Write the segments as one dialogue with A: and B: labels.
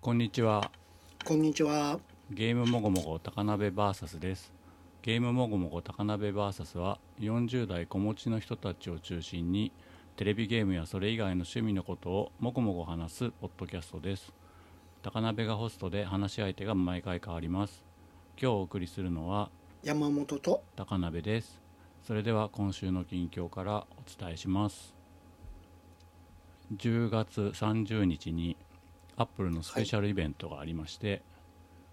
A: こんにちは
B: こんにちは。
A: ゲームもごもご高鍋 VS ですゲームもごもご高鍋 VS は40代子持ちの人たちを中心にテレビゲームやそれ以外の趣味のことをもごもご話すポッドキャストです高鍋がホストで話し相手が毎回変わります今日お送りするのは
B: 山本と
A: 高鍋ですそれでは今週の近況からお伝えします10月30日にアップルのスペシャルイベントがありまして、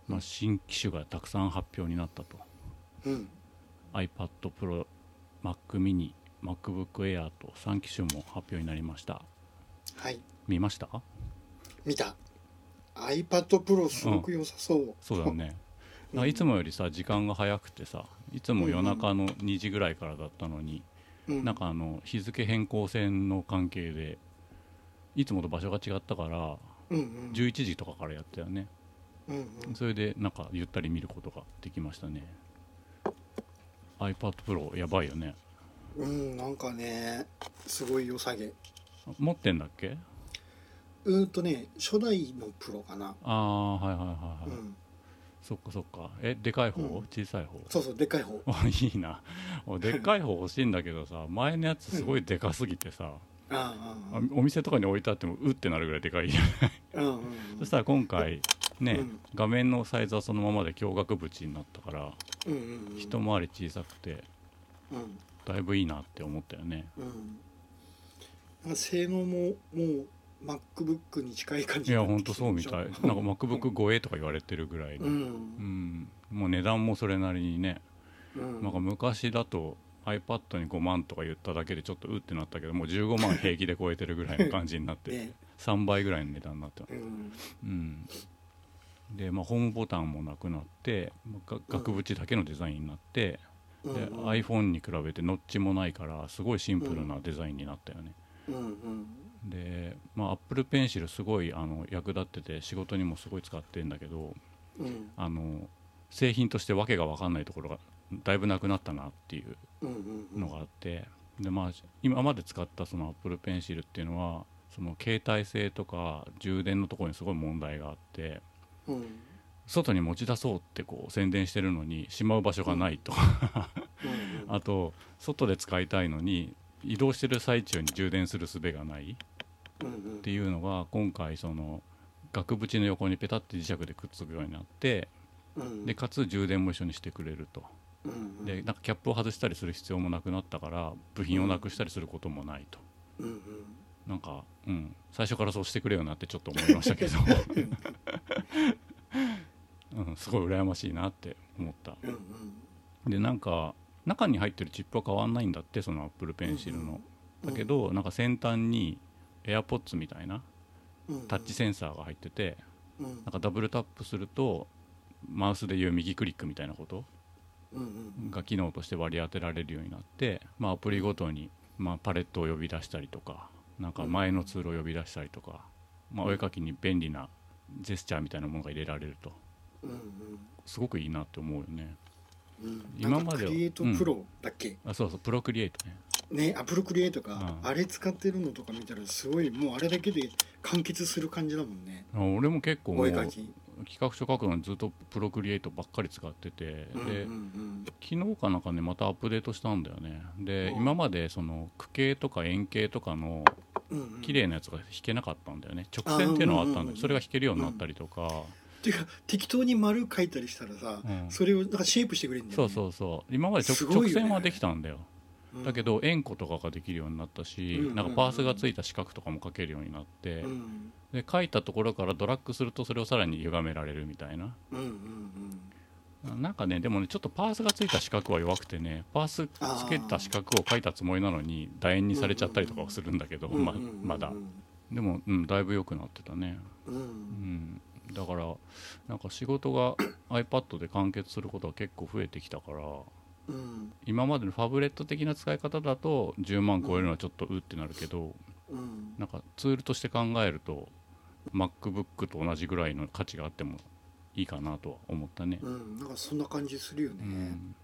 A: まあ、新機種がたくさん発表になったと
B: うん。
A: iPad Pro、Mac mini、MacBook Air と3機種も発表になりました
B: はい。
A: 見ました
B: 見た。iPad Pro すごく良さそう。
A: そうだよねなんかいつもよりさ時間が早くてさいつも夜中の2時ぐらいからだったのに、
B: うん。
A: なんかあの日付変更線の関係でいつもと場所が違ったから
B: うんうん。
A: 11時とかからやったよね
B: うんうん。
A: それでなんかゆったり見ることができましたね iPad Pro やばいよね
B: うん、なんかね、すごい良さげ。
A: 持ってんだっけ
B: うーんとね、初代のプロかな。
A: ああはいはいはいは
B: う
A: い、
B: ん。
A: そっかそっかえでかい方、
B: うん
A: 小さい方
B: そうそう、でっかい方。
A: あいいなおでっかい方欲しいんだけどさ前のやつすごいでかすぎてさ、
B: ああ
A: あお店とかに置いてあってもうってなるぐらいでかいじゃん
B: ああ。うんうんうん。
A: そしたら今回ね、
B: うん
A: 画面のサイズはそのままで驚愕縁になったから
B: うんうんうん。
A: 一回り小さくて
B: うん。
A: だいぶいいなって思ったよね
B: うん。なんか性能ももう MacBook に近い感
A: い
B: じ
A: や
B: にな
A: ほ
B: っ
A: ん
B: て
A: と
B: きて
A: そう
B: る
A: み
B: でし
A: たい
B: ょ
A: なんか MacBook5 a とか言われてるぐらいで、
B: う
A: うん
B: ん
A: もう値段もそれなりにね、
B: うん
A: なんか昔だと iPad に5万とか言っただけでちょっとうってなったけどもう15万平気で超えてるぐらいの感じになっ て、
B: ね
A: 3倍ぐらいの値段になってます
B: うん
A: うん、で、まあ、ホームボタンもなくなってまあが額縁だけのデザインになって、
B: うん
A: で iPhone に比べてノッチもないからすごいシンプルなデザインになったよね、
B: うんうん
A: で、まあ、Apple Pencil すごいあの役立ってて仕事にもすごい使ってんだけど
B: うん
A: あの製品として訳が分かんないところがだいぶなくなったなっていう
B: うんうんうん
A: のがあってで、まあ、今まで使ったその Apple Pencil っていうのはその携帯性とか充電のところにすごい問題があって、
B: うん
A: 外に持ち出そうってこう宣伝してるのにしまう場所がないと、
B: うん
A: あと外で使いたいのに移動してる最中に充電する術がない
B: うんうん
A: っていうのが今回その額縁の横にペタって磁石でくっつくようになって
B: うん
A: でかつ充電も一緒にしてくれると
B: うんうん
A: でなんかキャップを外したりする必要もなくなったから部品をなくしたりすることもないと
B: うんうん
A: なんか、うん、最初からそうしてくれよなってちょっと思いましたけど、 うん、すごい羨ましいなって思った
B: うん
A: でなんか中に入ってるチップは変わんないんだってその Apple
B: うん
A: Pencil の、
B: うん
A: だけどなんか先端に AirPods みたいな
B: うんうん
A: タッチセンサーが入ってて
B: うん
A: なんかダブルタップするとマウスでいう右クリックみたいなこと
B: うんうん
A: が機能として割り当てられるようになって、まあ、アプリごとに、まあ、パレットを呼び出したりとかなんか前のツールを呼び出したりとか、まあ、お絵かきに便利なジェスチャーみたいなものが入れられると
B: うん
A: すごくいいなって思うよね
B: うんうん
A: 今までは
B: なんかクリエイトプロだっけ
A: あそうそうプロクリエイトね
B: ねアプロクリエイトが
A: うん
B: あれ使ってるのとか見たらすごいもうあれだけで完結する感じだもんね
A: あ俺も結構も
B: お
A: う
B: 絵描き
A: 企画書書くのにずっとプロクリエイトばっかり使ってて、
B: うんうん
A: で昨日かなんかねまたアップデートしたんだよねで、
B: うん
A: 今までその区形とか円形とかの
B: うんうん
A: 綺麗なやつが引けなかったんだよね直線っていうのはあったんだ
B: うん
A: け
B: うんう
A: ど
B: ん
A: それが引けるようになったりとか、
B: っていうか適当に丸描いたりしたらさ
A: うん
B: それをなんかシェイプしてくれるんだよ
A: そう
B: ね
A: そうそう今まで直,、
B: すごいよね
A: 直線はできたんだよ
B: うん
A: だけど円弧とかができるようになったし、
B: うんうんうん
A: なんかパースがついた四角とかも描けるようになって、
B: うん
A: で描いたところからドラッグするとそれをさらに歪められるみたいな
B: うんうんうん
A: なんかねでもねちょっとパースがついた四角は弱くてねパースつけた四角を描いたつもりなのに楕円にされちゃったりとかはするんだけど、
B: うんうん
A: ま
B: うんうん
A: まだでも、うん、だいぶ良くなってたね、
B: う
A: うんん、だからなんか仕事が iPad で完結することは結構増えてきたから
B: うん
A: 今までのファブレット的な使い方だと10万超えるのはちょっとうってなるけど
B: うん
A: なんかツールとして考えると MacBook と同じぐらいの価値があってもいいかなとは思ったね。
B: うんなんかそんな感じするよね、
A: うん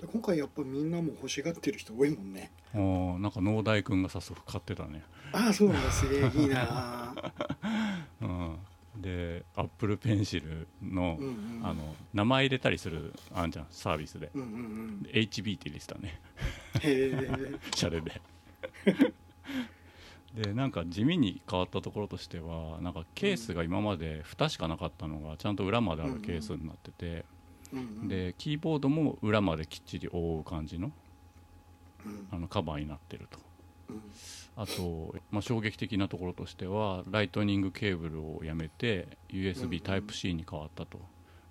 B: で今回やっぱみんなも欲しがってる人多いもんね
A: あーなんか農大君が早速買ってたね、
B: ああそうなんだすげえいいなあ
A: うん、で Apple Pencil の,、
B: うんうん
A: あの名前入れたりするあんじゃんサービスで
B: うんうんうん
A: で HB って入れてたね
B: へ
A: シャレで でなんか地味に変わったところとしてはなんかケースが今まで蓋しかなかったのがちゃんと裏まであるケースになってて、
B: え
A: でキーボードも裏まできっちり覆う感じの
B: うん
A: あのカバーになってると
B: うん
A: あと、まあ、衝撃的なところとしてはライトニングケーブルをやめて
B: うんうん
A: USB Type-C に変わったと、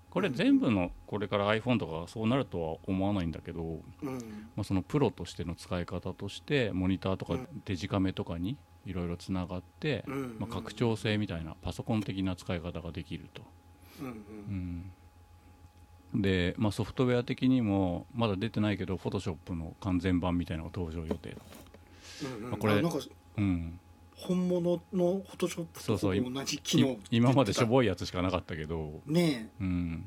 A: これ
B: うん
A: 全部のこれから iPhone とかがそうなるとは思わないんだけど、
B: うん
A: まあ、そのプロとしての使い方としてモニターと
B: う
A: か
B: ん
A: デジカメとかにいろいろつながって、
B: うん
A: まあ、拡張性みたいなパソコン的な使い方ができると。
B: うんう
A: うんんで、まあ、ソフトウェア的にもまだ出てないけど Photoshop の完全版みたいなのが登場予定だ
B: うんうん
A: あこれ
B: あなんか
A: うん
B: 本物のフォトショップ
A: そう
B: と
A: そう
B: 同じ機能
A: い今までしょ
B: い
A: ぼいやつしかなかったけど、
B: ね
A: うん、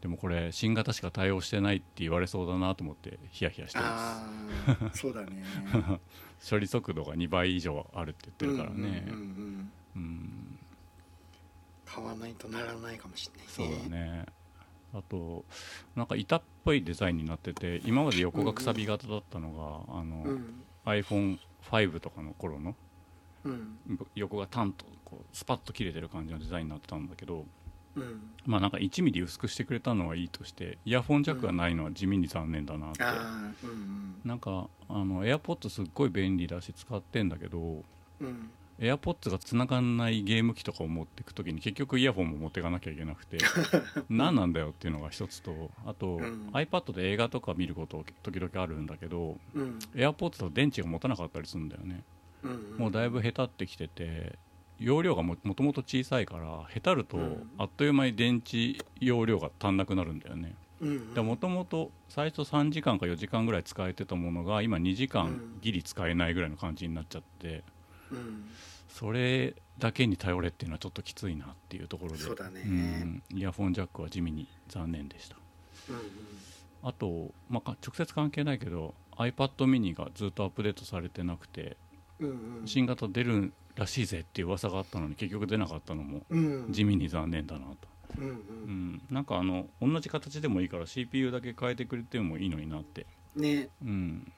A: でもこれ新型しか対応してないって言われそうだなと思ってヒヤヒヤし
B: え
A: てま
B: ああそうだ ね
A: す処理速度が2倍以上あるって言ってるからね
B: うんうんうん
A: うん
B: 買わないとならないかもしれない
A: そうだねあとなんか板っぽいデザインになってて今まで横がくさび型だったのが、
B: う
A: あの
B: ん
A: iPhone5 とかの頃の
B: うん
A: 横がタンとこうスパッと切れてる感じのデザインになってたんだけど
B: うん
A: まあなんか1ミリ薄くしてくれたのはいいとしてイヤホンジャックがないのは地味に残念だなって、
B: ああうん
A: なんかあの AirPods すっごい便利だし使ってんだけど
B: うんうん
A: AirPods が繋がんないゲーム機とかを持ってく時に結局イヤホンも持っていかなきゃいけな くて何なんだよっていうのが一つとあと、
B: うん
A: iPad で映画とか見ること時々あるんだけど
B: うん
A: AirPods と電池が持たなかったりするんだよね
B: うん
A: もうだいぶへたってきてて容量がももともと小さいからへたると
B: うん
A: あっという間に電池容量が足んなくなるんだよね、
B: うん
A: でもともと最初3時間か4時間ぐらい使えてたものが今2時
B: う
A: 間
B: ん
A: ギリ使えないぐらいの感じになっちゃって
B: うん
A: それだけに頼れっていうのはちょっときついなっていうところで
B: そうだね
A: うんイヤホンジャックは地味に残念でした
B: うん
A: あと、まあか直接関係ないけど iPad mini がずっとアップデートされてなくて
B: うんうんうん
A: 新型出るらしいぜっていう噂があったのに結局出なかったのも
B: うん
A: 地味に残念だなと、
B: うんう
A: うんん、なんかあの同じ形でもいいから CPU だけ変えてくれてもいいのになって
B: ね
A: うん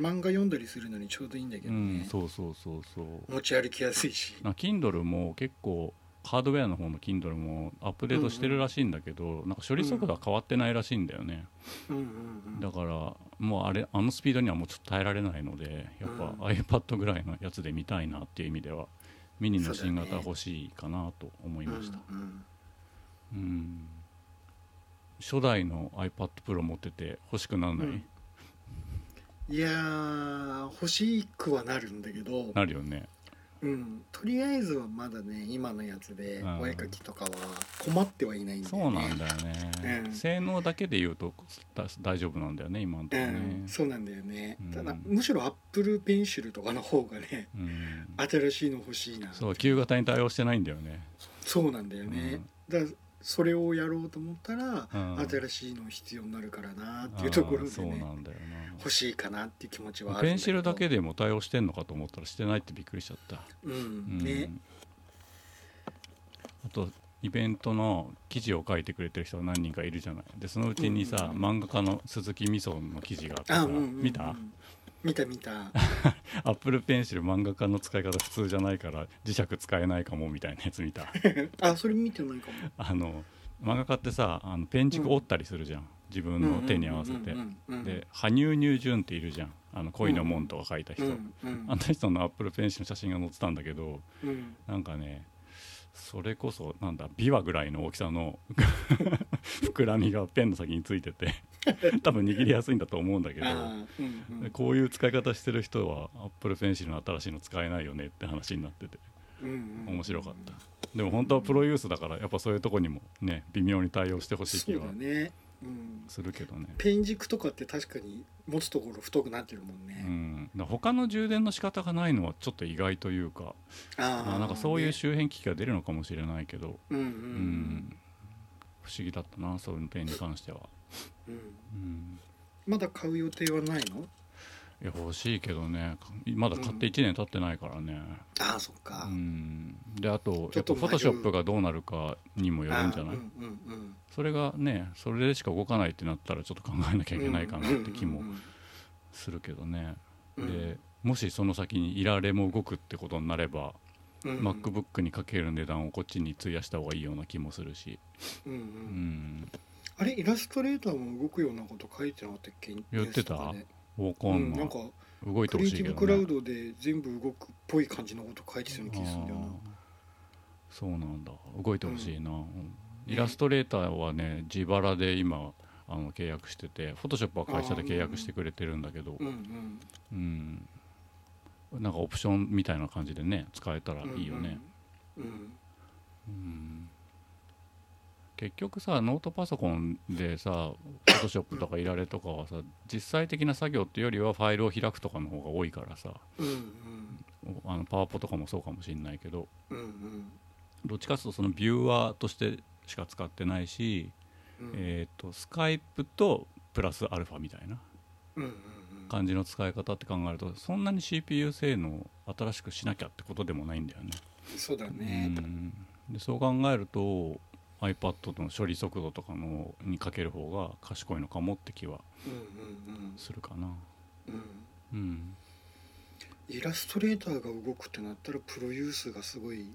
B: 漫画読んだりするのにちょうどいいんだけ
A: う
B: ど
A: ん
B: ね、
A: そうそうそうそう
B: 持ち歩きやすいし
A: な Kindle も結構ハードウェアの方の Kindle もアップデートしてるらしいんだけど、なんか処理速度が変わってないらしいんだよね、
B: うんうんう
A: だ
B: ん
A: からもうあれあのスピードにはもうちょっと耐えられないのでやっぱ
B: うん
A: iPad ぐらいのやつで見たいなっていう意味ではミニの
B: そうだ
A: 新
B: ね
A: 型欲しいかなと思いました
B: うんうん
A: うん、初代の iPad Pro 持ってて欲しくならない、
B: うんいやー欲しくはなるんだけど、
A: なるよね
B: うん、とりあえずはまだね今のやつで
A: うん
B: お絵描きとかは困ってはいないんだ
A: そ
B: よ
A: う
B: ね
A: なんだよね、
B: うん
A: 性能だけで言うとだ大丈夫なんだよね今のところね、
B: うん、そうなんだよね、
A: うん
B: ただむしろアップルペンシルとかの方がね
A: うん
B: 新しいの欲しいな
A: そう旧型に対応してないんだよね
B: そうなんだよね、だからそれをやろうと思ったら、
A: うん
B: 新しいの必要になるからなっていうとこ
A: あ
B: ろ
A: ー
B: で
A: そうな
B: ね
A: んだよ
B: 欲しいかなっていう気持ちはあ
A: な
B: るん
A: ペン
B: け
A: シ
B: ど
A: ルだけでも対応してんのかと思ったらしてないってびっくりしちゃった、う
B: う
A: んん
B: ね
A: あとイベントの記事を書いてくれてる人が何人かいるじゃないでそのうちにさ、
B: うん
A: 漫画家の鈴木みそんの記事があって
B: あ
A: さ、
B: うんうんうん
A: 見た
B: 見た見た
A: アップルペンシル漫画家の使い方普通じゃないから磁石使えないかもみたいなやつ見 た
B: あそれ見てないかも
A: あの漫画家ってさあのペン軸折ったりするじゃん、自分の手に合わせて、
B: うんうんうんうん
A: で羽生入潤っているじゃんあの恋の門とか書いた人、
B: うんうん
A: あの人のアップルペンシルの写真が載ってたんだけど
B: うん
A: なんかねそれこそなんだビワぐらいの大きさの 膨らみがペンの先について て多分握りやすいんだと思うんだけど
B: あーうんうん
A: こういう使い方してる人はアップルペンシルの新しいの使えないよねって話になってて
B: うんうん
A: 面白かったでも本当はプロユースだからやっぱそういうとこにもね微妙に対応してほしい
B: そ
A: 気
B: う
A: は
B: だね、うん、
A: するけどね
B: ペン軸とかって確かに持つところ太くなってるもん
A: う
B: ね、
A: ん、だから他の充電の仕方がないのはちょっと意外というか
B: あ
A: ま
B: あ
A: あ、なんかそういう
B: ね
A: 周辺機器が出るのかもしれないけど、
B: うんうん
A: うん不思議だったなそういう点に関しては、
B: うんうん
A: うん
B: まだ買う予定はないの
A: いや欲しいけどねまだ買って1年経ってないからね、
B: ああそっか、
A: うん、であと
B: ちょ
A: やっ
B: っ
A: ぱ
B: と
A: フォトショップがどうなるかにもよるんじゃない
B: あーうんうんうん
A: それがねそれでしか動かないってなったらちょっと考えなきゃいけないかなって気もするけどね、
B: うん
A: でもしその先にいられも動くってことになれば、
B: うんうん
A: MacBook にかける値段をこっちに費やした方がいいような気もするし、
B: うんう
A: うんん、
B: あれイラストレーターも動くようなこと書いてなかったっけ
A: 言ってた
B: ニュースとかで
A: わか
B: うんん、
A: ない、
B: なんか
A: 動いてほ
B: クリエイ
A: しい
B: ティ
A: け
B: ブクラ
A: ど
B: ウ
A: ね
B: ドで全部動くっぽい感じのこと書いてそうな気がするんだよな
A: あーそうなんだ動いてほしいな、うんイラストレーターはね自腹で今あの契約しててフォトショップは会社で契約してくれてるんだけど
B: うんうん
A: うん、なんかオプションみたいな感じでね使えたらいいよね、
B: うん
A: うん結局さノートパソコンでさフォトショップとかいられとかはさ実際的な作業っていうよりはファイルを開くとかの方が多いからさ
B: うんうん
A: おあのパワポとかもそうかもしんないけど
B: うんうん
A: どっちかっていうとそのビューアーとしてしか使ってないし、
B: うん
A: えー、とスカイプとプラスアルファみたいな
B: うんうんうん
A: 感じの使い方って考えるとそんなに CPU 性能を新しくしなきゃってことでもないんだよね。
B: そうだ
A: う
B: ね
A: んでそう考えると iPad の処理速度とかのにかける方が賢いのかもって気は
B: うんうん
A: するかな。
B: うんうん
A: うん、
B: イラストレーターが動くってなったらプロユースがすごい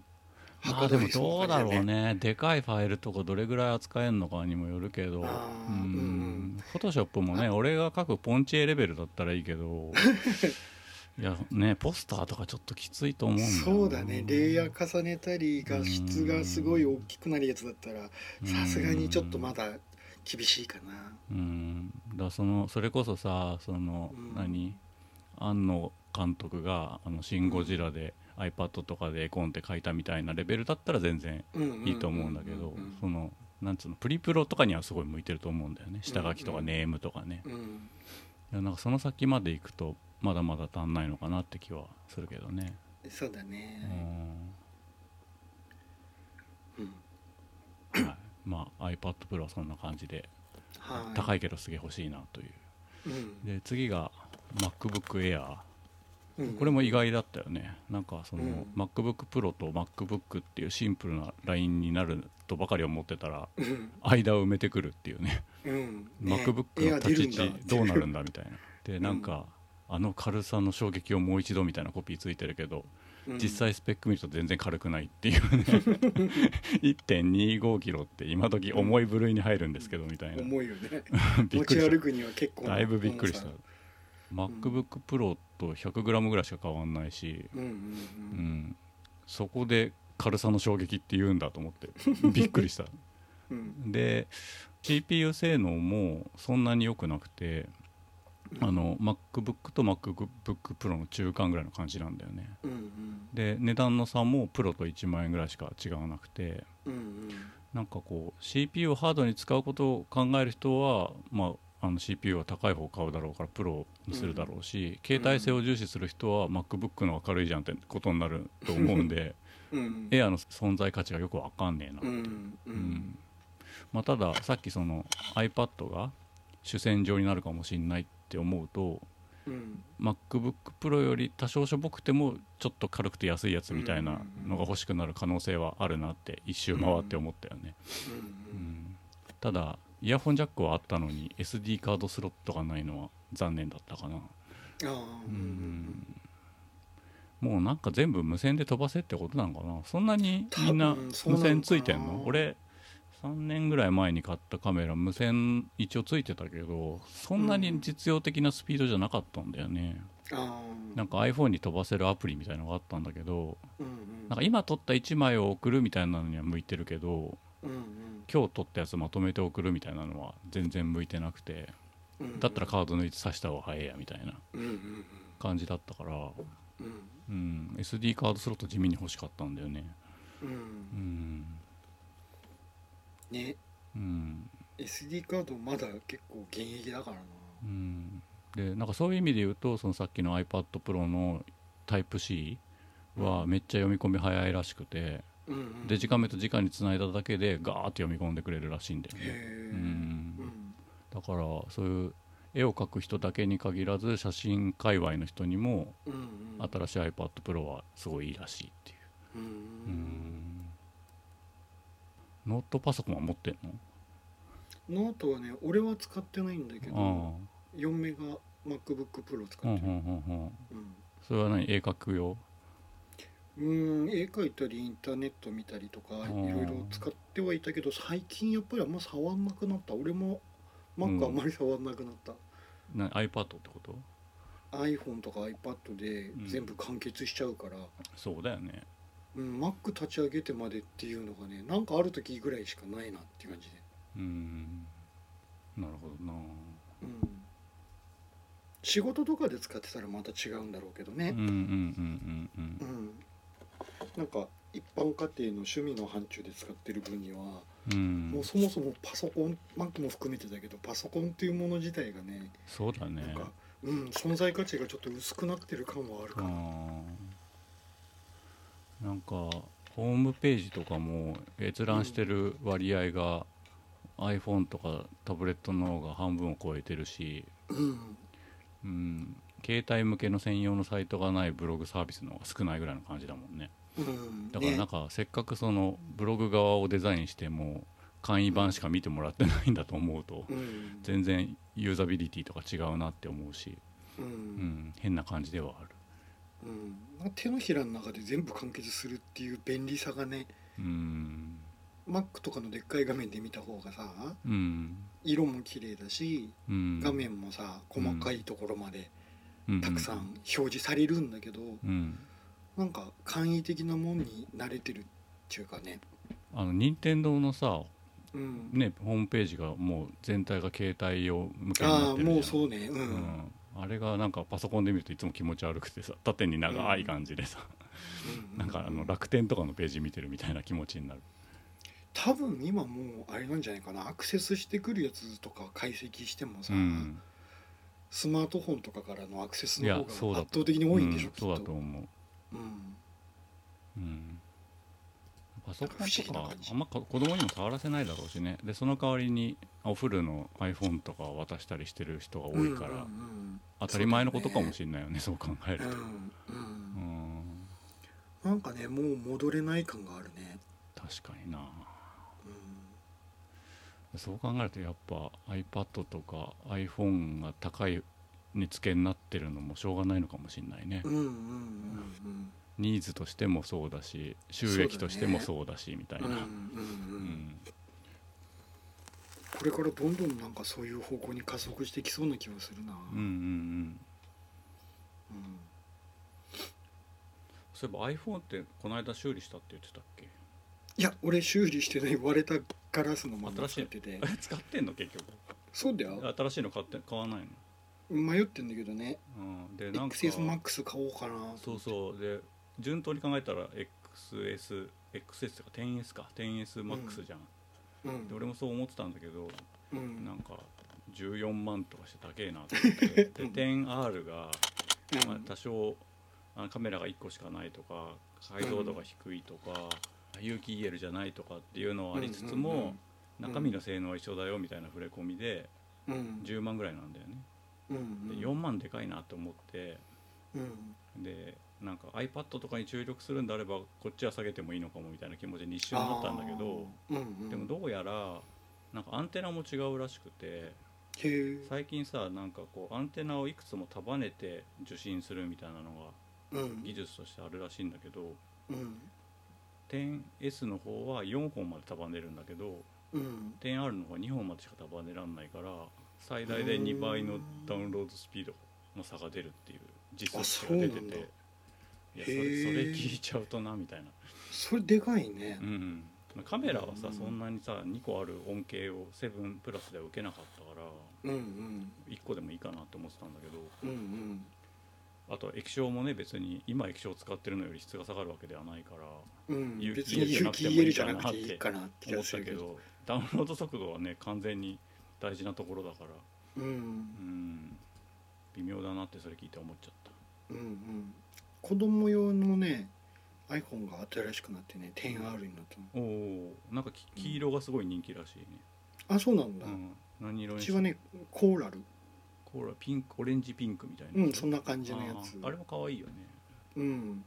A: まあでもど
B: そう
A: だろうねでかいファイルとかどれぐらい扱えるのかにもよるけど
B: あー
A: う
B: うん
A: んフォトショップもね俺が書くポンチエレベルだったらいいけ どいやねポスターとかちょっときついと思うんだよな
B: そうだねレイヤー重ねたり画質がすごい大きくなるやつだったらさすがにちょっとまだ厳しいかな
A: うんだからそのそれこそさその、
B: うん
A: 何庵野監督が「あのシン・ゴジラ」で iPad とかで絵コンって書いたみたいなレベルだったら全然い
B: い
A: いと思うんだけどそのなんつうのプリプロとかにはすごい向いてると思うんだよね下書きとか
B: うん
A: ネームとかね、
B: うん
A: いやなんかその先まで行くとまだまだ足んないのかなって気はするけどね、
B: そうだ
A: う
B: ね
A: ん
B: うん
A: はい、まあ iPad Pro はそんな感じで
B: はい
A: 高
B: い
A: いけどすげえ欲しいなという
B: うん
A: で次が MacBook Air
B: うん
A: これも意外だったよねなんかその、
B: うん
A: MacBookPro と MacBook っていうシンプルなラインになるとばかり思ってたら
B: うん
A: 間を埋めてくるっていうね
B: うんね
A: MacBook
B: 絵
A: の
B: が出
A: 立
B: るん
A: ち位
B: だ
A: 置どうなるんだみたいな でなんか、あの軽さの衝撃をもう一度みたいなコピーついてるけど、
B: うん
A: 実際スペック見ると全然軽くないっていうね 1.25キロって今時重い部類に入るんですけどみたいな
B: 重いよね
A: びっ
B: 持
A: く
B: ち
A: りし
B: 歩
A: た
B: くには結構な
A: だいぶびっくりした
B: 重さ
A: MacBookPro と 100g ぐらいしか変わんないし
B: うんうん
A: う
B: うん
A: ん、そこで軽さの衝撃って言うんだと思ってびっくりした
B: うん
A: で CPU 性能もそんなに良くなくて
B: うん
A: あの MacBook と MacBookPro の中間ぐらいの感じなんだよね
B: うんうん
A: で値段の差もプロと1万円ぐらいしか違わなくて
B: うんうん
A: なんかこう CPU をハードに使うことを考える人は、まあ、あの CPU は高い方を買うだろうからプロにするだろうし、携帯性を重視する人は MacBook の方が軽いじゃんってことになると思うんで
B: うん
A: エアの存在価値がよくわかんねえな、
B: うんう
A: うんんまあ、たださっきその iPad が主戦場になるかもしれないって思うと
B: うん
A: MacBookPro より多少しょぼくてもちょっと軽くて安いやつみたいなのが欲しくなる可能性はあるなって一周回って思ったよね、う
B: う
A: んん、ただイヤホンジャックはあったのに SD カードスロットがないのは残念だったかな
B: うんああ
A: うんもうなんか全部無線で飛ばせってことなのかなそんなにみんな
B: 多分そう
A: 無
B: なのか
A: 線
B: な
A: ついてんの俺3年ぐらい前に買ったカメラ無線一応ついてたけどそんなに実用的なスピードじゃなかったんだよね、
B: あ
A: なんか iPhone に飛ばせるアプリみたいのがあったんだけど
B: うんうん
A: なんか今撮った1枚を送るみたいなのには向いてるけど
B: うんうん
A: 今日撮ったやつまとめて送るみたいなのは全然向いてなくて
B: うん
A: だったらカード抜いて刺した方が早いやみたいな
B: うんうん
A: 感じだったから
B: うん
A: うん、SD カードスロット地味に欲しかったんだよね
B: うんう
A: うんん、
B: ね
A: うん、
B: SD カードまだ結構現役だからな
A: うん、でなんかそういう意味で言うとそのさっきの iPadPro の Type-C はめっちゃ読み込み早いらしくて、
B: うんうん
A: デジカメと直につないだだけでガーって読み込んでくれるらしいんだよね、
B: へ
A: う
B: え
A: ん、だからそういう絵を描く人だけに限らず写真界隈の人にも
B: うんうん
A: 新しい iPad Pro はすごいいいらしいっていう
B: う
A: うんんノートパソコンは持ってん
B: ノートはね俺は使ってないんだけど
A: の
B: 4メガ MacBookPro 使
A: ああうんう
B: って
A: ん
B: る
A: うんうん
B: うん
A: それは何絵描く用
B: うん絵描いたりインターネット見たりとかい
A: ん
B: ろいろ使ってはいたけど最近やっぱりあんま触んなくなった俺も Mac あんまり触んなくなった、
A: な iPad ってこと
B: iPhone とか iPad で
A: うん
B: 全部完結しちゃうから、
A: そうだよね
B: うん、Mac 立ち上げてまでっていうのがねなんかある時ぐらいしかないなっていう感じで、
A: うんなるほどな
B: うん、仕事とかで使ってたらまた違うんだろうけど
A: うん
B: ね
A: うんうんうん
B: うん、なんか一般家庭の趣味の範疇で使ってる分には、
A: うんうん
B: もうそもそもパソコン Mac も含めてだけどパソコンっていうもの自体がね
A: そうだ
B: な
A: ね
B: んか、うん、存在価値がちょっと薄くなってる感はある
A: う
B: かな、
A: んなんかホームページとかも閲覧してる割合が iPhone とかタブレットの方が半分を超えてるし、
B: うん、
A: うん、携帯向けの専用のサイトがないブログサービスの方が少ないぐらいの感じだもんね
B: うん、
A: だからなん
B: ね、
A: かせっかくそのブログ側をデザインしても簡易版しか見てもらってないんだと思うと
B: うん、
A: 全然ユーザビリティとか違うなって思うし、
B: う、
A: うんん、変な感じではある、
B: うん、なんか手のひらの中で全部完結するっていう便利さがね
A: うん、
B: Mac とかのでっかい画面で見た方がさ
A: うん
B: 色も綺麗だし
A: うん、
B: 画面もさ細かいところまでたくさん表示されるんだけど、
A: うん、うん
B: なんか簡易的なもんに慣れてるっていうかね、
A: あの任天堂のさ、
B: うん、
A: ね、ホームページがもう全体が携帯用向けにな
B: あ
A: っ
B: あ
A: てるじゃん
B: もうそうねう
A: うんん、あれがなんかパソコンで見るといつも気持ち悪くてさ縦に長い感じでさ、なんかあの楽天とかのページ見てるみたいな気持ちになる、
B: 多分今もうあれなんじゃないかなアクセスしてくるやつとか解析してもさ、
A: うん、
B: スマートフォンとかからのアクセス
A: い
B: の
A: や
B: 方
A: そう
B: が
A: だ
B: 圧倒的に多いんでしょ、
A: うん
B: きっ
A: そうだと
B: と、
A: 思う、
B: うん、
A: うん、パソコ
B: な
A: ン
B: んか不思議
A: と
B: な
A: か
B: 感じ
A: あんま子供にも触らせないだろうしねでその代わりにおフルの iPhone とかを渡したりしてる人が多いから、
B: うん
A: 当たり前のことかもしれないよねそう考える
B: うんう
A: と、
B: んう
A: うん
B: んうんなんかねもう戻れない感があるね、
A: 確かにな
B: う
A: そう考えるとやっぱ iPad とか iPhone が高い値付けになってるのもしょうがないのかもしれないね、
B: ん、うんうんうん
A: ニーズとしてもそうだし収益としてもそうだしみたい
B: うんう
A: なん
B: うんう
A: うんん
B: これからどんどんなんかそういう方向に加速してきそうな気がするな、
A: うんうんうん
B: うん
A: そういえば iPhone ってこの間修理したって言ってたっけ
B: いや俺修理してない割れたガラスのまま使ってて
A: え 使ってんの結局
B: そうだよ
A: 新しいの買って買わないの、
B: 迷ってんだけどね
A: うん、でなんか
B: XSMAX 買おうかな
A: そうそうで順当に考えたら XSXS とか 10S か 10SMAX じゃん、
B: う
A: で
B: ん
A: 俺もそう思ってたんだけど
B: う
A: なん
B: ん
A: か14万とかして高えなと思って で 10R が、まあ、多少あのカメラが1個しかないとか解像度が低いとか、有機 EL じゃないとかっていうのはありつつも、
B: うんうんうん
A: 中身の性能は一緒だよみたいな触れ込みで
B: うんうん
A: 10万ぐらいなんだよね、
B: うん
A: で4万でかいなと思って
B: うん
A: でなんか iPad とかに注力するんであればこっちは下げてもいいのかもみたいな気持ちに一瞬なったんだけど、
B: あーうんうん、
A: でもどうやらなんかアンテナも違うらしくて
B: へえ
A: 最近さなんかこうアンテナをいくつも束ねて受信するみたいなのが
B: うん
A: 技術としてあるらしいんだけど
B: うん
A: 10S の方は4本まで束ねるんだけど
B: うん、
A: 10R の方は2本までしか束ねらんないから最大で2倍のダウンロードスピードの差が出るっていう実装値が出て
B: あそうな
A: て
B: んだ
A: いや
B: へ
A: それそれ
B: ー
A: 聞いちゃうとなみたいな、
B: それでかいね
A: う、ん、カメラはさ
B: うん
A: そんなにさ2個ある恩恵を7プラスでは受けなかったから
B: うん、うん
A: 1個でもいいかなと思ってたんだけど
B: うんうん
A: あとは液晶もね別に今液晶を使ってるのより質が下がるわけではないから
B: うん
A: 有機
B: 別に有機
A: EL
B: EL
A: じ
B: じ
A: ゃ
B: ゃ
A: な
B: な
A: くて
B: くて
A: い
B: い
A: い
B: い
A: か
B: かなって気
A: 思
B: が
A: っ
B: す
A: た
B: る
A: け
B: けど
A: どダウンロード速度はね完全に大事なところだから
B: うん
A: うん微妙だなってそれ聞いて思っちゃった
B: うんうん子供用のね iPhone が新しくなってね 10R になったの
A: おおなんかき黄色がすごい人気らしいね、
B: あそうなん
A: う
B: だ、
A: ん、何色
B: う
A: に
B: ちはねコーラル
A: これピンクオレンジピンクみたいな、
B: うんそんな感じのやつ
A: あーあれも可愛いよね、
B: うん
A: うん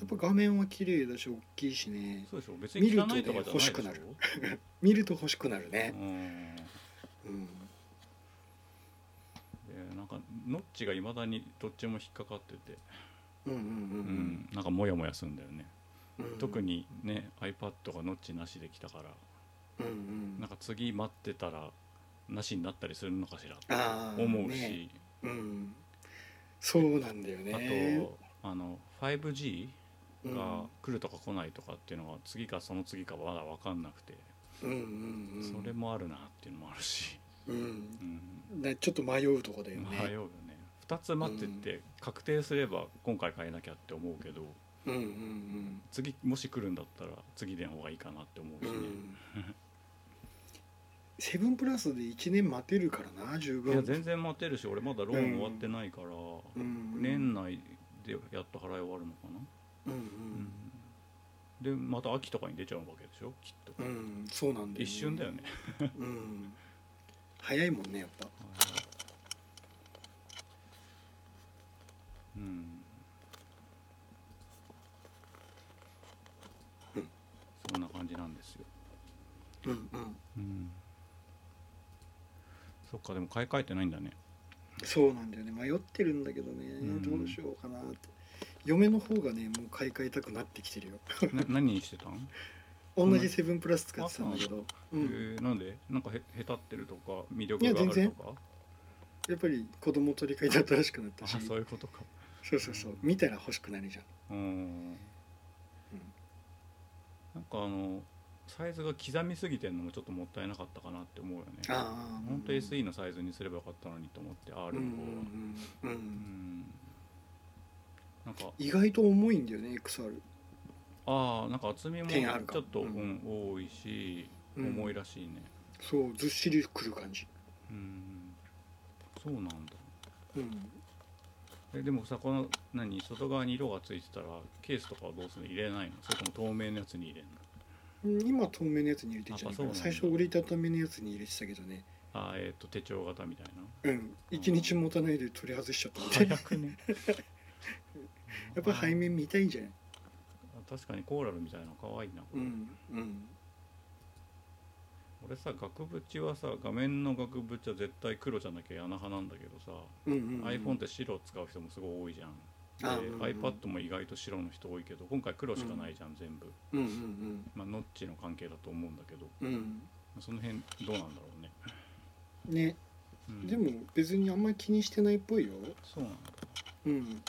B: やっぱ画面は綺麗だし大きいしね
A: そうでしょ別に汚いとかじゃないで
B: 見
A: し
B: る
A: ょ
B: とね欲しくなる見ると欲しくなる
A: う
B: ね
A: ん
B: うん
A: でなんかノッチがいまだにどっちも引っかかってて、
B: うんうん
A: うんなんかモヤモヤするんだよね、
B: うんうん
A: 特にね iPad がノッチなしできたから
B: うんうん
A: なんか次待ってたらなしになったりするのかしらって
B: あー
A: 思うし、
B: ねうんそうなんだよ
A: あと、
B: ね
A: あの 5G
B: うん
A: が来るとか来ないとかっていうのは次かその次かまだ分かんなくて、
B: うんうんうん
A: それもあるなっていうのもある し、
B: うん
A: うん
B: ねちょっと迷うとこだよ
A: 迷う
B: ね
A: よね2つ待ってって確定すれば今回変えなきゃって思うけど
B: うんうん
A: 次もし来るんだったら次での方がいいかなって思う
B: うんう
A: しね、
B: ん セブンプラスで1年待てるからな十
A: いや
B: 分
A: 全然待てるし俺まだローン終わってないから、
B: うん
A: 年内でやっと払い終わるのかな、
B: うん
A: でまた秋とかに出ちゃうわけでしょきっと、
B: うんうんそうなんだよね
A: 一瞬だよね
B: うん早いもんねやっぱ
A: うん
B: うん
A: そんな感じなんですよ、
B: うんうん
A: そっかでも買い替えてないんだね
B: そうなんだよね迷ってるんだけどね、
A: ん
B: どうしようかなって嫁の方がねもう買い替えたくなってきてるよ
A: な何にしてたん、
B: 同じセブンプラス使ってたんだけど、う
A: え
B: ん、
A: ーなんでなんかへへたってるとか魅力
B: いや
A: があ
B: 全然
A: るとか
B: やっぱり子供取り替えて新しくなったし
A: あそういうことか
B: そうそうそう見たら欲しくなるじ
A: う
B: ゃん
A: んなんかあのサイズが刻みすぎてるのもちょっともったいなかったかなって思うよね
B: ああ
A: 本当 SE のサイズにすればよかったのにと思って
B: うん
A: R
B: う
A: の方は
B: んうん、う、
A: うんんなんか
B: 意外と重いんだよね XR
A: ああなんか厚みもち
B: 点あるか
A: ょっと、う
B: うん
A: ん、多いし
B: うん
A: 重いらしいね
B: そうずっしりくる感じ
A: うんそうなんだ
B: うん
A: えでもさこの何外側に色がついてたらケースとかはどうするの入れないのそれとも透明のやつに入れるの
B: 今透明のやつに入れてんじゃん
A: あそうなんだ
B: 最初折りたたみのやつに入れてたけどね
A: あーえっ、と手帳型みたいな
B: うん一日持たないで取り外しちゃったみたいな
A: 早くね
B: やっぱ背面見たいんじゃない
A: あ確かにコーラルみたいなの可愛いな、
B: うんうん
A: 俺さ額縁はさ画面の額縁は絶対黒じゃなきゃ穴派なんだけどさ、
B: うんうんうん
A: iPhone って白を使う人もすごい多いじゃんで
B: あうんうん
A: iPad も意外と白の人多いけど今回黒しかないじゃん、全部
B: うんうん
A: まあノッチの関係だと思うんだけど
B: うんうん
A: その辺どうなんだろうね、
B: ね
A: うん
B: でも別にあんまり気にしてないっぽいよ
A: そうなんだ、
B: うん
A: うん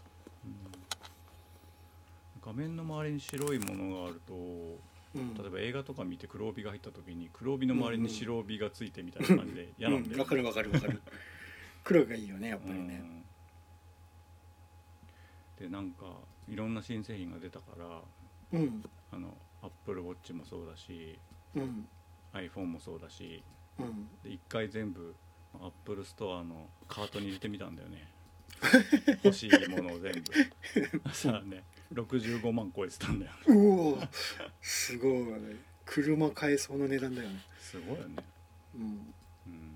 A: 画面の周りに白いものがあると
B: うん
A: 例えば映画とか見て黒帯が入った時に黒帯の周りに白帯がついてみたいな感じで嫌なんだ
B: う
A: よ
B: んわかるわかるわか る黒がいいよねやっぱりね
A: うんでなんかいろんな新製品が出たから
B: うん
A: あの AppleWatch もそうだし
B: うん
A: iPhone もそうだし
B: うん
A: で一回全部 Apple ストアのカートに入れてみたんだよね 欲しいものを全部さあね65万超えてたんだよ
B: うおーすごい車買えそうな値段だよね
A: すごいよね
B: うん
A: うん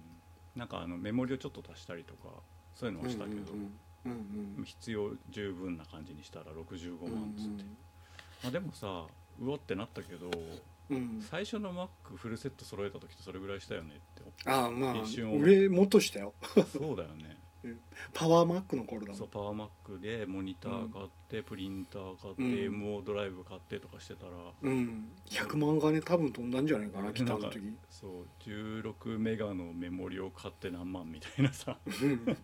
A: なんかあのメモリをちょっと足したりとかそういうのをしたけど、
B: うんうんうん
A: 必要十分な感じにしたら65
B: うん
A: 万っつって、まあ、でもさうわってなったけど
B: うんうん
A: 最初の Mac フルセット揃えた時とそれぐらいしたよねっ
B: ああまあ
A: 一瞬思う
B: 俺もっとしたよ
A: て そうだよね
B: パワーマックの頃だも
A: そうんパワーマックでモニター買って、プリンター買って、
B: うん
A: MO ドライブ買ってとかしてたら
B: うん100万がね多分飛んだんじゃないかな来た
A: なんか
B: 時
A: そう16メガのメモリを買って何万みたいなさ、
B: うんで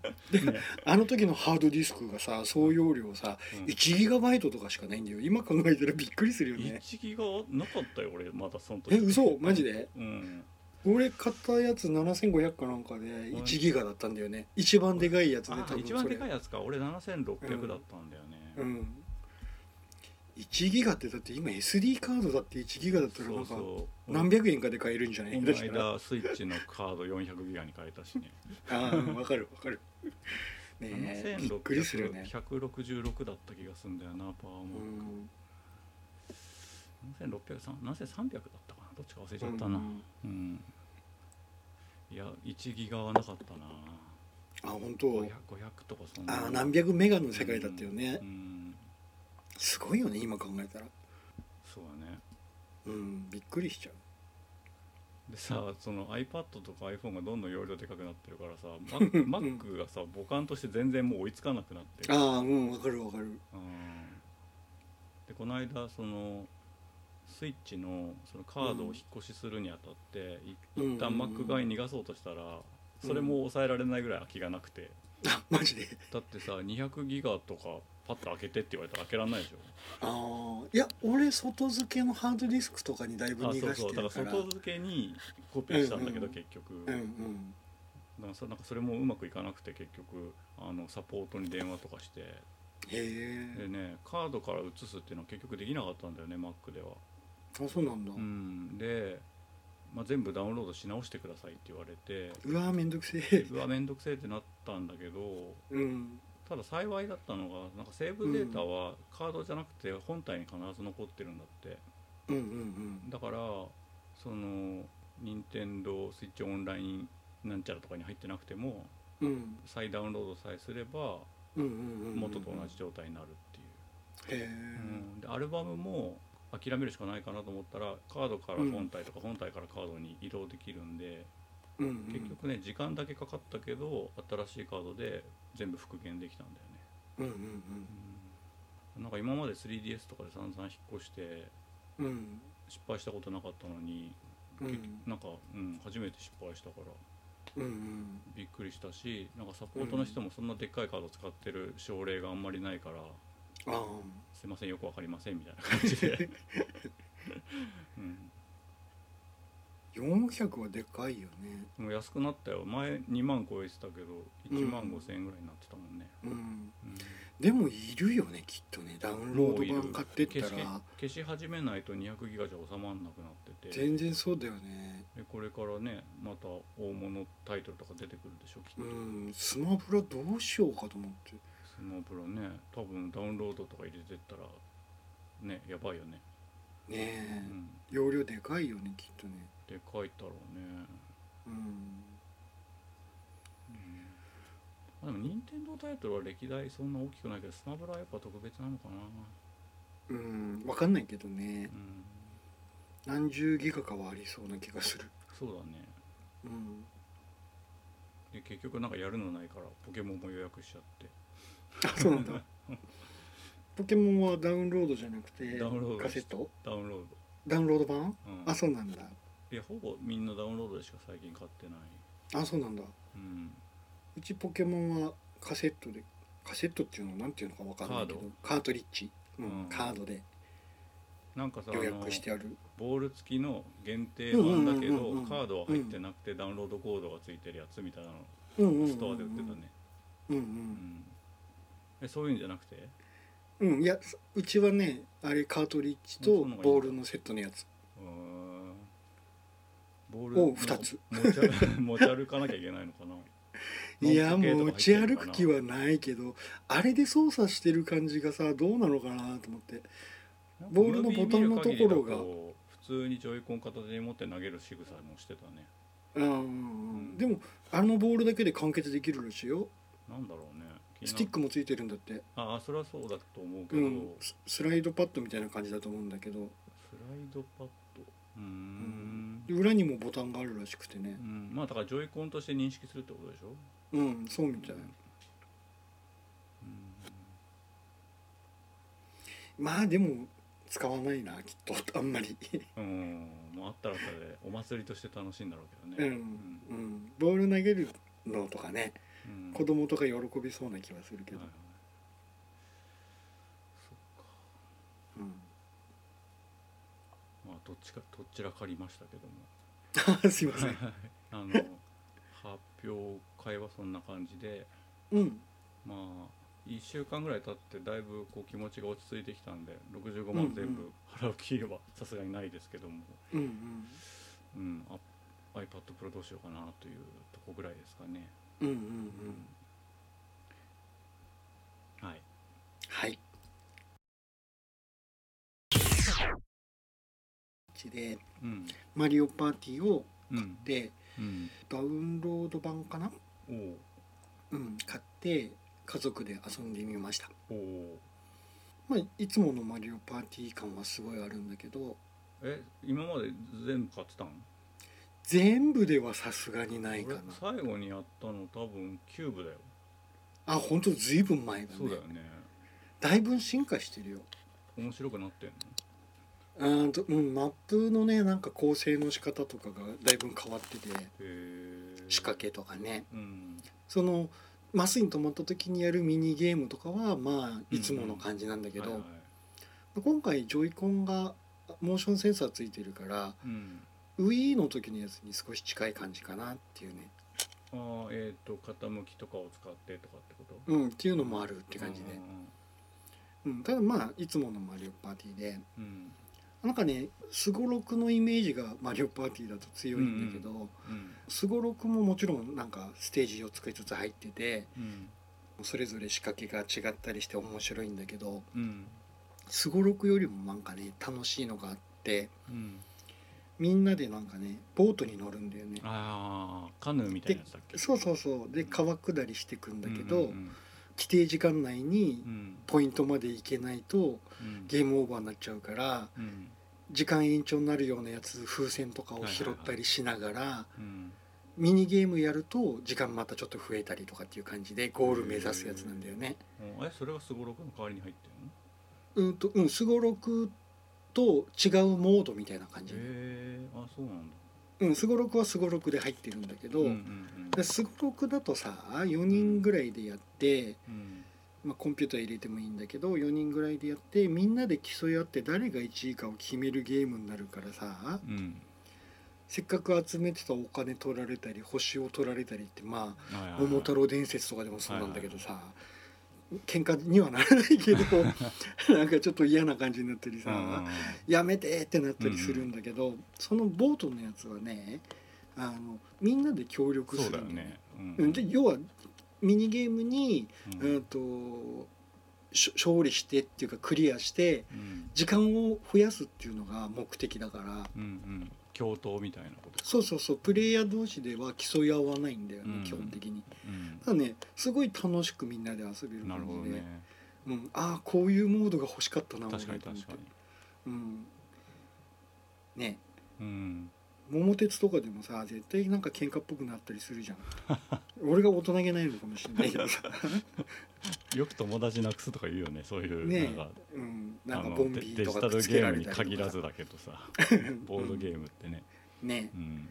B: あの時のハードディスクがさ総容量さ
A: うん
B: 1ギガバイトとかしかないんだよ今考えたらびっくりするよね
A: 1ギガなかったよ俺まだその時
B: え嘘マジで
A: うん
B: 俺買ったやつ7500かなんかで1ギガだったんだよね一番でかいやつで
A: あ
B: 多分
A: 一番
B: そ
A: で
B: れ
A: かいやつか俺7600だったんだよね、
B: うん1ギガってだって今 SD カードだって1ギガだった
A: そ
B: らなん
A: う
B: か
A: そう
B: 何百円かで買えるんじゃない
A: この
B: だしたらあ
A: 間スイッチのカード400ギガに変えたしね
B: あーわかるわかるねえびっくりするよね
A: 7666だった気がするんだよなパワー
B: う
A: モーク
B: ん
A: 7600300だったかなどっちか忘れちゃった
B: う
A: なうんん、いや1ギガはなかったな
B: あ本当
A: 500, 500とかそんな
B: ああ何百メガの世界だったよね
A: うんうん
B: すごいよね今考えたら
A: そうだね
B: うんびっくりしちゃう
A: でさその iPad とか iPhone がどんどん容量でかくなってるからさ Mac, Mac がさ母艦として全然もう追いつかなくなってる
B: ああうんわかるわかる
A: うんでこの間そのスイッチのそのカードを引っ越しするにあたって、い
B: うん
A: 一旦 Mac 側に逃がそうとしたら、それも抑えられないぐらい空きがなくて
B: あマジで
A: だってさ200ギガとかパッと開けてって言われたら開けられないでしょ
B: ああいや俺外付けのハードディスクとかにだいぶ
A: あ
B: 逃
A: そう
B: がし
A: そう
B: て
A: だか
B: る
A: ら
B: から
A: 外付けにコピーしたんだけど、
B: うんうん
A: 結局、
B: うんう
A: だか
B: ん
A: らそなんかそれもうまくいかなくて結局あのサポートに電話とかして
B: へえ
A: でねカードから移すっていうのは結局できなかったんだよね Mac では
B: あそうなんだ、
A: うんで、まあ、全部ダウンロードし直してくださいって言われて
B: うわーめんどくせえ
A: うわ面倒くせえってなったんだけど
B: うん
A: ただ幸いだったのがなんかセーブデータはカードじゃなくて本体に必ず残ってるんだって
B: うんうん
A: だからその任天堂スイッチオンラインなんちゃらとかに入ってなくても
B: うんうん
A: 再ダウンロードさえすれば
B: うんうんうん
A: 元と同じ状態になるっていう、
B: へえ、
A: うんでアルバムも諦めるしかないかなと思ったらカードから本体とか本体からカードに移動できるんで、
B: うんうん、
A: 結局ね時間だけかかったけど新しいカードで全部復元できたんだよね、
B: うんうん
A: なんか今まで 3DS とかで散々引っ越して
B: うんうん
A: 失敗したことなかったのに、
B: うん
A: 結局なんか、うん、初めて失敗したから
B: うんうん
A: びっくりしたしなんかサポートの人もそんなでっかいカード使ってる症例があんまりないから、
B: ああ
A: すいませんよくわかりませんみたいな感じで、 うん、
B: 400はでかいよね
A: でも安くなったよ前2万超えてたけど1万
B: うん
A: 5000円ぐらいになってたもんね、
B: うん
A: うん
B: でもいるよねきっとねダウンロード版買ってった
A: 消し
B: ら
A: 消し始めないと200ギガじゃ収まんなくなってて
B: 全然そうだよね
A: でこれからねまた大物タイトルとか出てくるでしょきっと、
B: うんスマブラどうしようかと思って
A: スマブラね多分ダウンロードとか入れてったらねやばいよね、う
B: ねえ、
A: ん、
B: 容量でかいよねきっとね
A: で書いたろうね、
B: うん
A: まあでも任天堂タイトルは歴代そんな大きくないけどスマブラはやっぱ特別なのかな
B: うんわかんないけどね
A: うん
B: 何十ギガかはありそうな気がする
A: そうだね
B: うん
A: で結局なんかやるのないからポケモンも予約しちゃって
B: あそうなんだ ポケモンはダウンロードじゃなくて
A: ダウンロード
B: カセット
A: ダウンロー
B: ダウンロード版
A: ド、うん、
B: あそうなんだ
A: いやほぼみんなダウンロードでしか最近買ってない
B: あそうなんだ
A: うん
B: うちポケモンはカセットでカセットっていうのはなんていうのかわかんないけど
A: カー
B: カートリッジ、うん
A: うん
B: カードで
A: なんかさあ
B: 予
A: の
B: 約してある
A: ボール付きの限定版だけ
B: うんうんうんう
A: ど
B: んうん
A: カードは入ってなくてダウンロードコードが付いてるやつみたいなの
B: ス
A: ストアで売ってたね
B: うんう
A: うんんえそういうんじゃなくて
B: うん、うん、いやうちはねあれカートリッジ
A: うんそ
B: と
A: うなんだ
B: ボールのセットのやつ
A: うーんボール
B: を二つ
A: も持ち歩 持ち歩かなきゃいけないのかない
B: いや持ち歩く気はないけどあれで操作してる感じがさどうなのかなと思ってボールのボタンのところが
A: 普通にジョイコン片手に持って投げる仕草もしてたね
B: うんうんうんでもあのボールだけで完結できるらしいよ
A: なんだろうね気にな
B: スティックもついてるんだって、
A: ああそれはそうだと思うけ
B: う
A: ど、
B: ん、ススライドパッドみたいな感じだと思うんだけど
A: スライドパッドうーん
B: で裏にもボタンがあるらしくてね
A: うん、まあだからジョイコンとして認識するってことでしょ
B: うんそうみたいまあでも使わないなきっとあんまり
A: うん、うん、まああったらそれでお祭りとして楽しいんだろうけ
B: う
A: ど
B: ん
A: ね、
B: うんボール投げるのとかね
A: うんうん
B: 子供とか喜びそうな気はするけど
A: はいはい
B: うん
A: まあどっちかどちらかりましたけども
B: あすいません
A: あの発表会はそんな感じで
B: うん
A: まあ1週間ぐらい経ってだいぶこう気持ちが落ち着いてきたんで65万全部払う気はさすがにないですけども、
B: うんうん
A: うん、あ iPad Pro どうしようかなというとこぐらいですかね。
B: うんうんうん
A: はい、
B: はいで
A: うん、
B: マリオパーティーを
A: うん、
B: で
A: うん、
B: ダウンロード版かな
A: おう
B: うん、買って家族で遊んでみました、
A: おお
B: まあ、いつものマリオパーティー感はすごいあるんだけど
A: え今まで全部買ってたん
B: 全部ではさすがにないかな
A: 俺最後にやったの多分キューブだよ
B: あ本当ずいぶん前だね
A: そうだよね
B: だいぶん進化してるよ
A: 面白くなってんの
B: あーと、うん、マップのねなんか構成の仕方とかがだいぶん変わってて
A: へえ
B: 仕掛けとかね
A: うん
B: そのマスに泊まった時にやるミニゲームとかはまあいつもの感じなんだけど、
A: はいはい
B: 今回ジョイコンがモーションセンサーついてるから
A: うん、
B: Wii の時のやつに少し近い感じかなっていうね
A: あーえっ、と傾きとかを使ってとかってことっ
B: うんっていうのもあるって感じで、うん、ただまあいつものマリオパーティーで
A: うん
B: なんかねすごろくのイメージがマリオパーティーだと強いんだけど
A: うん
B: すごろくももちろんなんかステージを作りつつ入ってて
A: うん
B: それぞれ仕掛けが違ったりして面白いんだけど
A: うん
B: すごろくよりもなんかね楽しいのがあって
A: うん
B: みんなでなんかねボートに乗るんだよね
A: ああカヌーみたいなやつだっけ
B: そうそううそうで川下りしてくんだけど、
A: うん
B: 規定時間内に
A: うん
B: ポイントまで行けないと
A: うん
B: ゲームオーバーになっちゃうから
A: うん
B: 時間延長になるようなやつ風船とかを拾ったりしながら、
A: うん
B: ミニゲームやると時間またちょっと増えたりとかっていう感じでゴール目指すやつなんだよね。
A: うんえそれがすごろくの代わりに入ってるの
B: うんとうんすごろくと違うモードみたいな感じ。
A: へえあそうなんだ
B: うんすごろくはすごろくで入ってるんだけど、
A: うんうん
B: ですごろくだとさ4人ぐらいでやって。
A: うん
B: まあ、コンピューター入れてもいいんだけど4人ぐらいでやってみんなで競い合って誰が1位かを決めるゲームになるからさ
A: うんうん
B: せっかく集めてたお金取られたり星を取られたりってまあ
A: はいはいはい
B: 桃太郎伝説とかでもそうなんだけどさ喧嘩にはならな いけどなんかちょっと嫌な感じになったり
A: うんうんうん
B: さやめてってなったりするんだけどそのボートのやつはねあのみんなで協力
A: そ
B: す
A: うだ
B: る
A: よ
B: んだよね。
A: ねうん
B: うんで要はミニゲームに
A: う
B: うん
A: ん
B: とし勝利してっていうかクリアして
A: うん
B: 時間を増やすっていうのが目的だから
A: うんうん共闘みたいなこと
B: そうそうそうプレイヤー同士では競い合わないんだよね、
A: うん
B: 基本的に
A: うん
B: ただねすごい楽しくみんなで遊べる
A: なるほど
B: 感じで、
A: ね
B: うん、ああこういうモードが欲しかったな
A: 確かに
B: 俺と思
A: 確
B: って
A: かに
B: うんね
A: うん
B: 桃鉄とかでもさ絶対なんか喧嘩っぽくなったりするじゃん 俺が大人げないのかもしれないけどさ、
A: よく友達なくすとか言うよねそういう
B: ねえ
A: なんか
B: うん、
A: あ
B: なんか
A: の
B: ボン
A: デ
B: ビー
A: デ
B: と
A: ジ
B: か
A: タ
B: く
A: ル
B: っつけ
A: ゲ
B: ら
A: ームに
B: れたり
A: 限
B: と
A: ら
B: かさ
A: ずだけどさ ボ
B: ボ
A: ードゲームってね
B: ね
A: うん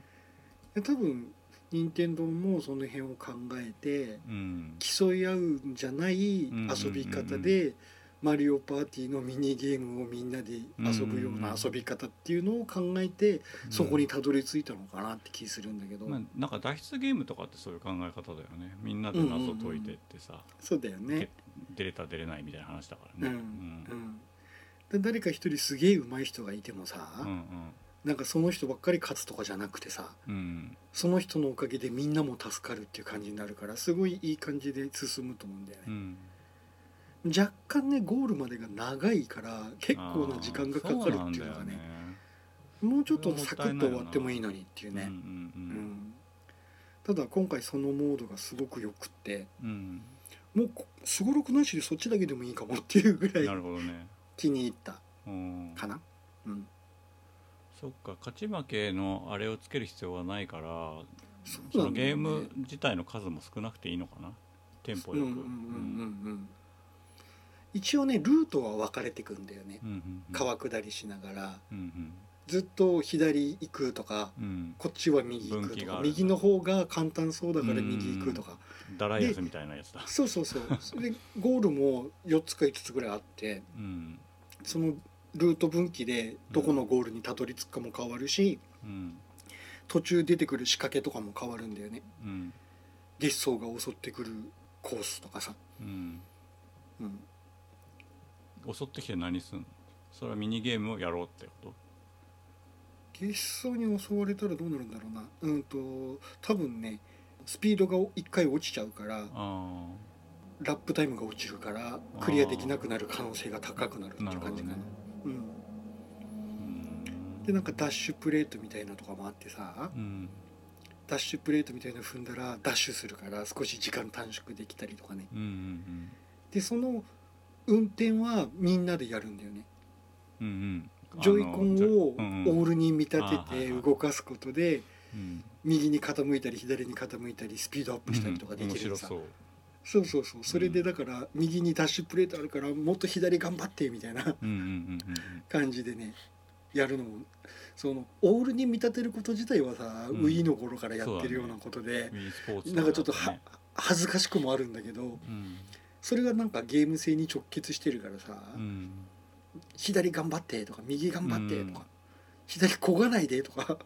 B: で多分任天堂もその辺を考えて
A: うん
B: 競い合うんじゃない
A: んうん
B: 遊び方でマリオパーティーのミニゲームをみんなで遊ぶよう
A: うんうんう
B: なん遊び方っていうのを考えてそこにたどり着いたのかなって気するんだけど、
A: まあなんか脱出ゲームとかってそういう考え方だよねみんなで謎解いてってさ
B: そうだよね。
A: け出れた出れないみたいな話だから
B: う
A: ね
B: んうんで誰か一人すげえ上手い人がいてもさ、
A: うんうん
B: なんかその人ばっかり勝つとかじゃなくてさ
A: うん
B: その人のおかげでみんなも助かるっていう感じになるからすごいいい感じで進むと思うんだよね。
A: うん
B: 若干ねゴールまでが長いから結構な時間がかかるっていうの
A: あーそ
B: が
A: なんだ
B: ね
A: よ
B: もうちょっとサクッと終わってもいいのにっていう
A: ね
B: ね、
A: うん
B: う
A: うんん
B: ただ今回そのモードがすごくよくって
A: うん
B: もうこすごろくなしでそっちだけでもいいかもっていうぐ
A: うん
B: ら
A: ないるほどね
B: 気に入った
A: うん
B: かな、うん、
A: そっか勝ち負けのあれをつける必要がないから
B: そうなんだよね
A: そのゲーム自体の数も少なくていいのかなテンポ
B: うん
A: よ
B: う
A: く
B: んうんうんうん一応ねルートは分かれてくんだよね
A: うんうんうん
B: 川下りしながら
A: うん
B: ずっと左行くとか
A: うんうん
B: こっちは右行く
A: 分
B: と
A: 岐があ
B: か
A: る
B: 右の方が簡単そうだから右行くとか
A: ダライアスみたいなやつだ
B: そうそうそうそれでゴールも4つか5つぐらいあって
A: うん
B: そのルート分岐でどこのゴールにたどり着くかも変わるし、
A: うん
B: 途中出てくる仕掛けとかも変わるんだよね
A: うん
B: 月草が襲ってくるコースとかさ、
A: うん
B: うん、
A: 襲ってきて何すんのそれはミニゲームをやろうってこ
B: 月草に襲われたらどうなるんだろうなうんと多分ねスピードが1回落ちちゃうから
A: とあ
B: ラップタイムが落ちるからクリアできなくなる可能性が高くなるって
A: あ
B: い
A: な
B: う
A: るほ
B: 感
A: ど
B: じかな
A: ね
B: うん、
A: うん
B: でなんかダッシュプレートみたいなのとかもあってさ
A: うん
B: ダッシュプレートみたいなの踏んだらダッシュするから少し時間短縮できたりとかね
A: うんうん
B: でその運転はみんなでやるんだよね
A: うんうんうん
B: ジョイコンをオ
A: あのジョイうんうん
B: ールに見立
A: あーは
B: て
A: い
B: て
A: はい
B: 動かすことで
A: うん
B: 右に傾いたり左に傾いたりスピードアップしたりとかできる
A: うん面白
B: のさ、
A: そう
B: そうそうそうそれでだから右にダッシュプレートあるからもっと左頑張ってみたいな
A: うんうんうんうんうん
B: 感じでねやるのもそのオールに見立てること自体はさ、
A: うん
B: ウィーの頃からや
A: そう
B: っ
A: だ
B: て
A: ね
B: るようなことで、
A: Wii スポーツ
B: なんかちょっと
A: だ
B: は、
A: ね
B: 恥ずかしくもあるんだけど
A: うん
B: それがなんかゲーム性に直結してるからさ、
A: うん
B: 左頑張ってとか右頑張ってとか、左こがないでとか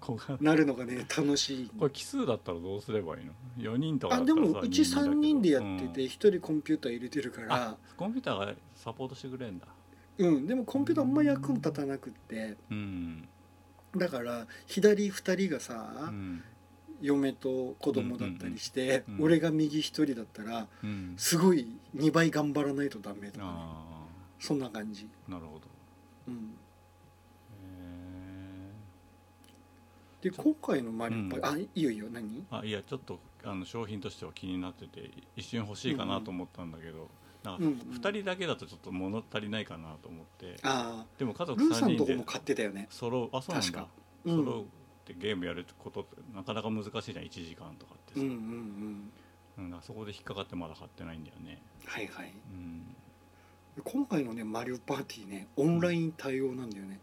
A: ここが
B: なるのがね楽しい
A: これ奇数だったらどうすればいいの4人とかだ
B: あ
A: っ
B: で
A: たらさ
B: もうち3人でやってて
A: うん
B: 1人コンピューター入れてるか
A: あ
B: ら
A: コンピューターがサポートしてくれんだ
B: うんでもコンピューターあんま役に立たなくって
A: うん
B: だから左2人が
A: う
B: さ
A: ん
B: 嫁と子供だったりして
A: うんうんうんうん
B: 俺が右1人だったら
A: うん
B: すごい2倍頑張らないとダメとかね
A: あ
B: そんな感じ
A: あなるほど
B: うん
A: へ
B: で今回のマリオパイ
A: うん
B: あいいよいいよ何
A: ーあいやちょっとあの商品としては気になってて一瞬欲しいかなと思ったんだけど、なんか
B: うんうん
A: 2人だけだとちょっと物足りないかなと思って
B: あ
A: でも家
B: あ
A: 族
B: ルーさん
A: 3人
B: とこ
A: で
B: も買ってたよね
A: 揃うあそうなん
B: 確
A: だ
B: かうんうんう
A: 揃
B: ん
A: ってゲームやることってなかなか難しいじゃん1時間とかってさ、
B: うんうん
A: うんだからそこで引っかかってまだ買ってないんだよね
B: はいはい
A: うん
B: 今回のねマリオパーティーねオンライン対応なんだよね、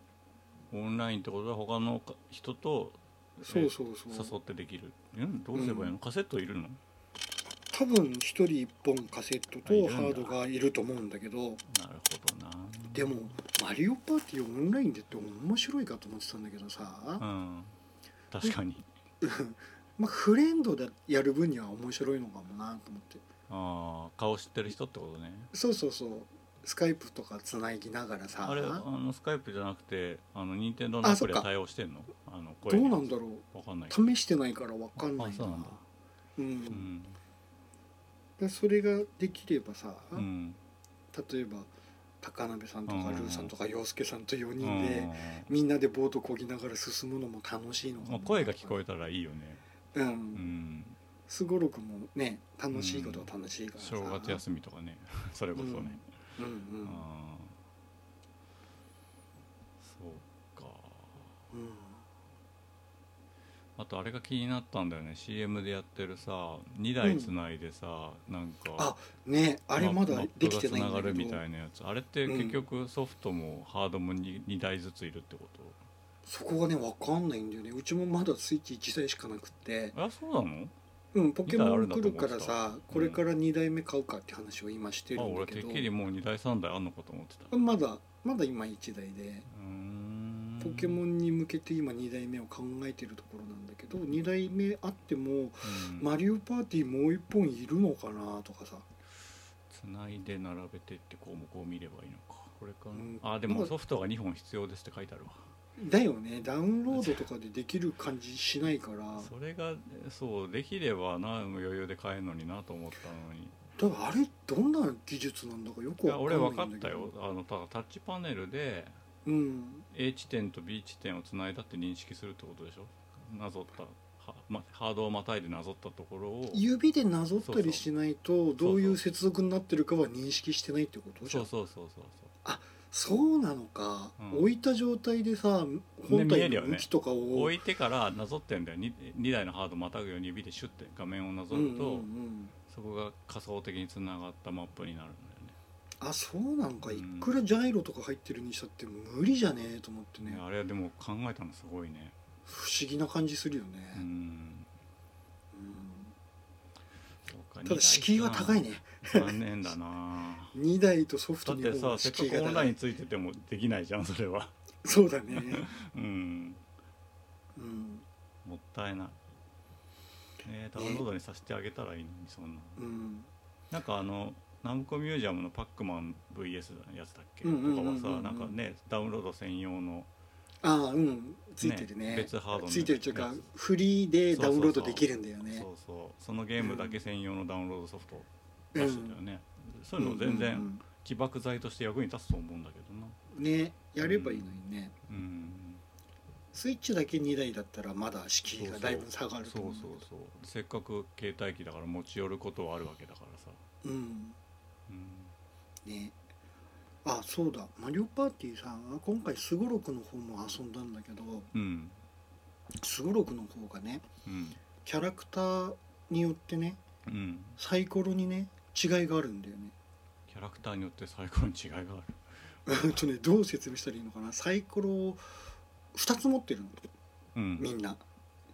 A: オンラインってことは他のか人と
B: そうそうそう
A: 誘ってできるうんどうすればいいの、
B: うん
A: カセットいるの
B: 多分1人1本カセット
A: あいるん
B: と
A: だ
B: ハードがいると思うんだけど
A: なるほどな
B: でもマリオパーティーをオンラインでって面白いかと思ってたんだけどさ
A: う、ん確かに
B: まあ、フレンドでやる分には面白いのかもなと思って
A: ああ顔知ってる人ってことね
B: そうそうそうスカイプとかつなぎながらさ
A: あれあ
B: ど
A: のスカイプじゃなくてあの任天堂のアプリは
B: あそっか
A: 対応してんのあの
B: うなん
A: だ
B: だろう
A: わかんないけど
B: 試してないから分かんない
A: あそうなんだ
B: うん
A: うん、
B: でそれができればさ、
A: うん、
B: 例えば高鍋さんとか
A: うん
B: ルーさんとか洋介さんと4
A: う
B: 人で
A: ん
B: みんなでボート漕ぎながら進むのも楽しいのか
A: まあ
B: な
A: 声が聞こえたらいいよね
B: う
A: うんん
B: すごろくもね楽しいことは楽しいからさ
A: 正月休みとかね それこそね、
B: うんう
A: うんん、そうか
B: うん
A: あとあれが気になったんだよね CM でやってるさ2台つないでさ、なんか
B: あねあれま
A: マ
B: だ
A: ップ
B: できてない
A: が
B: ん
A: つ
B: だ
A: が
B: け
A: る
B: ど
A: みたいなやつあれって結局ソフトもハードも 2, 二台ずついるってこ
B: そこがね分かんないんだよねうちもまだスイッチ1台しかなくって
A: とあそうなの
B: うんポケモン
A: 二
B: 来る
A: 台あ
B: か
A: るんだ
B: ら
A: と思って
B: さ
A: た
B: これから2台目買うかって話を今してる
A: あ
B: んだ
A: 俺て
B: け
A: っ
B: ど
A: きりもう2台3台あんのかと思ってたう
B: まだまだ今1台で
A: ーん
B: ポケモンに向けて今2代目を考えてるところなんだけど2代目あっても
A: うん
B: マリオパーティーもう一本いるのかなとかさ
A: つないで並べてって項目を見ればいいのかこれか
B: うん
A: なあで
B: な
A: も
B: んか
A: ソフトが2本必要ですって書いてあるわ
B: だよねダウンロードとかでできる感じしないから
A: それがそうできればな余裕で買えるのになと思ったのに
B: だからあれどんな技術なんだかよく
A: いや
B: わ
A: 俺分
B: か
A: か
B: んな
A: っ
B: いん
A: た
B: だけ
A: よ
B: ど
A: あのただタッチパネルで
B: うん
A: A 地点と B 地点をつないだって認識するってことでしょなぞったは、ま、ハードをまたいでなぞったところを
B: 指でなぞったりしないとどういう接続になってるかは認識してないってことじ
A: そ
B: ゃ
A: うんそうそうそう
B: そうなのか、
A: うん
B: 置いた状態でさ
A: 見
B: 本
A: え
B: 体
A: るよ
B: の
A: ね
B: 向きとかを、
A: そう置いてからなぞってんだよ 2, 台のハードまたぐように指でシュッて画面をなぞ
B: うんう
A: る
B: ん
A: と、
B: うん、
A: そこが仮想的につながったマップになるんだよね
B: あそうなんか
A: うん
B: いくらジャイロとか入ってるにしたって無理じゃねえと思ってね
A: ね、あれはでも考えたのすごいね
B: 不思議な感じするよね、
A: うん
B: うん
A: そうか
B: ただ敷居は高いね
A: 残念だ な
B: 2台とソフ
A: だ
B: ト
A: っ
B: に
A: て
B: も
A: さ
B: う
A: せっ
B: 敷居
A: かく
B: が
A: オンラ
B: 高
A: イン
B: い
A: ついててもできないじゃんそれは
B: そ うだね、
A: うん
B: うん
A: もったいないえーダウンロードにさせてあげたらいいのにそんな
B: うん、
A: なんかあのナムコミュージアムのパックマン VS のやつだっけと
B: うんうんう
A: か
B: んうんう
A: はさ
B: ん
A: なんかねダウンロード専用の
B: ああうんついてるね
A: ね別ハードの
B: ついてるという
A: や
B: か
A: つ
B: フリーでダウンロードできるんだよね
A: そうそうそのゲームだけ専用のダウンロードソフトを出してたよねそういうの
B: ん
A: 全
B: う
A: 然
B: ん
A: 起爆剤として役に立つと思うんだけどな
B: うんねやればいいのにね、
A: うん
B: スイッチだけ2台だったらまだ敷居がだいぶ下がると
A: そう
B: 思う
A: そうそうせっかく携帯機だから持ち寄ることはあるわけだからさ、
B: うん
A: うん、
B: ねあそうだマリオパーティーさんは今回すごろくの方も遊んだんだけど
A: うん
B: すごろくの方がね
A: うん
B: キャラクターによってね
A: うん
B: サイコロにね違いがあるんだよね
A: キャラクターによって最高に違いがある
B: うんとねどう説明したらいいのかなサイコロを2つ持ってるの
A: う
B: み
A: ん
B: んな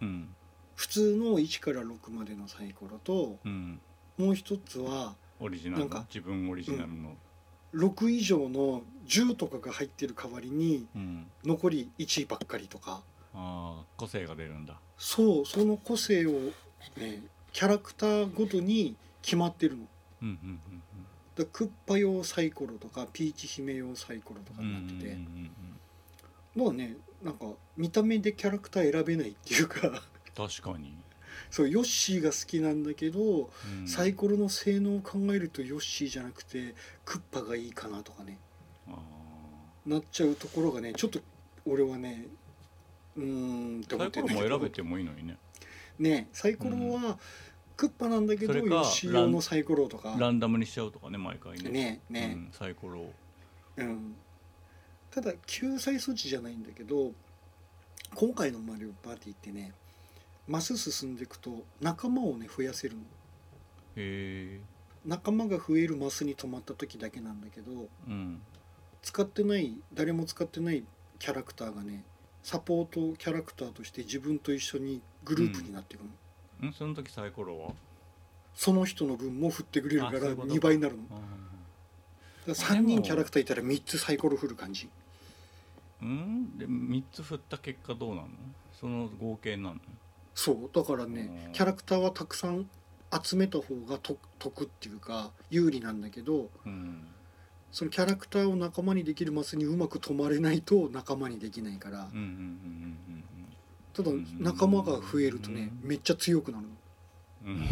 A: うん
B: 普通の1から6までのサイコロと
A: うん
B: もう一つは
A: オリジナル
B: なん
A: の
B: か
A: 自分オリジナルの
B: 6以上の10とかが入ってる代わりに
A: うん、
B: 残り1ばっかりとか
A: ああ個性が出るんだ
B: そうその個性を、ね、キャラクターごとに決まってるの
A: うんうんうんうん
B: だからクッパ用サイコロとかピーチ姫用サイコロとかになってて、のはねなんか見た目でキャラクター選べないっていうか
A: 確かに、
B: そうヨッシーが好きなんだけど、
A: うん
B: サイコロの性能を考えるとヨッシーじゃなくてクッパがいいかなとかね
A: あ
B: なっちゃうところがねちょっと俺はねうーんって
A: ー
B: 思
A: サ
B: っ
A: イ
B: て
A: コ
B: ん
A: ロ
B: だけど
A: も選べてもいいのにね
B: ねサイコロはクッパなんだけど
A: それ
B: ヨ
A: か
B: ッシー用のサイコロとか
A: ランダムにしちゃうとかね毎回ね
B: ね
A: う
B: ね、
A: ん、サイコロを
B: うん、ただ救済措置じゃないんだけど今回の「マリオパーティー」ってねマス進んでいくと仲間をね増やせるの
A: へえ
B: 仲間が増えるマスに止まった時だけなんだけど
A: うん
B: 使ってない誰も使ってないキャラクターがねサポートキャラクターとして自分と一緒にグループになっていくの、
A: んその時サイコロは
B: その人の分も振ってくれるか
A: あそうい
B: ら
A: うこと
B: 2倍になるのだか
A: あ
B: ら
A: で
B: 3
A: も
B: 人キャラクターいたら3つサイコロ振る感じ
A: ーうんで3つ振った結果どうなのその合計なの
B: そうだから
A: う
B: ね
A: ん
B: キャラクターはたくさん集めた方が得得っていうか有利なんだけど
A: うん
B: そのキャラクターを仲間にできるマスにうまく止まれないと仲間にできないから
A: うんうんうん
B: ただ
A: うん
B: 仲間が増えるとね
A: うん
B: めっちゃ強くなるの
A: うんうん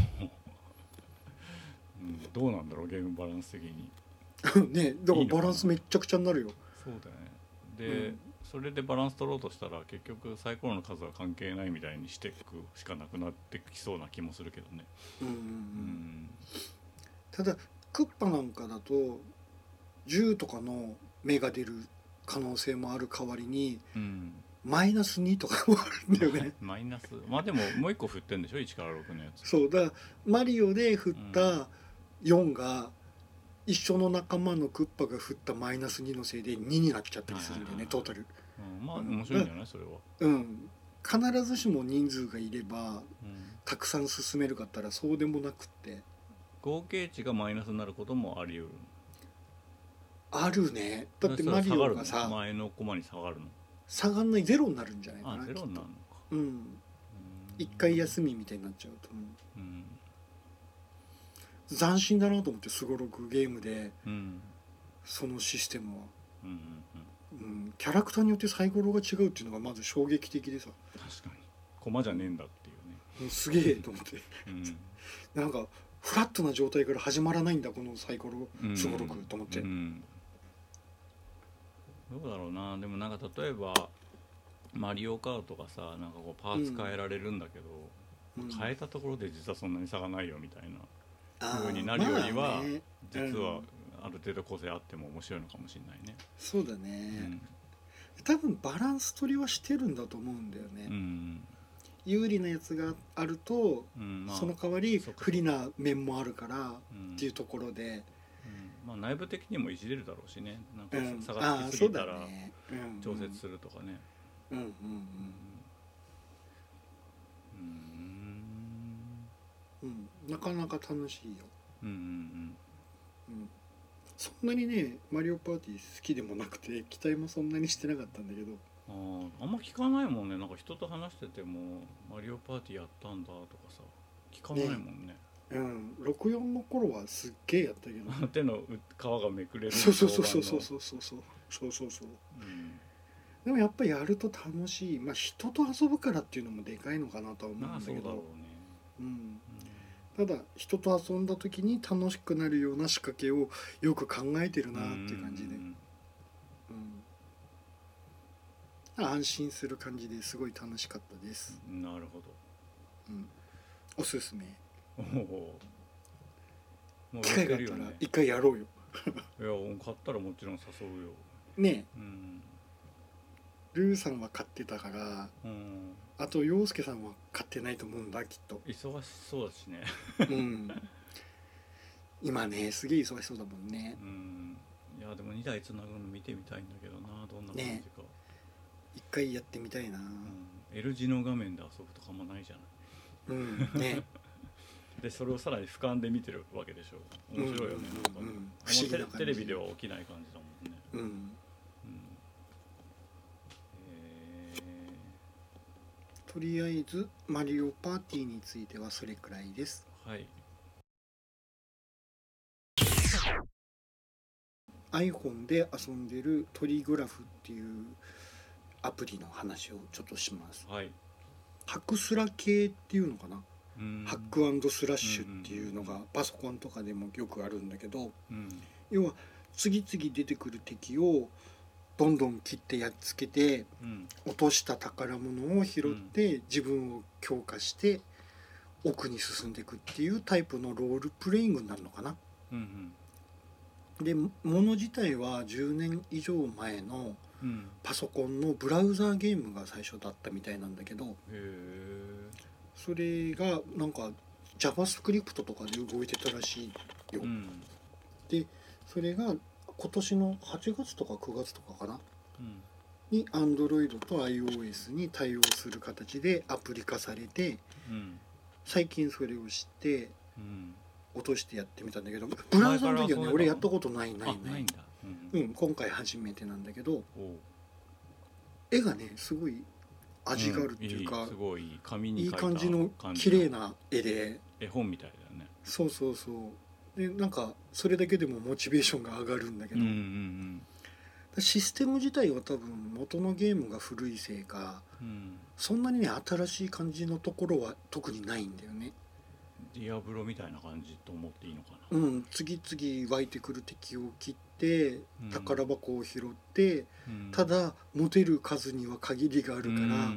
A: うんうんどうなんだろうゲームバランス的に
B: ねだか
A: いいの
B: ら
A: かな
B: バランスめっちゃくちゃになるよ
A: そうだねで、
B: うん
A: それでバランス取ろうとしたら結局サイコロの数は関係ないみたいにしていくしかなくなってきそうな気もするけどね
B: うんうんう
A: うんん
B: ただクッパなんかだと10とかの目が出る可能性もある代わりに
A: うん
B: マイナス2とかもあるんだよね
A: マイナスまあでももう一個振ってんでしょ1から6のやつ
B: そうだマリオで振っ
A: うん
B: た4が一緒の仲間のクッパが振ったマイナス2のせいで2になっちゃったりするんだよ
A: はいはいはい
B: ねトータル
A: うん、まあ面白いんじゃないそれは、
B: うん必ずしも人数がいれ
A: う
B: ば
A: ん、
B: たくさん進めるかったらそうでもなくって
A: 合計値がマイナスになることもあり得る
B: あるねだっ
A: そ
B: て
A: れ
B: マ
A: は
B: リ
A: 下がるの
B: オがさ
A: 前のコマに下がるの
B: 下がんないゼロになるんじゃないか
A: あ
B: な
A: ゼロになるの
B: きっ
A: か
B: とうん
A: うん
B: 一回休みみたいになっちゃうと思う
A: うん
B: 斬新だなと思ってすごろくゲームで
A: うん
B: そのシステムは、
A: うんうんうん
B: うん、キャラクターによってサイコロが違うっていうのがまず衝撃的でさ
A: 確かにコマじゃねえんだってい
B: うんすげえと思って
A: うね
B: なんかフラットな状態から始まらないんだこのサイコ
A: うん
B: ロすごろくと思って、
A: うんどうだろうなでもなんか例えばマリオカートがさなんかこうパーツ変えられるんだけど、
B: うん
A: 変えたところで実はそんなに差がないよみたいな
B: あー
A: になるよりは
B: まあね
A: 実は
B: うん
A: ある程度個性あっても面白いのかもしれないね。
B: そうだ
A: う
B: ね、
A: ん
B: 多分バランス取りはしてるんだと思うんだよね、
A: うん
B: 有利なやつがあると、
A: うんまあ
B: その代わり
A: そうか
B: 不利な面もあるから
A: うん
B: っていうところで、
A: うんまあ内部的にもいじれるだろうしねなんか
B: うん、
A: 差
B: あ
A: が
B: あ
A: つきす
B: そう
A: ぎた
B: だ
A: ら
B: ね、うん、
A: 調節するとかね。
B: うんうんうん
A: うんうん
B: うん、うん、なかなか楽しいよ、
A: うんうん
B: うん、そんなにね「マリオパーティー」好きでもなくて期待もそんなにしてなかったんだけ
A: う
B: ど
A: んあーあんま聞かないもんねなんか人と話してても「マリオパーティーやったんだ」とかさ聞かないもんね。
B: うん、64の頃はすっげえやったけど
A: 手のう皮がめくれる
B: そうそうそうそうそう
A: う、
B: そうそうそうそうそう
A: うん、
B: でもやっぱりやると楽しいまあ人と遊ぶからっていうのもでかいのかなとは思
A: ま
B: う
A: あ
B: んだ
A: そう
B: け
A: だろ
B: ど
A: うね。
B: うん
A: うん
B: ただ人と遊んだ時に楽しくなるような仕掛けをよく考えてるなっていう感じで、
A: う
B: うん
A: ん
B: 安心する感じですごい楽しかったです、
A: なるほど
B: うん、おすすめ
A: おおもう
B: 機会があ
A: や
B: っ
A: ってるよ
B: たら
A: ね
B: 一回やろうよ
A: いやもう買ったらもちろん誘うよ
B: ね
A: うん
B: えルーさんは買ってたから
A: うん
B: あと陽介さんは買ってないと思うんだきっと
A: 忙しそうだしね
B: うん今ねすげえ忙しそうだもんね
A: うんいやでも2台つなぐの見てみたいんだけどなどんな感じか、
B: ね一回やってみたいな
A: うん、L 字の画面で遊ぶとかもないじゃない
B: うんね
A: でそれをさらに俯瞰で見てるわけでしょ 面白いよね、なんか
B: うんう
A: ね
B: んうん
A: あんまテレ
B: 不思議な感じ
A: テレビでは起きない感じだもんね、
B: うん
A: うんえ
B: とりあえずマリオパーティーについてはそれくらいです
A: ーはい
B: iPhone で遊んでるトリグラフっていうアプリの話をちょっとします
A: はい
B: ハクスラ系っていうのかな、
A: うん
B: ハックスラッシュっていうのがパソコンとかでもよくあるんだけど
A: うん
B: 要は次々出てくる敵をどんどん切ってやっつけて
A: うん
B: 落とした宝物を拾って自分を強化して奥に進んでいくっていうタイプのロールプレイングになるのかな。
A: うん
B: でもの自体は10年以上前の
A: うんうん
B: パソコンのブラウザーゲームが最初だったみたいなんだけど
A: へえ
B: それがなんか JavaScript とかで動いてたらしいよ、
A: うん
B: それが今年の8月とか9月とかかな
A: うん
B: に Android と iOS に対応する形でアプリ化されて
A: うん
B: 最近それを知って
A: うん
B: 落としてやってみたんだけどブラウザーの時
A: 前から遊んで
B: は
A: た
B: ね
A: の
B: 俺やったことないな
A: あ
B: いな
A: ない
B: い
A: ん、だうん
B: うん、今回初めてなんだけど
A: おう
B: 絵がねすごい味があるっていうか、
A: んいいすごいいい紙に
B: い
A: 書
B: い
A: た
B: 感じの綺麗な絵で
A: 絵本みたいだよね
B: そうそうそうでなんかそれだけでもモチベーションが上がるんだけ
A: うん
B: ど、
A: うん
B: システム自体は多分元のゲームが古いせいか
A: うんうん
B: そんなにね新しい感じのところは特にないんだよね
A: ディアブロみたいな感じと思っていいのかな
B: うん次々湧いてくる敵を切って
A: うん
B: 宝箱を拾って、ただ持てる数には限りがあ
A: あ
B: るから、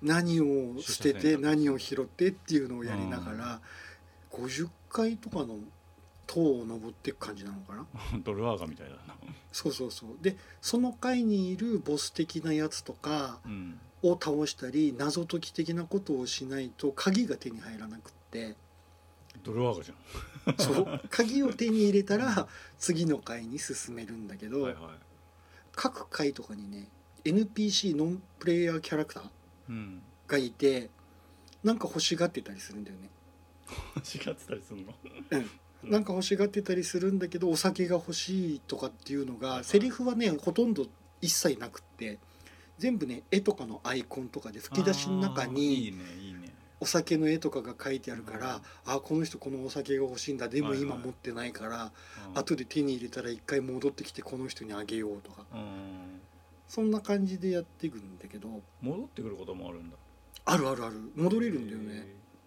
B: 何を捨てて何を拾ってっていうのをやりながら50階とかの塔を登っていく感じなのかな
A: ドルワーガみたいだな
B: そうそうそうでその階にいるボス的なやつとか
A: うん
B: を倒したり謎解き的なことをしないと鍵が手に入らなくって
A: ドルワーガじ
B: その鍵を手に入れたら次の階に進めるんだけ
A: ゃん
B: ど、
A: はいはい
B: 各階とかにね NPC ノンプレイヤーキャラクター
A: うん
B: がいてなんか欲しがってたりするんだよね。
A: 違ってたりするのうん
B: なんか欲しがってたりするんだけどお酒が欲しいとかっていうの
A: は
B: が
A: い
B: セリフはねほとんど一切なくって全部ね絵とかのアイコンとかで吹き出しの中
A: いい
B: に
A: ねいいね
B: お酒の絵とかが書いてあるから、
A: うん
B: ああこの人このお酒が欲しいんだでも
A: はいはい
B: 今持ってないから、後で手に入れたら一回戻ってきてこの人にあげようとか
A: うん
B: そんな感じでやっていくんだけど
A: 戻ってくることもあるんだ
B: あるあるある戻れるんだよね。
A: へー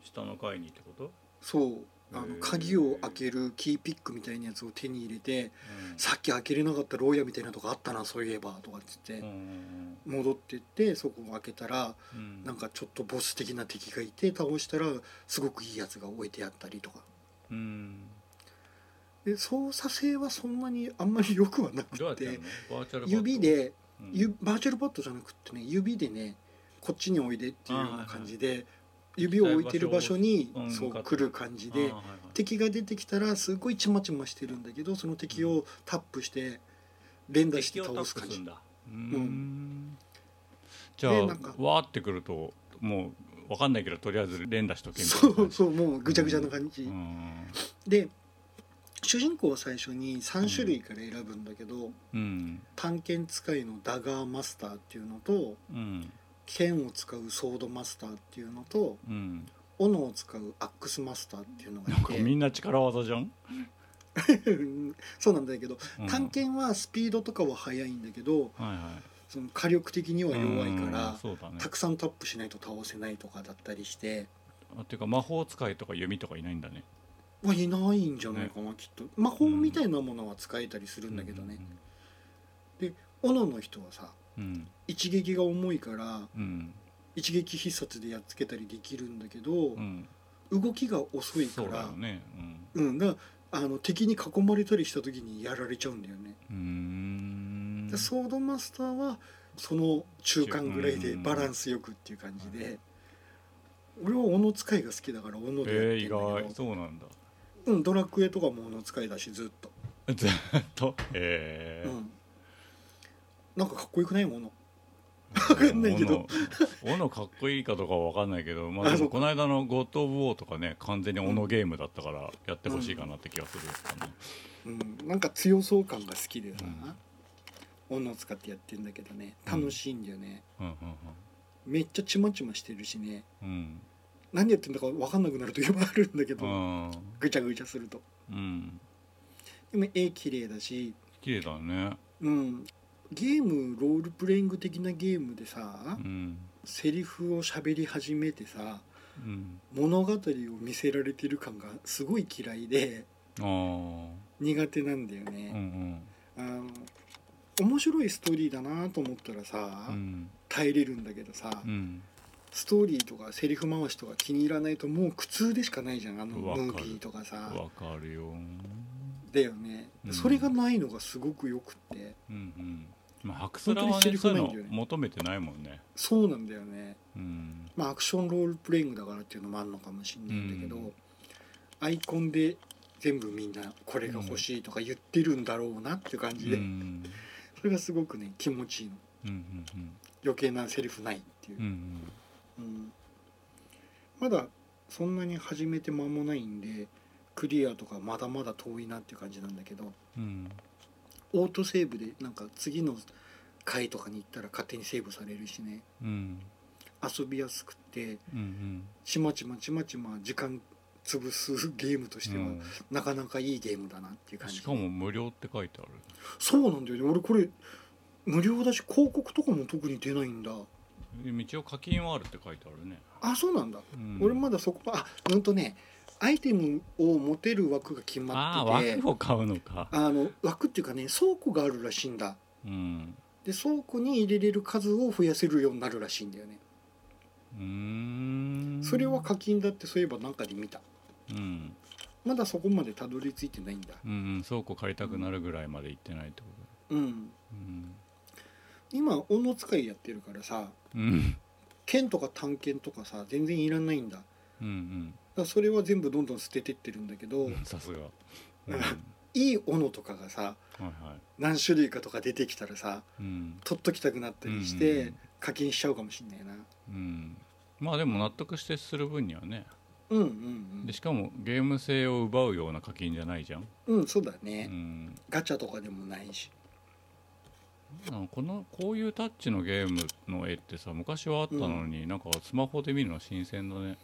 A: 下の階にってこと
B: そうあ
A: へ
B: の
A: ー
B: 鍵を開けるキーピックみたいなやつを手に入れて
A: うん
B: さっき開けれなかった牢屋みたいなとこあったなそういえばとかっつっ
A: う
B: て
A: ん
B: 戻ってってそこを開けたら
A: うん
B: なんかちょっとボス的な敵がいて倒したらすごくいいやつが置いてあったりとか
A: うん
B: で操作性はそんなにあんまり良くはな
A: どうや
B: く
A: ってや
B: て
A: るのバーチャルパッド
B: 指で
A: うん
B: ゆバーチャルパッドじゃなくってね指でねこっちにおいでっていうような感じで指を置いてる場所に
A: うん
B: そ
A: 向か
B: う
A: って
B: 来る感じで
A: あーはいはい
B: 敵が出てきたらすごいちまちましてるんだけどその敵をタップして連打して
A: 敵をタ
B: 倒す
A: ップ
B: 感
A: する
B: じ
A: んだうー
B: うん
A: じゃあ
B: でなんか
A: わーってくるともうわかんないけどとりあえず連打しとけみたい
B: そ
A: な感
B: う
A: じ
B: そうもうぐちゃぐちゃな感じ、
A: うん
B: で主人公は最初に3種類から選ぶんだけど、
A: うん
B: 探検使いのダガーマスターっていうのと
A: うん
B: 剣を使うソードマスターっていうのと
A: うん
B: 斧を使うアックスマスターっていうのが
A: なんかみ
B: い
A: んな力技じゃん、
B: て そうなんだけど
A: うん
B: 探検はスピードとかは速いんだけど
A: はいは
B: その火力的にはい弱いから、
A: うんそうだね
B: たくさんタップしないと倒せないとかだったりして。
A: あていうか魔法使いとか弓とかいないんだね
B: はいないんじゃないかな、きっと魔法みたいなものは使えたりするんだけどね、
A: うん
B: 斧の人はさ
A: うん
B: 一撃が重いから
A: うん
B: 一撃必殺でやっつけたりできるんだけど、
A: うん
B: 動きが遅いか
A: そうだ
B: ら
A: よね
B: うん、だからあの敵に囲まれたりした時にやられちゃうんだよね、
A: うんうーん
B: でソードマスターはその中間ぐらいで
A: うん
B: バランスよくっていう感じで、俺は斧使いが好きだから斧でや
A: えー、意
B: ってんだ
A: 外
B: けど、
A: そうなんだ
B: うん、ドラクエとかも斧使いだしずっと、
A: ずっとえ
B: う
A: ー
B: ん、なんかかっこよくないもの
A: わ
B: かんないけど
A: 斧かっこいいかとかは分かんないけど、まあ、
B: あ
A: で
B: そ
A: も
B: う
A: この間の「ゴッド・オブ・ウォー」とかね完全に斧ゲームだったからやってほしいかなって気がするかな、
B: うん、なんか強そう感が好きでさ、斧使ってやってんだけどね楽しいんだよね、
A: うん、うん
B: めっちゃちまちましてるしね
A: うん
B: 何やってんだか分かんなくなる時もあるんだけ
A: う
B: ど、
A: んあー
B: ぐちゃぐちゃすると
A: うん
B: でも絵綺麗だし、
A: 綺麗だね
B: うん、ゲームロールプレイング的なゲームでさ、
A: うん
B: セリフを喋り始めてさ
A: うん
B: 物語を見せられてる感がすごい嫌いで
A: ああうん
B: 苦手なんだよ
A: う
B: ね、
A: ん
B: あの面白いストーリーだなと思ったらさ、
A: うん
B: 耐えれるんだけどさ、
A: うん
B: ストーリーとかセリフ回しとか気に入らないともう苦痛でしかないじゃんあのム
A: わかる
B: ービーとかさ
A: わかるよ
B: だよね、
A: うん
B: それがないのがすごくよくって
A: うんうんまあ白スラは
B: 本当
A: ね
B: にセ
A: そう
B: リフ
A: いう
B: ないんだよ
A: の
B: ね
A: 求めてないもんね
B: そうなんだよね
A: うん
B: まあ、アクションロールプレイングだからっていうのもあるのかもしれないんだけど、
A: うん
B: アイコンで全部みんなこれが欲しいとか言ってるんだろうなっていう感
A: う
B: じで、
A: ん
B: それがすごくね気持ちいいの
A: うんうんうん
B: 余計なセリフないっていう
A: う、ん
B: うんまだそんなに始めて間もないんでクリアとかまだまだ遠いなっていう感じなんだけど
A: うん
B: オートセーブでなんか次の回とかに行ったら勝手にセーブされるしね
A: うん
B: 遊びやすくて
A: うんうん
B: ちまちまちまちま時間潰すゲームとしては、
A: うん
B: なかなかいいゲームだなっていう感じ
A: しかも無料って書いてある
B: そうなんだよね俺これ無料だし広告とかも特に出ないんだ
A: 一応課金はあるって書いてあるね、
B: あそうなんだ、
A: うん
B: 俺まだそこはあうんとねアイテムを持てる枠が決
A: あ
B: ま
A: あ
B: ってて
A: 枠を買うのか
B: あの枠っていうかね倉庫があるらしいんだ
A: うん
B: で倉庫に入れれる数を増やせるようになるらしいんだよね
A: うーん
B: それは課金だってそういえばなんかで見た
A: うん
B: まだそこまでたどり着いてないんだ
A: うんうん倉庫借りたくなるぐらいまで行ってないってこ
B: うん
A: とうん
B: 今斧使いやってるからさ
A: うん
B: 剣とか探検とかさ全然いらないんだ
A: うん
B: だからそれは全部どんどん捨ててってるんだけど、
A: うんさすがうん
B: うん
A: はい
B: いい斧とかがさ
A: はい
B: 何種類かとか出てきたらさ
A: うん
B: 取っときたくなったりして、
A: うん
B: 課金しちゃうかもしんないな
A: うんまあでも納得してする分にはね
B: うんうん
A: でしかもゲーム性を奪うような課金じゃないじゃん、
B: うんうんそうだ
A: う
B: ね、
A: ん、
B: ガチャとかでもないし
A: あのこのこういうタッチのゲームの絵ってさ昔はあったのに、なんかスマホで見るの新鮮だね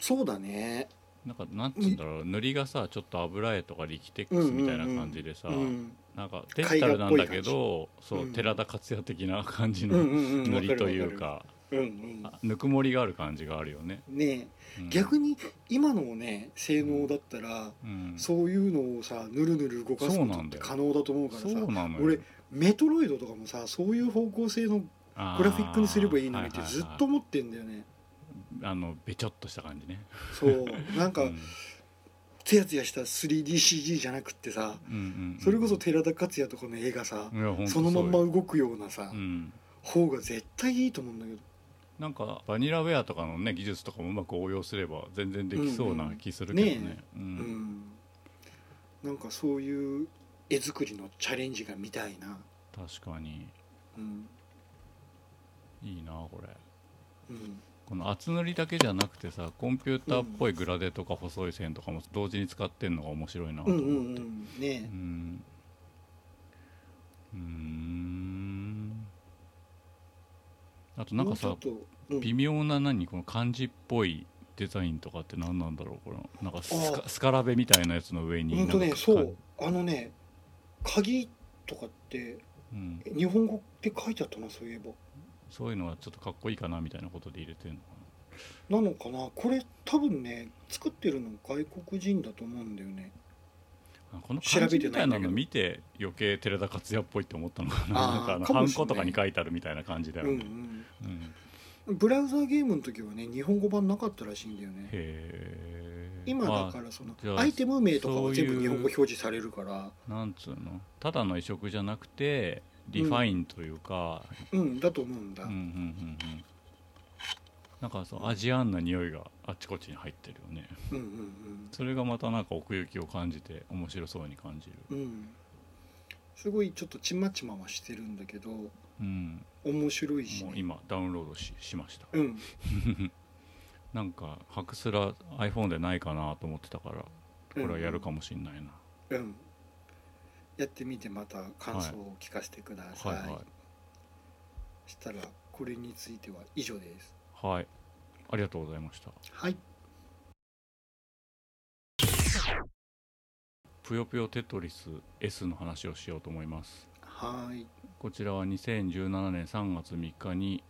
B: そうだね
A: なんかなんつうんだろう塗りがさちょっと油絵とか力テックスみたいな感じでさ、
B: うん
A: なんかデジタルなんだけどそう、
B: うん
A: 寺田克也的な感じ
B: うん
A: の
B: うんうん
A: 塗りという
B: わ
A: か,、
B: るわるうん
A: あぬくもりがある感じがあるよね、
B: うんね
A: うん
B: え逆に今のね性能だったら、
A: うんそ
B: そういうのをさぬるぬる動かす
A: そう
B: こ
A: な
B: とっ
A: んだよ
B: て可能だと思うからさ
A: うなのよ
B: 俺メトロイドとかもさそういう方向性のグラフィックにすればいいのにってずっ
A: あ
B: と
A: ーはいはいはい
B: 思ってんだよね
A: あのべちょっとした感じね
B: そうなんか
A: うん
B: ツヤツヤした 3DCG じゃなくってさ
A: うんうんうん
B: それこそ寺田克也とかの映画さ
A: いやほんと
B: そのまんま動くようなさ
A: そうようん
B: 方が絶対いいと思うんだけど
A: なんかバニラウェアとかのね技術とかもうまく応用すれば全然できそうな気するけどね,、
B: うんうんね
A: う
B: うんんなんかそういう絵作りのチャレンジが見たいな
A: 確かに
B: うん
A: いいなこれ
B: うん
A: この厚塗りだけじゃなくてさコンピューターっぽいグラデとか細い線とかも同時に使ってんのが面白いなと
B: う
A: 思
B: ん
A: っ
B: う
A: て
B: んうんね
A: うんうーんあとなんかさ
B: もうちょっとうん
A: 微妙な何この漢字っぽいデザインとかって何なんだろうこれなんかスカスカラベみたいなやつの上に
B: ほんと
A: なん
B: ね
A: か
B: そうあのね鍵とかって
A: うん、
B: 日本語って書いてあったなそういえば
A: そういうのはちょっとかっこいいかなみたいなことで入れてんのか
B: なのかなこれ多分ね作ってるの外国人だと思うんだよね
A: なこの
B: 調
A: 漢
B: べ
A: 字
B: て
A: み
B: な
A: た
B: い
A: い
B: んだ
A: な
B: けど
A: の見て余計寺田克也っぽいって思ったのかな
B: あー
A: なんかあの
B: か
A: ハ
B: も
A: ン
B: しれない
A: コとかに書いてあるみたいな感じだよ
B: う
A: ね、
B: んうん
A: うん
B: ブラウザーゲームの時はね日本語版なかったらしいんだよ
A: へ
B: ね
A: え
B: 今だからその
A: じゃあ
B: アイテム名とかは全
A: そうい
B: 部
A: う
B: 日本語表示されるから
A: なんつうのただの移植じゃなくてリファインというか、
B: うんだと思うん
A: う
B: だ、
A: ん、うんうんうんなんかそうアジアンな匂いがあっちこっちに入ってるよね
B: うんうん
A: それがまたなんか奥行きを感じて面白そうに感じる
B: うんうんすごいちょっとちまちまはしてるんだけど
A: うん
B: 面白いし、
A: もう
B: ね、
A: 今ダウンロードししました
B: うん
A: なんかハクスラ iPhone でないかなと思ってたからこれはやるかもしんないな、
B: うんやってみてまた感想を聞かせてください、
A: はい
B: したらこれについては以上です
A: はいはいありがとうございました
B: はい
A: ぷよぷよテトリス S の話をしようと思います
B: はい
A: こちらは2017年3月3日に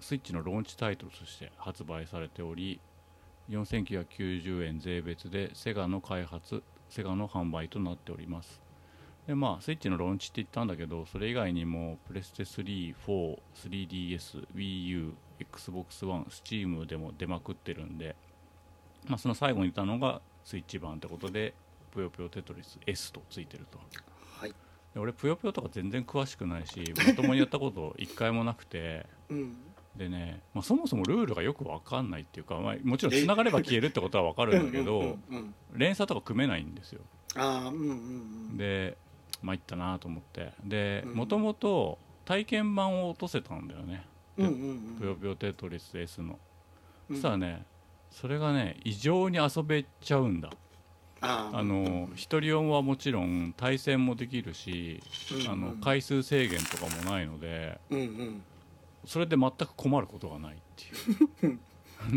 A: スイッチのローンチタイトルとして発売されており4990円税別でセガの開発セガの販売となっておりますでまあスイッチのローンチって言ったんだけどそれ以外にもプレステ3、4、3DS、WiiU、Xbox One、Steam でも出まくってるんで、まあ、その最後にいたのがスイッチ版ってことでぷよぷよテトリス S とついてると
B: はい
A: で俺ぷよぷよとか全然詳しくないしまともにやったこと一回もなくて
B: うん
A: でね、まあ、そもそもルールがよく分かんないっていうか、まあ、もちろん繋がれば消えるってことは分かるんだけ
B: うん
A: ど
B: うんうん
A: 連鎖とか組めないんですよ
B: ああうんうんうん
A: で参ったなと思ってで
B: うん
A: もともと体験版を落とせたんだよね
B: うんうん
A: ぷよぷよテトリス S のそ
B: うん
A: したらねそれがね異常に遊べちゃうんだ
B: あー
A: あ
B: うん
A: の一人用はもちろん対戦もできるし
B: うん
A: あ
B: う
A: の
B: ん
A: 回数制限とかもないので
B: うんうん
A: それで全く困ることがないってい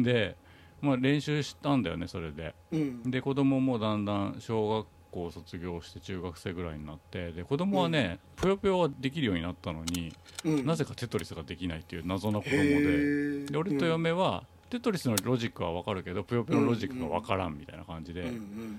A: う で、まあ、練習したんだよねそれで
B: うん
A: で子供もだんだん小学校を卒業して中学生ぐらいになってで子供はね、ぷよぷよはできるようになったのに、
B: うん
A: なぜかテトリスができないっていう謎な子供で
B: へー
A: で俺と嫁は、テトリスのロジックは分かるけどぷよぷよのロジックが分からんみたいな感じで、
B: うんうん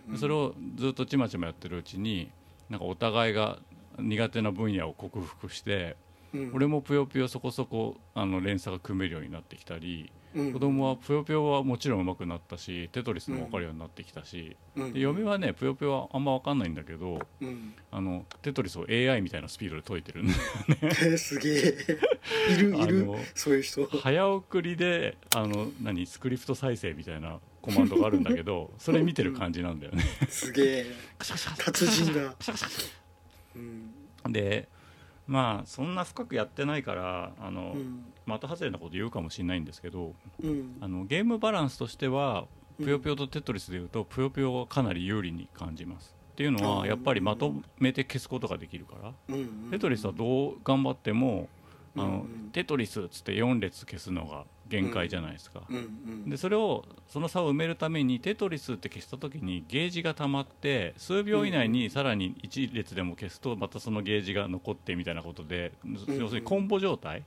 B: うん
A: でそれをずっとちまちまやってるうちになんかお互いが苦手な分野を克服して
B: うん
A: 俺もぷよぷよそこそこあの連鎖が組めるようになってきたり
B: うん
A: 子供はぷよぷよはもちろん上手くなったしテトリスも分かるようになってきたし
B: うん
A: で嫁はねぷよぷよはあんま分かんないんだけど
B: うん
A: あのテトリスを AI みたいなスピードで解いてるんで
B: へーすげ えいるい
A: あ
B: る
A: の
B: そういう人
A: 早送りであの何スクリプト再生みたいなコマンドがあるんだけどそれ見てる感じなんだよね。
B: すげえ
A: カシャカシャ
B: 達人だ
A: カシャカシャカシャカシャ
B: うん
A: でまあそんな深くやってないからあの、
B: うん
A: 的外れなこと言うかもしれないんですけど
B: うん
A: あのゲームバランスとしてはぷよぷよとテトリスでいうとぷよぷよはかなり有利に感じますっていうの
B: あ
A: は
B: ー
A: やっぱりまとめて消すことができるから
B: うんうん
A: テトリスはどう頑張ってもあの
B: うん
A: テトリスっつって4列消すのが限界じゃないですか
B: うんうん
A: でそれをその差を埋めるためにテトリスって消した時にゲージが溜まって数秒以内にさらに1列でも消すとまたそのゲージが残ってみたいなことで
B: うん
A: 要するにコンボ状態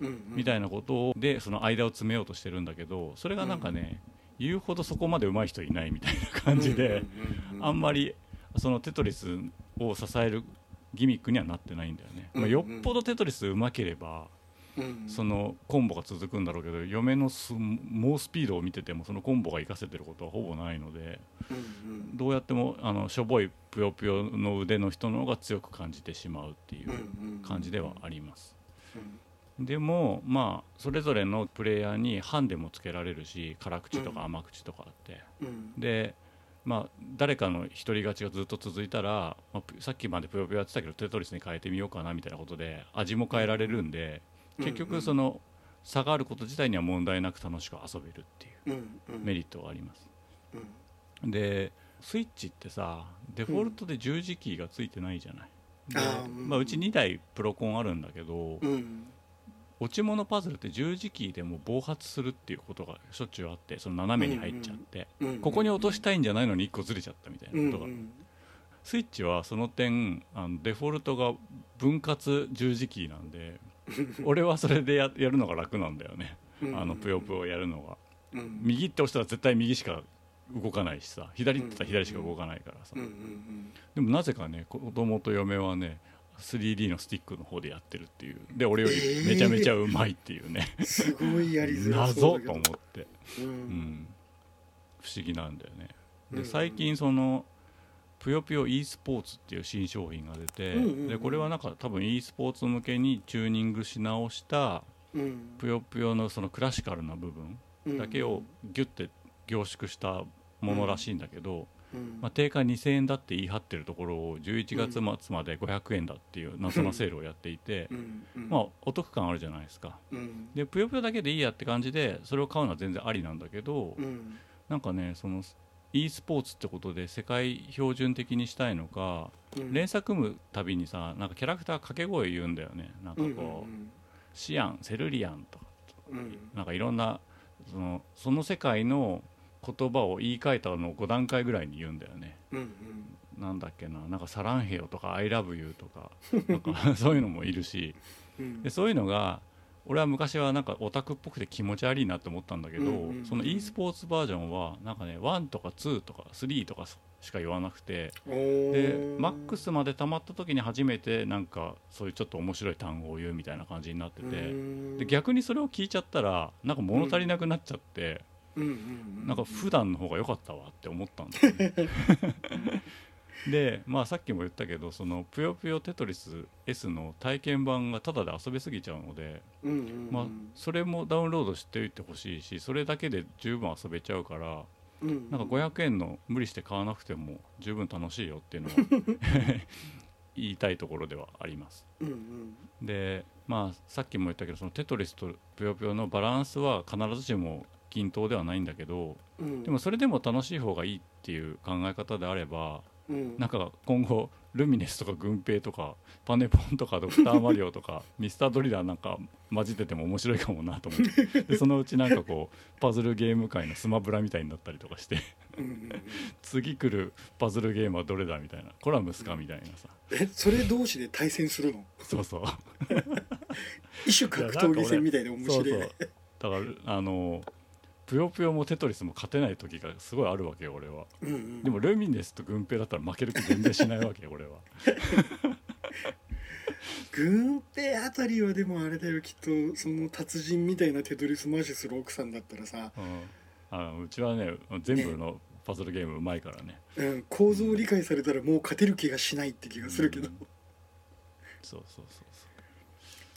B: うんうん
A: みたいなことをでその間を詰めようとしてるんだけどそれがなんかね言うほどそこまで上手い人いないみたいな感じで
B: うんうんうん
A: あんまりそのテトリスを支えるギミックにはなってないんだよね。まあ、よっぽどテトリス上手ければ
B: うん
A: そのコンボが続くんだろうけど嫁のす猛スピードを見ててもそのコンボが活かせてることはほぼないので
B: うんうん
A: どうやってもあのしょぼいぷよぷよの腕の人の方が強く感じてしまうっていううん
B: うん
A: 感じではあります
B: うん
A: でもまあそれぞれのプレイヤーにハンデもつけられるし辛口とか甘口とかあって
B: うん
A: でまあ誰かの独り勝ちがずっと続いたら、まあぷさっきまでぷよぷよやってたけどテトリスに変えてみようかなみたいなことで味も変えられるんで結
B: うんう
A: 局
B: ん
A: その差があること自体には問題なく楽しく遊べるっていう
B: うんうん
A: メリットがあります
B: うん
A: でスイッチってさデフォルトで十字キーがついてないじゃない、で
B: あーうん
A: まあ、うち2台プロコンあるんだけど、
B: うん
A: 落ち物パズルって十字キーでも暴発するっていうことがしょっちゅうあってその斜めに入っちゃって、
B: うん
A: ここに落としたいんじゃないのに1個ずれちゃったみたいなことが、
B: うんうん
A: スイッチはその点あのデフォルトが分割十字キーなんで俺はそれでややるのが楽なんだよね
B: うんうん
A: あのぷよぷよやるのが。
B: うん
A: 右って押したら絶対右しか動かないしさ左って言ったら左しか動かないからさ、
B: うんうんうん
A: でもなぜかね子供と嫁はね 3D のスティックの方でやってるっていうで俺よりめちゃめちゃうまいっていうね、
B: すごいやりづらそ
A: 謎
B: うだ
A: と思
B: け
A: っ
B: ど、
A: て、
B: うん
A: うん、不思議なんだよね
B: うんう
A: で
B: ん
A: 最近そのぷよぷよ e スポーツっていう新商品が出て、
B: うんうんうん
A: でこれはなんか多分 e スポーツ向けにチューニングし直した
B: うん
A: ぷよぷよのそのクラシカルな部分
B: うん
A: だけをギュッて凝縮したものらしいんだけど、
B: うん
A: まあ、定価2000円だって言い張ってるところを11月末まで500円だっていう謎のセールをやっていて
B: う、んうん
A: まあ、お得感あるじゃないですか
B: うん
A: でぷよぷよだけでいいやって感じでそれを買うのは全然ありなんだけど、
B: うん
A: なんかねその e スポーツってことで世界標準的にしたいのか、
B: うん
A: 連鎖組むたびにさなんかキャラクター掛け声言うんだよねなんかこう、
B: うん
A: シアンセルリアンとか
B: うんうん
A: なんかいろんなそのその世界の言葉を言い換えたのを5段階ぐらいに言うんだよね。
B: うんうん
A: なんだっけななんか「サランヘヨ」とか「アイラブユー」とかなんかそういうのもいるし
B: うん
A: でそういうのが俺は昔はなんかオタクっぽくて気持ち悪いなって思ったんだけど、
B: うんうんうん
A: その e スポーツバージョンはなんかね1とか2とか3とかしか言わなくて
B: おー
A: でマックスまで溜まった時に初めてなんかそういうちょっと面白い単語を言うみたいな感じになってて。
B: うん
A: で逆にそれを聞いちゃったらなんか物足りなくなっちゃって、
B: うんうんう
A: なんか普段の方が良かったわって思ったんだよね でまあさっきも言ったけどその「ぷよぷよテトリス S」の体験版がタダで遊べすぎちゃうので、
B: うんうんうん
A: まあ、それもダウンロードしておいてほしいしそれだけで十分遊べちゃうから
B: うん
A: なんか500円の無理して買わなくても十分楽しいよって いうのは言いたいところではあります。
B: うんうん
A: でまあさっきも言ったけどそのテトリスとぷよぷよのバランスは必ずしも均等ではないんだけど
B: うん
A: でもそれでも楽しい方がいいっていう考え方であれば
B: うん
A: なんか今後ルミネスとか軍兵とかパネポンとかドクターマリオとかミスタードリラーなんか混じってても面白いかもなと思ってでそのうちなんかこうパズルゲーム界のスマブラみたいになったりとかして
B: うんうんうん
A: 次来るパズルゲームはどれだみたいなコラムスかみたいなさ
B: えそれ同士で対戦するの
A: そうそう
B: 一種格闘技戦みたいで面
A: そ
B: 白
A: う
B: い
A: そうだからあのぷよぷよもテトリスも勝てない時がすごいあるわけよ俺は
B: うんうん
A: でもルミネスと軍兵だったら負ける気全然しないわけよ俺は
B: 軍兵あたりはでもあれだよきっとその達人みたいなテトリス回しする奥さんだったらさ、
A: うん、あのうちはね全部のパズルゲームうまいからね
B: うん、構造を理解されたらもう勝てる気がしないって気がするけど、
A: うんそうそうそうそ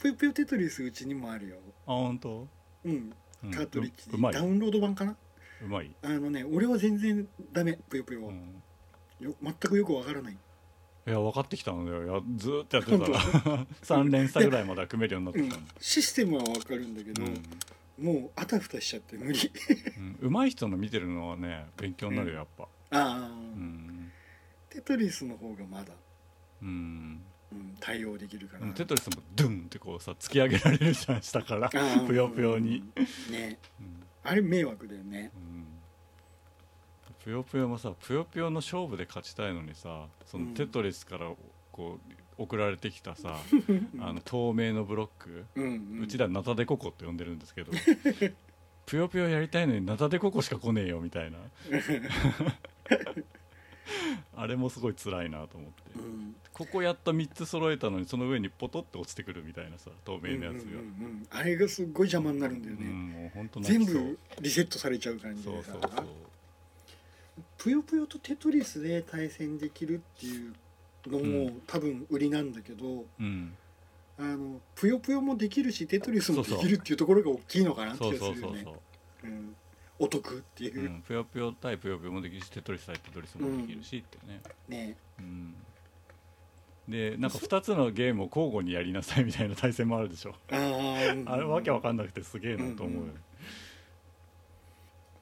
A: う
B: ぷよぷよテトリスうちにもあるよ
A: あ本当、
B: うん
A: うん
B: カートリッジ、
A: ううまい
B: ダウンロード版かな
A: うまい、
B: あのね俺は全然ダメぷよぷよ
A: う
B: は、
A: ん、
B: よ全くよくわからない
A: いや分かってきたのよいやずーっとやってたら
B: 本
A: 3連鎖ぐらいまでは組めるようになって
B: う
A: き
B: ん
A: たの、
B: システムはわかるんだけ
A: う
B: ど、
A: ん
B: もうあたふたしちゃって 無理
A: うんうまい人の見てるのはね勉強になるよやっぱ
B: ああ、
A: うん、
B: テトリスの方がまだ、
A: うん
B: うん、対応できるか
A: で
B: ら
A: もテトリスもドゥンってこうさ突き上げられるじゃん下から
B: ああ
A: ぷよぷよに、
B: うんね
A: うん
B: あれ迷惑だよね
A: うんぷよぷよもさぷよぷよの勝負で勝ちたいのにさそ
B: うん
A: のテトリスからこう送られてきた さ、あの透明のブロック、
B: うん
A: う
B: うん
A: ちらナタデココって呼んでるんですけ どぷよぷよやりたいのにナタデココしか来ねえよみ たいなあれもすごい辛いなと思って、
B: うん
A: ここやった3つ揃えたのにその上にポトッと落ちてくるみたいなさ透明のやつ
B: うんうん
A: が、
B: うんうんあれがすっごい邪魔になるんだよ
A: う
B: ね、
A: んもうほんと泣
B: 全
A: きそう
B: 部リセットされちゃう感じ
A: そう
B: で
A: そ
B: さ
A: うそう
B: ぷよぷよとテトリスで対戦できるっていうのも、
A: う
B: 多分売りなんだけど
A: うん
B: あのぷよぷよもできるしテトリスも
A: そ
B: で
A: うそう
B: きるっていうところが大きいのかなって
A: そ
B: 気
A: う
B: が
A: そう
B: す
A: そ
B: るよ
A: う
B: ね
A: そう
B: うんお得っていうう、
A: んぷよぷよ対ぷよぷよもできるしテトリス対テトリスもできるしってね、
B: ね
A: うんでなんか2つのゲームを交互にやりなさいみたいな対戦もあるでしょ、
B: あー、うんうん
A: あれわけわかんなくてすげえなと思うよ、
B: うんうん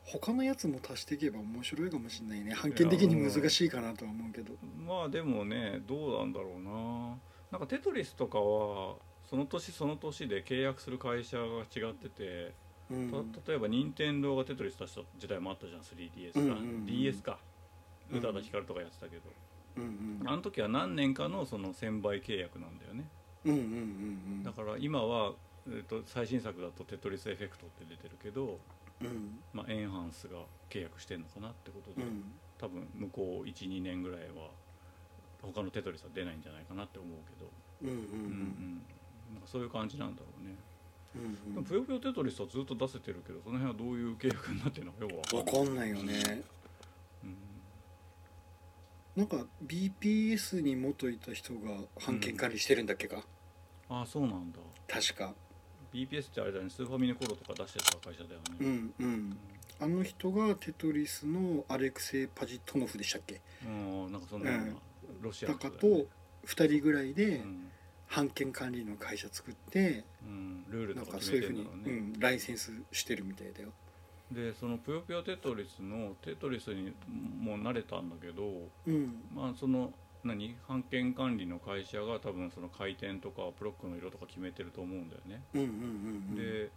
B: 他のやつも足していけば面白いかもしれないね判件的に難しいかなとは思うけど
A: まあでもねどうなんだろうななんかテトリスとかはその年その年で契約する会社が違ってて、
B: うん
A: た例えば任天堂がテトリス出した時代もあったじゃん 3DS か、
B: うんうんうん
A: DS か
B: うん
A: 宇多田ヒカルとかやってたけど、
B: うんうん
A: あの時は何年かのその1000倍契約なんだよね
B: うんうんうんうん
A: だから今は、えっと最新作だと「テトリスエフェクト」って出てるけど
B: うん
A: まあ、エンハンスが契約してんのかなってこと
B: う
A: で、
B: ん
A: 多分向こう12年ぐらいは他のテトリスは出ないんじゃないかなって思うけど、
B: うんうん
A: うんうんなんかそういう感じなんだろうね、
B: うんうん
A: でもぷよぷよテトリスはずっと出せてるけどその辺はどういう契約になってるのかよくわかん
B: わ
A: ない
B: かんないよね
A: うん
B: なんか BPS に元いた人が版権管理してるんだっけか、
A: ああそうなんだ
B: 確か
A: BPS ってあれだねスーファミの頃とか出してた会社だよ
B: う
A: ね
B: んうんあの人がテトリスのアレクセイ・パジトノフでしたっけ
A: うん、うんなんかそんなような
B: うん
A: ロシア
B: だ
A: 人
B: か
A: だよね
B: と2人ぐらいで
A: うん
B: 版権管理の会社作って
A: うん、ルール
B: なん
A: とか
B: か
A: 決
B: そうい
A: め
B: う
A: て
B: ふうんに、
A: だろうね
B: うん、ライセンスしてるみたいだよ
A: でその「ぷよぷよテトリス」のテトリスにもう慣れたんだけど
B: うん
A: まあその何版権管理の会社が多分その回転とかブロックの色とか決めてると思うんだよね、
B: うんうんうんうん
A: で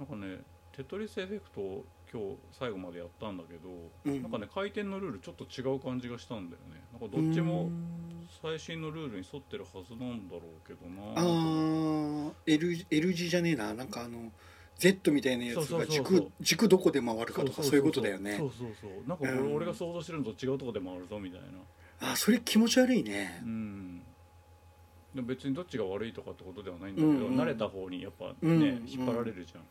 A: なんかねテトリスエフェクトを今日最後までやったんだけど、
B: うん
A: なんかね回転のルールちょっと違う感じがしたんだよねなんかどっちも
B: うん
A: 最新のルールに沿ってるはずなんだろうけどな
B: あー L, L 字じゃねえななんかあの Z みたいなやつ
A: そうそう
B: が
A: そう
B: 軸
A: そう
B: 軸どこで回るかとかそういうことだよね
A: そうそうそうなんかこれ
B: うん
A: 俺が想像してるのと違うとこでもあるぞみたいな
B: あそれ気持ち悪いね
A: うんでも別にどっちが悪いとかってことではないんだけど、
B: うんうん
A: 慣れた方にやっぱね、
B: うんうん
A: 引っ張られるじゃん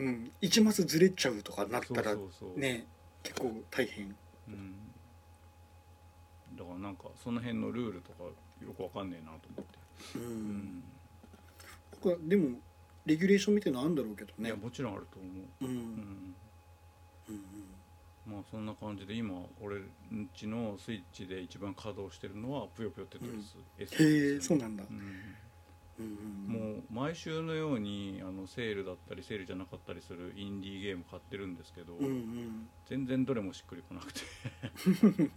B: うん一マスずれちゃうとかなっ
A: そ
B: た
A: うそ
B: ら
A: うそう、
B: ね結構大変
A: うん、だからなんかその辺のルールとかよくわかんねえなと思って、
B: う
A: うんん
B: なんかでもレギュレーションみたいなのあるんだろうけど
A: い
B: ね
A: やもちろんあると思う、
B: うん
A: う
B: う
A: んん、
B: うん
A: まあそんな感じで今俺んちのスイッチで一番稼働してるのは「ぷよぷよテトリス」S ですね
B: へえそうなんだ
A: うん
B: うんうん
A: もう毎週のようにあのセールだったりセールじゃなかったりするインディーゲーム買ってるんですけど、
B: うんうん
A: 全然どれもしっくりこなく て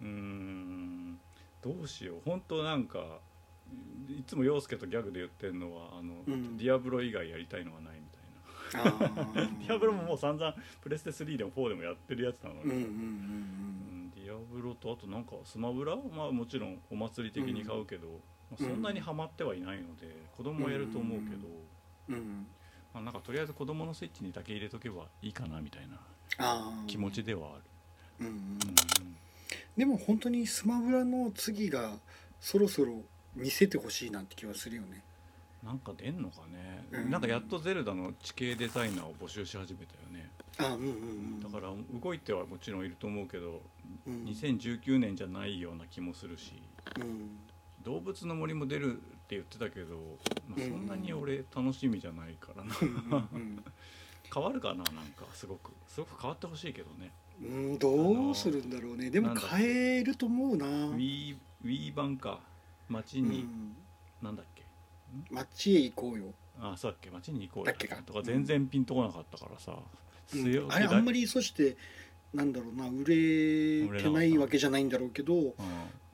A: うーんどうしよう本当なんかいつも陽介とギャグで言ってるのはあの、
B: うん
A: ディアブロ以外やりたいのはないみたいな、
B: あー
A: ディアブロももう散々プレステ3でも4でもやってるやつなの
B: うん
A: に、
B: うんうん
A: うんディアブロとあとなんかスマブラまあもちろんお祭り的に買うけど、まあそんなにハマってはいないので子供もやると思うけど、
B: うんうん
A: まあ、なんかとりあえず子供のスイッチにだけ入れとけばいいかなみたいな
B: あー
A: 気持ちではある、
B: うんうん
A: うん
B: でも本当にスマブラの次がそろそろ見せてほしいなって気はするよね
A: なんか出んのかね、
B: うん
A: なんかやっとゼルダの地形デザイナーを募集し始めたよね、
B: あうんうんうん
A: だから動いてはもちろんいると思うけど、
B: うん
A: 2019年じゃないような気もするし
B: うん
A: 動物の森も出るって言ってたけど、まあ、
B: うん
A: そんなに俺楽しみじゃないから な、
B: うん
A: 変わるかななんかすごくすごく変わってほしいけどね
B: うんどうするんだろうねでも
A: なんだっけ
B: 変えると思うな
A: Wii Wii 版か街
B: う
A: に、
B: ん
A: なんだっけ
B: 街へ行こうよ、
A: あそうだっけ街に行こう
B: だっけか
A: とか全然ピンとこなかったからさ、
B: うん
A: 据え置き
B: あれ
A: だ
B: あんまりそしてなんだろうな売れてないわけじゃないんだろうけど
A: うん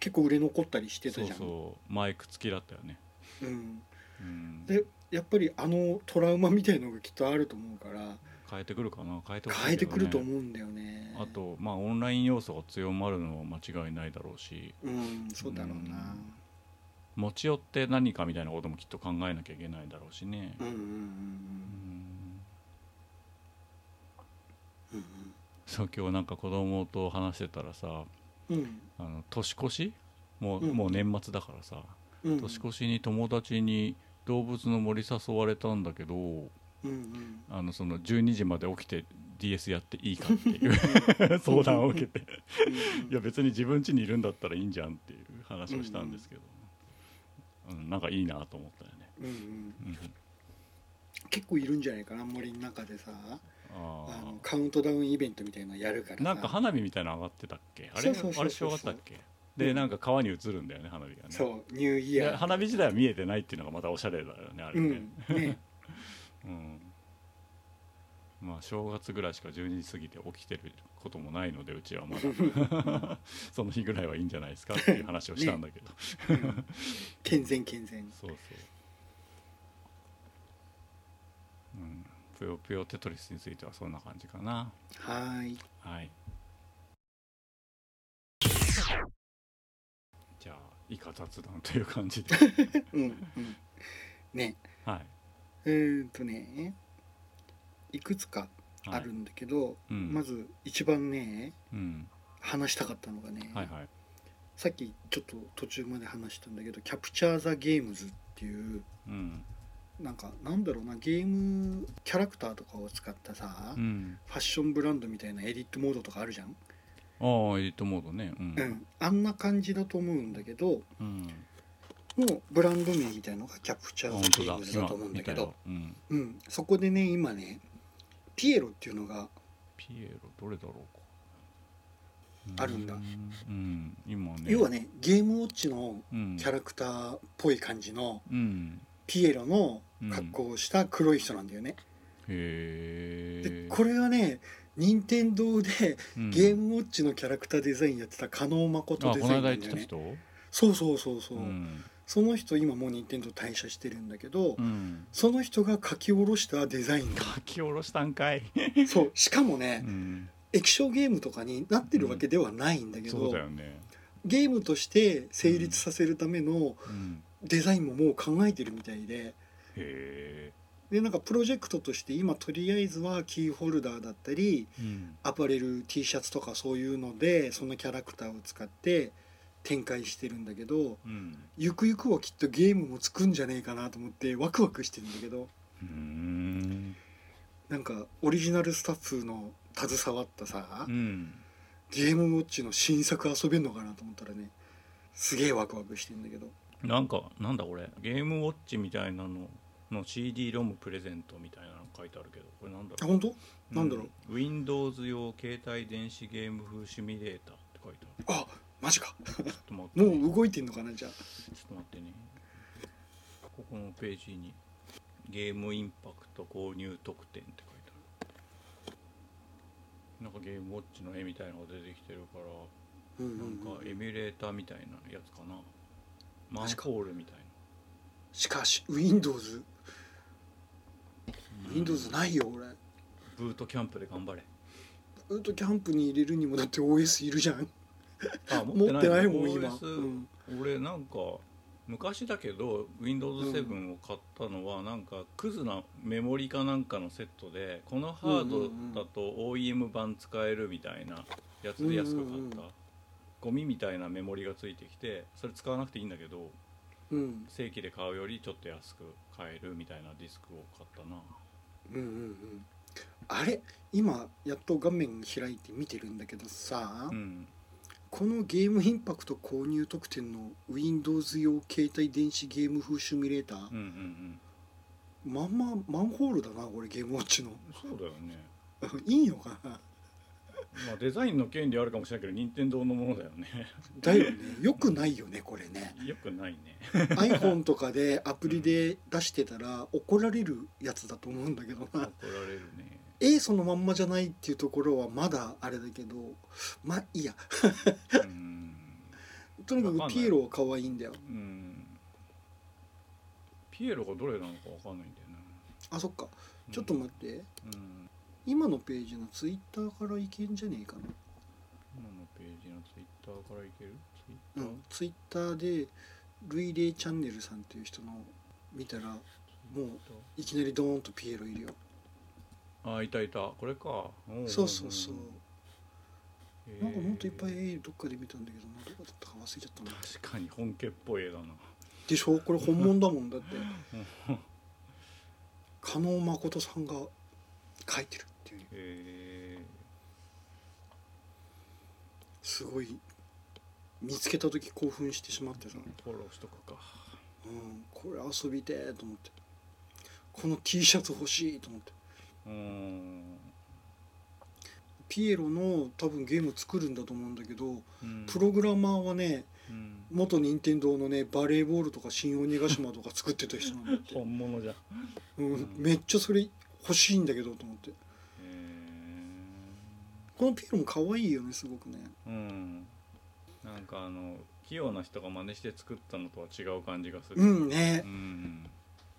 B: 結構売れ残ったりしてたじゃん
A: そうそうマイク付きだったよね、
B: うん、
A: うん、
B: でやっぱりあのトラウマみたいのがきっとあると思うから
A: 変えてくるかな変えてほしいけどね
B: 変えてくると思うんだよね
A: あとまあオンライン要素が強まるのは間違いないだろうし
B: うんそうだろうな
A: 持ち寄って何かみたいなこともきっと考えなきゃいけないだろうしね
B: うんうん
A: うん
B: うんうん
A: そう今日なんか子供と話してたらさ
B: うんうん
A: あの年越しもう,、
B: うん
A: もう年末だからさ
B: うん
A: 年越しに友達に動物の森誘われたんだけど
B: うんうん
A: あのその12時まで起きて DS やっていいかっていう 相談を受けていや別に自分家にいるんだったらいいんじゃんっていう話をしたんですけど、うんなんかいいなと思ったよね、
B: うんうん
A: うん、
B: 結構いるんじゃないかな森の中でさ
A: あ
B: あの
A: ー
B: カウントダウンイベントみたいなのやるからさ
A: なんか花火みたいなの上がってたっけあれ
B: そうそうそうそう
A: あれしょうがったっけでなんか川に映るんだよね花火がね
B: そうニューイ
A: い
B: ヤ
A: や
B: ー
A: 花火自体は見えてないっていうのがまたおしゃれだよねあれ
B: う
A: ね
B: んね
A: うん、まあ正月ぐらいしか12時過ぎて起きてることもないのでうちはま だその日ぐらいはいいんじゃないですかっていう話をしたんだけど、
B: うん健全健全
A: そうそううんぷよぷよテトリスについてはそんな感じかな
B: はーい
A: はいじゃあ以下雑談という感 じで
B: うんうんね
A: はいう
B: ーんとねいくつか
A: はい
B: あるんだけど、
A: うん
B: まず一番ね
A: うん
B: 話したかったのがね、
A: はいはい
B: さっきちょっと途中まで話したんだけど「キャプチャー・ザ・ゲームズ」っていう
A: うん
B: なんかなんだろうなゲームキャラクターとかを使ったさ、
A: う
B: フ
A: ん
B: ァッションブランドみたいなエディットモードとかあるじゃん、
A: ああエディットモードねうん
B: うん、あんな感じだと思うんだけど
A: うん
B: もうブランド名みたいのがキャプチ
A: あ
B: ャー・
A: 本
B: ザ・
A: 当
B: ゲー
A: だ
B: ムズだ
A: 今
B: と思うんだ
A: 見
B: け
A: た
B: ど
A: よ、うん、
B: うん、そこでね今ねピエロっていうのが
A: ピエロどれだろうか
B: あるんだ
A: うんうん今ね
B: 要はねゲームウォッチの
A: うん
B: キャラクターっぽい感じの
A: うん
B: ピエロの格好をした黒い人なんだよね。
A: へ
B: で
A: え
B: これはね任天堂でゲームウォッチのキャラクターデザインやってた加納誠
A: あ
B: デ
A: こ
B: ザ
A: の
B: インな
A: 間
B: ん
A: 言っ
B: だ
A: て
B: よ
A: た
B: ね。
A: 人
B: そうそうそうそうう、
A: ん
B: その人今もう任天堂退社してるんだけど、
A: うん
B: その人が書き下ろしたデザインが
A: 書き下ろしたんかい
B: そうしか も
A: う
B: ね
A: ん
B: 液晶ゲームとかになってるわけではないんだけ
A: そ
B: ど、
A: うだよね
B: ゲームとして成立させるための
A: うん
B: デザインももう考えてるみたい
A: へ
B: で。
A: え
B: でなんかプロジェクトとして今とりあえずはキーホルダーだったり
A: うん
B: アパレル T シャツとかそういうのでそのキャラクターを使って展開してるんだけど
A: うん
B: ゆくゆくはきっとゲームもつくんじゃねえかなと思ってワクワクしてるんだけど
A: うーん
B: なんかオリジナルスタッフの携わったさ
A: うん
B: ゲームウォッチの新作遊べんのかなと思ったらねすげえワクワクしてんだけど
A: なんかなんだこれゲームウォッチみたいなのの CD ロムプレゼントみたいなの書いてあるけどこれなんだ
B: あ
A: ろう
B: 本当なんだろう、
A: うん Windows 用携帯電子ゲーム風シミュレーターって書いてある
B: あマジか
A: ちょっと待って、ね、
B: もう動いてんのかなじゃあ
A: ちょっと待ってねここのページにゲームインパクト購入特典って書いてあるなんかゲームウォッチの絵みたいなのが出てきてるから
B: うんうん
A: なん
B: うん
A: かエミュレーターみたいなやつかなマンホールみたい
B: しかし Windows
A: な
B: Windows ないよ俺
A: ブートキャンプで頑張れ
B: ウートキャンプに入れるにもだって OS いるじゃん
A: あ
B: 持ってないもん今
A: OS
B: うん
A: 俺なんか昔だけど Windows7 を買ったのはなんかクズなメモリかなんかのセットでこのハードだと OEM 版使えるみたいなやつで安く買
B: うんうんう
A: っ
B: ん
A: たゴミみたいなメモリがついてきてそれ使わなくていいんだけど
B: うん
A: 正規で買うよりちょっと安く買えるみたいなディスクを買ったな
B: うんうんうんあれ今やっと画面開いて見てるんだけどさ、
A: うん
B: このゲームインパクト購入特典の Windows 用携帯電子ゲーム風シミュレーター
A: うんうんうん
B: まんまマンホールだなこれゲームウォッチの
A: そうだよね
B: いいのかな
A: まあデザインの権利あるかもしれないけど任天堂のものだよね
B: だよねよくないよねこれね
A: よくないね
B: iPhone とかでアプリで出してたら怒られるやつだと思うんだけど
A: 怒ら
B: な
A: れるね
B: A そのまんまじゃないっていうところはまだあれだけどまあいいや
A: うん
B: とにか
A: わかん
B: く
A: ない
B: ピエロは可愛いんだよ
A: うんピエロがどれなのかわかんないんだよな
B: あそっかちょっと待って、
A: うん
B: 今のページのツイッターからいけんじゃねえかな
A: 今のページのツイッターからいけるツイッター、
B: うんツイッターでルイレイチャンネルさんっていう人の見たらもういきなりドーンとピエロいるよ
A: あいたいたこれかお
B: そうそうそう
A: へー
B: なんかもっといっぱいどっかで見たんだけどなどこだったか忘れちゃったな
A: 確かに本家っぽい絵だな
B: でしょこれ本物だもんだって 加納誠さんが書いてるっていう
A: へえ
B: すごい見つけた時興奮してしまってさ
A: フォローしとくか
B: うん、これ遊びてえと思ってこの T シャツ欲しいと思って
A: うん
B: ピエロの多分ゲーム作るんだと思うんだけど
A: うん
B: プログラマーはね
A: うん
B: 元任天堂のねバレーボールとか新鬼ヶ島とか作ってた人なんだって、
A: 本物じゃんへ
B: うん、めっちゃそれ欲しいんだけどと思って
A: え
B: このピエロも可愛いよねすごくね
A: うんなんかあの器用な人が真似して作ったのとは違う感じがする
B: うんね
A: うん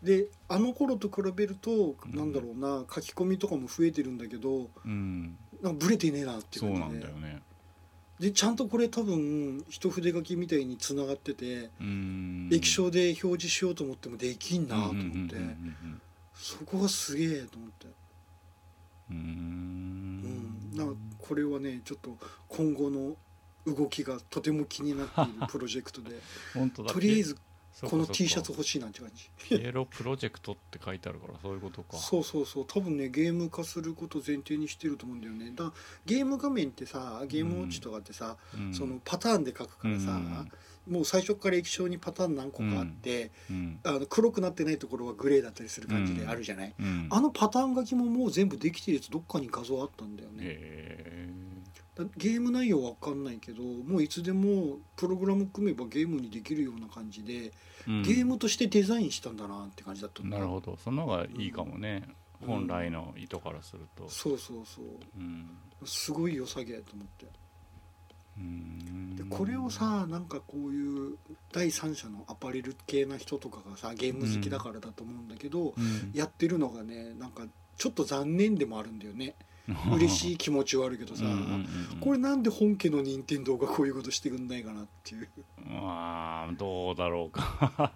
B: であの頃と比べるとなんだろうな書き込みとかも増えてるんだけど
A: うん
B: なんかブレてねえなっていう
A: そう
B: 感じで
A: なんだよね
B: でちゃんとこれ多分一筆書きみたいにつながってて
A: うん
B: 液晶で表示しようと思ってもできんなと思って
A: うんうんうんうんうん
B: そこがすげえと思って
A: うー
B: うんん、だからこれはねちょっと今後の動きがとても気になっているプロジェ クトで
A: 本当だ
B: とりあえず
A: そうか
B: この
A: そうか
B: T シャツ欲しいなって感じ
A: イエロープロジェクトって書いてあるからそういうことか
B: そうそうそう多分ねゲーム化すること前提にしてると思うんだよねだゲーム画面ってさゲームウォッチとかってさ、
A: うん、
B: そのパターンで書くからさ、もう最初から液晶にパターン何個かあって、
A: うん
B: あの黒くなってないところはグレーだったりする感じであるじゃない、
A: うん、
B: あのパターン書きももう全部できてるやつどっかに画像あったんだよね、
A: へ
B: だゲーム内容わかんないけどもういつでもプログラム組めばゲームにできるような感じで、
A: えうん
B: ゲームとしてデザインしたんだなって感じだったんだ
A: なるほどその方がいいかもね、
B: うん
A: 本来の意図からすると
B: そうそうそう
A: うん
B: すごい良さげと思って
A: うん
B: でこれをさなんかこういう第三者のアパレル系な人とかがさゲーム好きだからだと思うんだけど、やってるのがねなんかちょっと残念でもあるんだよね嬉し
A: い
B: い気持ちはあるけどさ、これなんで本家の任天堂がこういうことしてくんないかなっていう
A: あーどうだろうか
B: まあ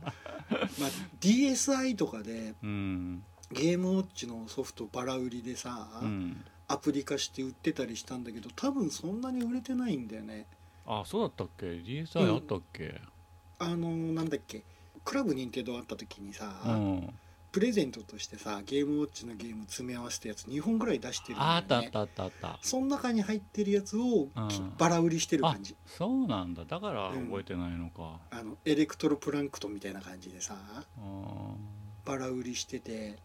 B: DSi とかで
A: うん
B: ゲームウォッチのソフトバラ売りでさ、
A: うん
B: アプリ化して売ってたりしたんだけど多分そんなに売れてないんだよね
A: あそうだったっけ
B: うん
A: DSI あったっけ
B: あのーなんだっけクラブ認定堂あった時にさ、
A: うん、
B: プレゼントとしてさゲームウォッチのゲーム詰め合わせたやつ2本ぐらい出してるんだよ、ね、
A: ああったあったあったあった
B: その中に入ってるやつをき
A: うん
B: バラ売りしてる感じ
A: そうなんだだから覚えてないのか、
B: あのエレクトロプランクトンみたいな感じでさ
A: あ
B: バラ売りしてて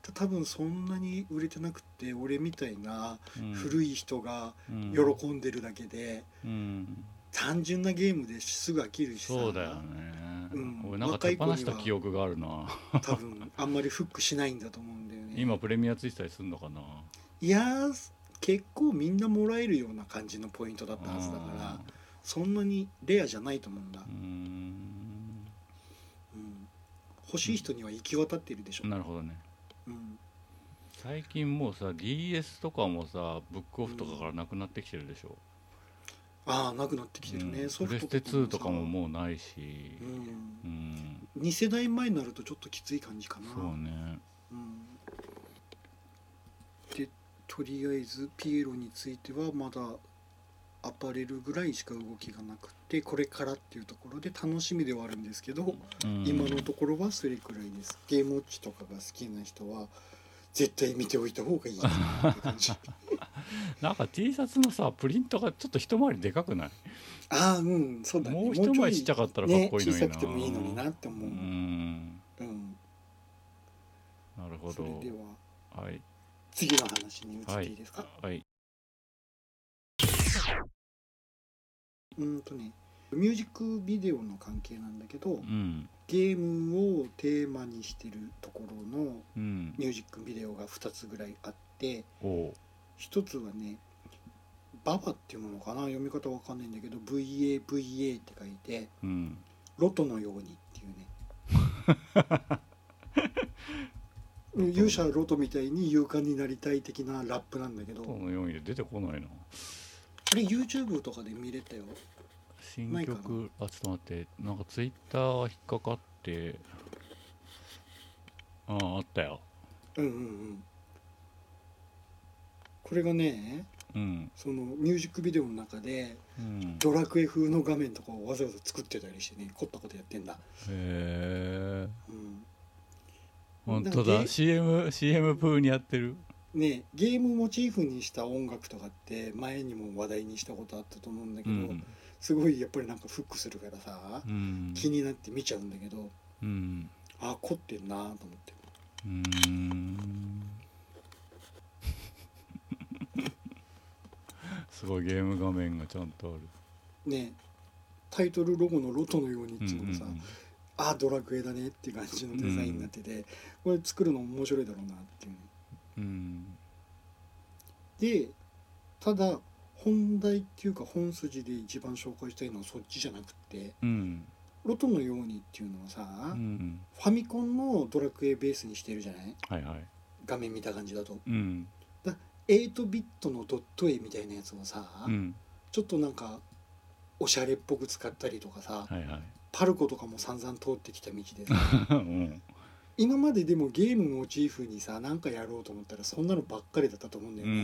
B: た多分そんなに売れてなくって俺みたいな
A: ーうん
B: 古い人が
A: うん
B: 喜んでるだけで、
A: うん
B: 単純なゲームですぐ飽きるしさ
A: そうだよね、
B: うん
A: 俺なんか手放した記憶があるな
B: 多分あんまりフックしないんだと思うんだよね
A: 今プレミアついてたりすんのかない
B: やー結構みんなもらえるような感じのポイントだったはずだからそんなにレアじゃないと思うんだ
A: う、ん
B: うん、欲しい人には行き渡ってるでしょ、
A: なるほどね
B: うん、
A: 最近もうさ DS とかもさブックオフとかからなくなってきてるでしょ、
B: ああなくなってきてるね、
A: うん
B: ソ
A: プレ
B: フ
A: ス
B: ト
A: テ2と
B: さ
A: かももうないし
B: う、
A: うんん、
B: 2世代前になるとちょっときつい感じかな
A: そうね
B: うん、でとりあえずピエロについてはまだアパレルぐらいしか動きがなくてこれからっていうところで楽しみではあるんですけど、
A: うん
B: 今のところはそれくらいですゲームウォッチとかが好きな人は絶対見ておいた方が いいかなって感じ
A: なんか T シャツのさプリントがちょっと一回りでかくない
B: ああうんそうだね
A: もう一枚ちっちゃかったらかっこいいのにな、
B: ね、小さくてもいいのになって思
A: う
B: う、うん
A: んなるほ
B: それ
A: ど
B: では
A: はい
B: 次の話に移っていいですか、
A: はい
B: うんとねミュージックビデオの関係なんだけど、
A: うん
B: ゲームをテーマにしてるところの
A: うん
B: ミュージックビデオが2つぐらいあって
A: おう
B: 1つはねババっていうものかな読み方わかんないんだけど VAVA って書いて
A: うん
B: ロトのようにっていうねうん勇者ロトみたいに勇敢になりたい的なラップなんだけど
A: この4位で出てこないな
B: あれ YouTube とかで見れたよ
A: 新
B: ないかな
A: 曲あちょっと待ってなんかツイッターが引っかかってあああったよ
B: うんうんうんこれがね
A: うん、
B: そのミュージックビデオの中で
A: うん、
B: ドラクエ風の画面とかをわざわざ作ってたりしてね凝ったことやってんだ、
A: へえ
B: うん、
A: 本当だ
B: で
A: CMCM 風にやってる
B: ねゲームモチーフにした音楽とかって前にも話題にしたことあったと思うんだけ
A: う
B: ど、
A: ん
B: すごいやっぱりなんかフックするからさ
A: う、ん
B: 気になって見ちゃうんだけど
A: うん
B: あ凝ってんなと思って
A: うーんすごいゲーム画面がちゃんとある
B: ねタイトルロゴの「ロトのように」って
A: うん
B: いううん
A: う
B: の
A: ん
B: さ、あドラクエだねっていう感じのデザインになってて、これ作るの面白いだろうなっていうね
A: うん
B: でただ本題っていうか本筋で一番紹介したいのはそっちじゃなくって
A: うん
B: 「ロトのように」っていうのはさ、
A: うん
B: ファミコンのドラクエベースにしてるじゃない
A: はいはい
B: 画面見た感じだと
A: うん
B: 8ビットのドット絵みたいなやつをさ、
A: うん
B: ちょっとなんかおしゃれっぽく使ったりとかさ、
A: はいはい
B: パルコとかも散々通ってきた道でさ
A: うん
B: 今まででもゲームモチーフにさなんかやろうと思ったらそんなのばっかりだったと思うんだよ
A: う
B: ね、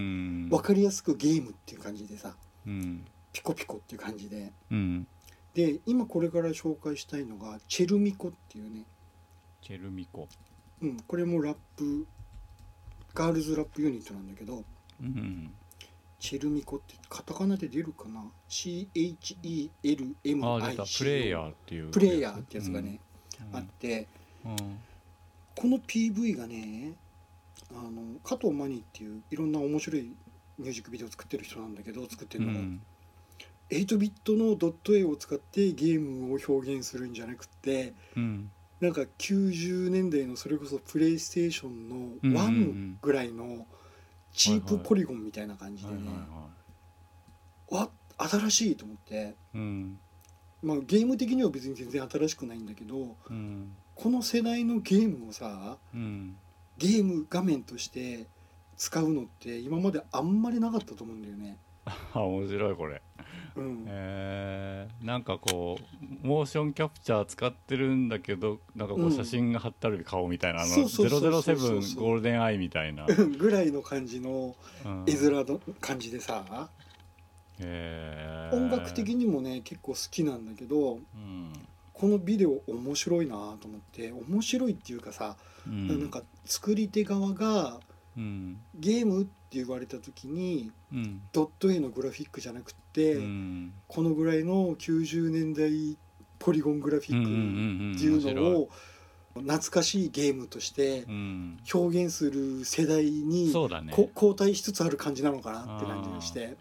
A: ん
B: わかりやすくゲームっていう感じでさ
A: うん
B: ピコピコっていう感じで
A: うん
B: で今これから紹介したいのがチェルミコっていうね、
A: チェルミコ
B: うん、これもラップガールズラップユニットなんだけど
A: うん
B: チェルミコってカタカナで出るかな
A: ああ出たプ
B: ?CHELMICO
A: レイヤーっていう
B: プレイヤーってやつがね、
A: うん
B: あって
A: うん
B: この PV がねあの加藤マニーっていういろんな面白いミュージックビデオを作ってる人なんだけど作って
A: う
B: るのが、
A: ん
B: 8ビットのドット絵を使ってゲームを表現するんじゃなくって
A: うん
B: なんか90年代のそれこそプレイステーションの
A: うんうんうん
B: 1ぐらいのチー
A: は
B: プ
A: いはい
B: ポリゴンみたいな感じ
A: は
B: で
A: い
B: ね
A: はい、は
B: わ新しいと思って、
A: いうん
B: まあ、ゲーム的には別に全然新しくないんだけど
A: うん
B: この世代のゲームをさ
A: うん
B: ゲーム画面として使うのって今まであんまりなかったと思うんだよね。
A: あ面白いこれ
B: うん
A: えーなんかこうモーションキャプチャー使ってるんだけどなんかこ
B: う
A: うん写真が貼ってある顔みたいな、あの
B: そうそうそうそうそう
A: 007ゴールデンアイみたい な、
B: ぐらいの感じの
A: うん
B: 絵面の感じでさ
A: えー
B: 音楽的にもね結構好きなんだけど
A: うん、
B: このビデオ面白いなと思って面白いっていうかさ、
A: うん
B: なんか作り手側が
A: うん
B: ゲームって言われた時に
A: うん
B: ドット絵のグラフィックじゃなくって、
A: うん
B: このぐらいの90年代ポリゴングラフィ
A: うんうん
B: ッ
A: うん
B: クっていうのを懐かしいゲームとして
A: うん
B: 表現する世代に
A: そうだね
B: こ後退しつつある感じなのかなって感じがして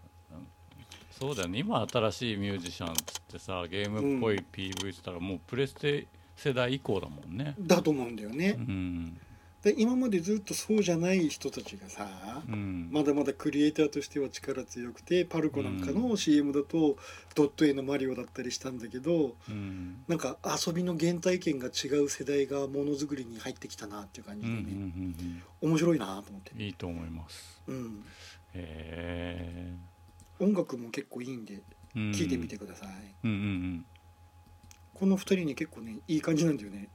A: そうだよね今新しいミュージシャンっつってさゲームっぽい PV したらもうプレステ世代以降だもんね
B: だと思うんだよね
A: う。ん
B: で今までずっとそうじゃない人たちがさ
A: うん
B: まだまだクリエイターとしては力強くてパルコなんかの CM だとドット絵のマリオだったりしたんだけど
A: うん
B: なんか遊びの原体験が違う世代がものづくりに入ってきたなっていう感
A: うんう
B: じ
A: ん
B: で
A: う
B: ね、
A: ん
B: 面白いなと思って
A: うん、いいと思います
B: うん、
A: へ
B: 音楽も結構いいんで
A: えうん
B: 聴いてみてください、
A: うんうん
B: この2人ね結構ねいい感じなんだよね、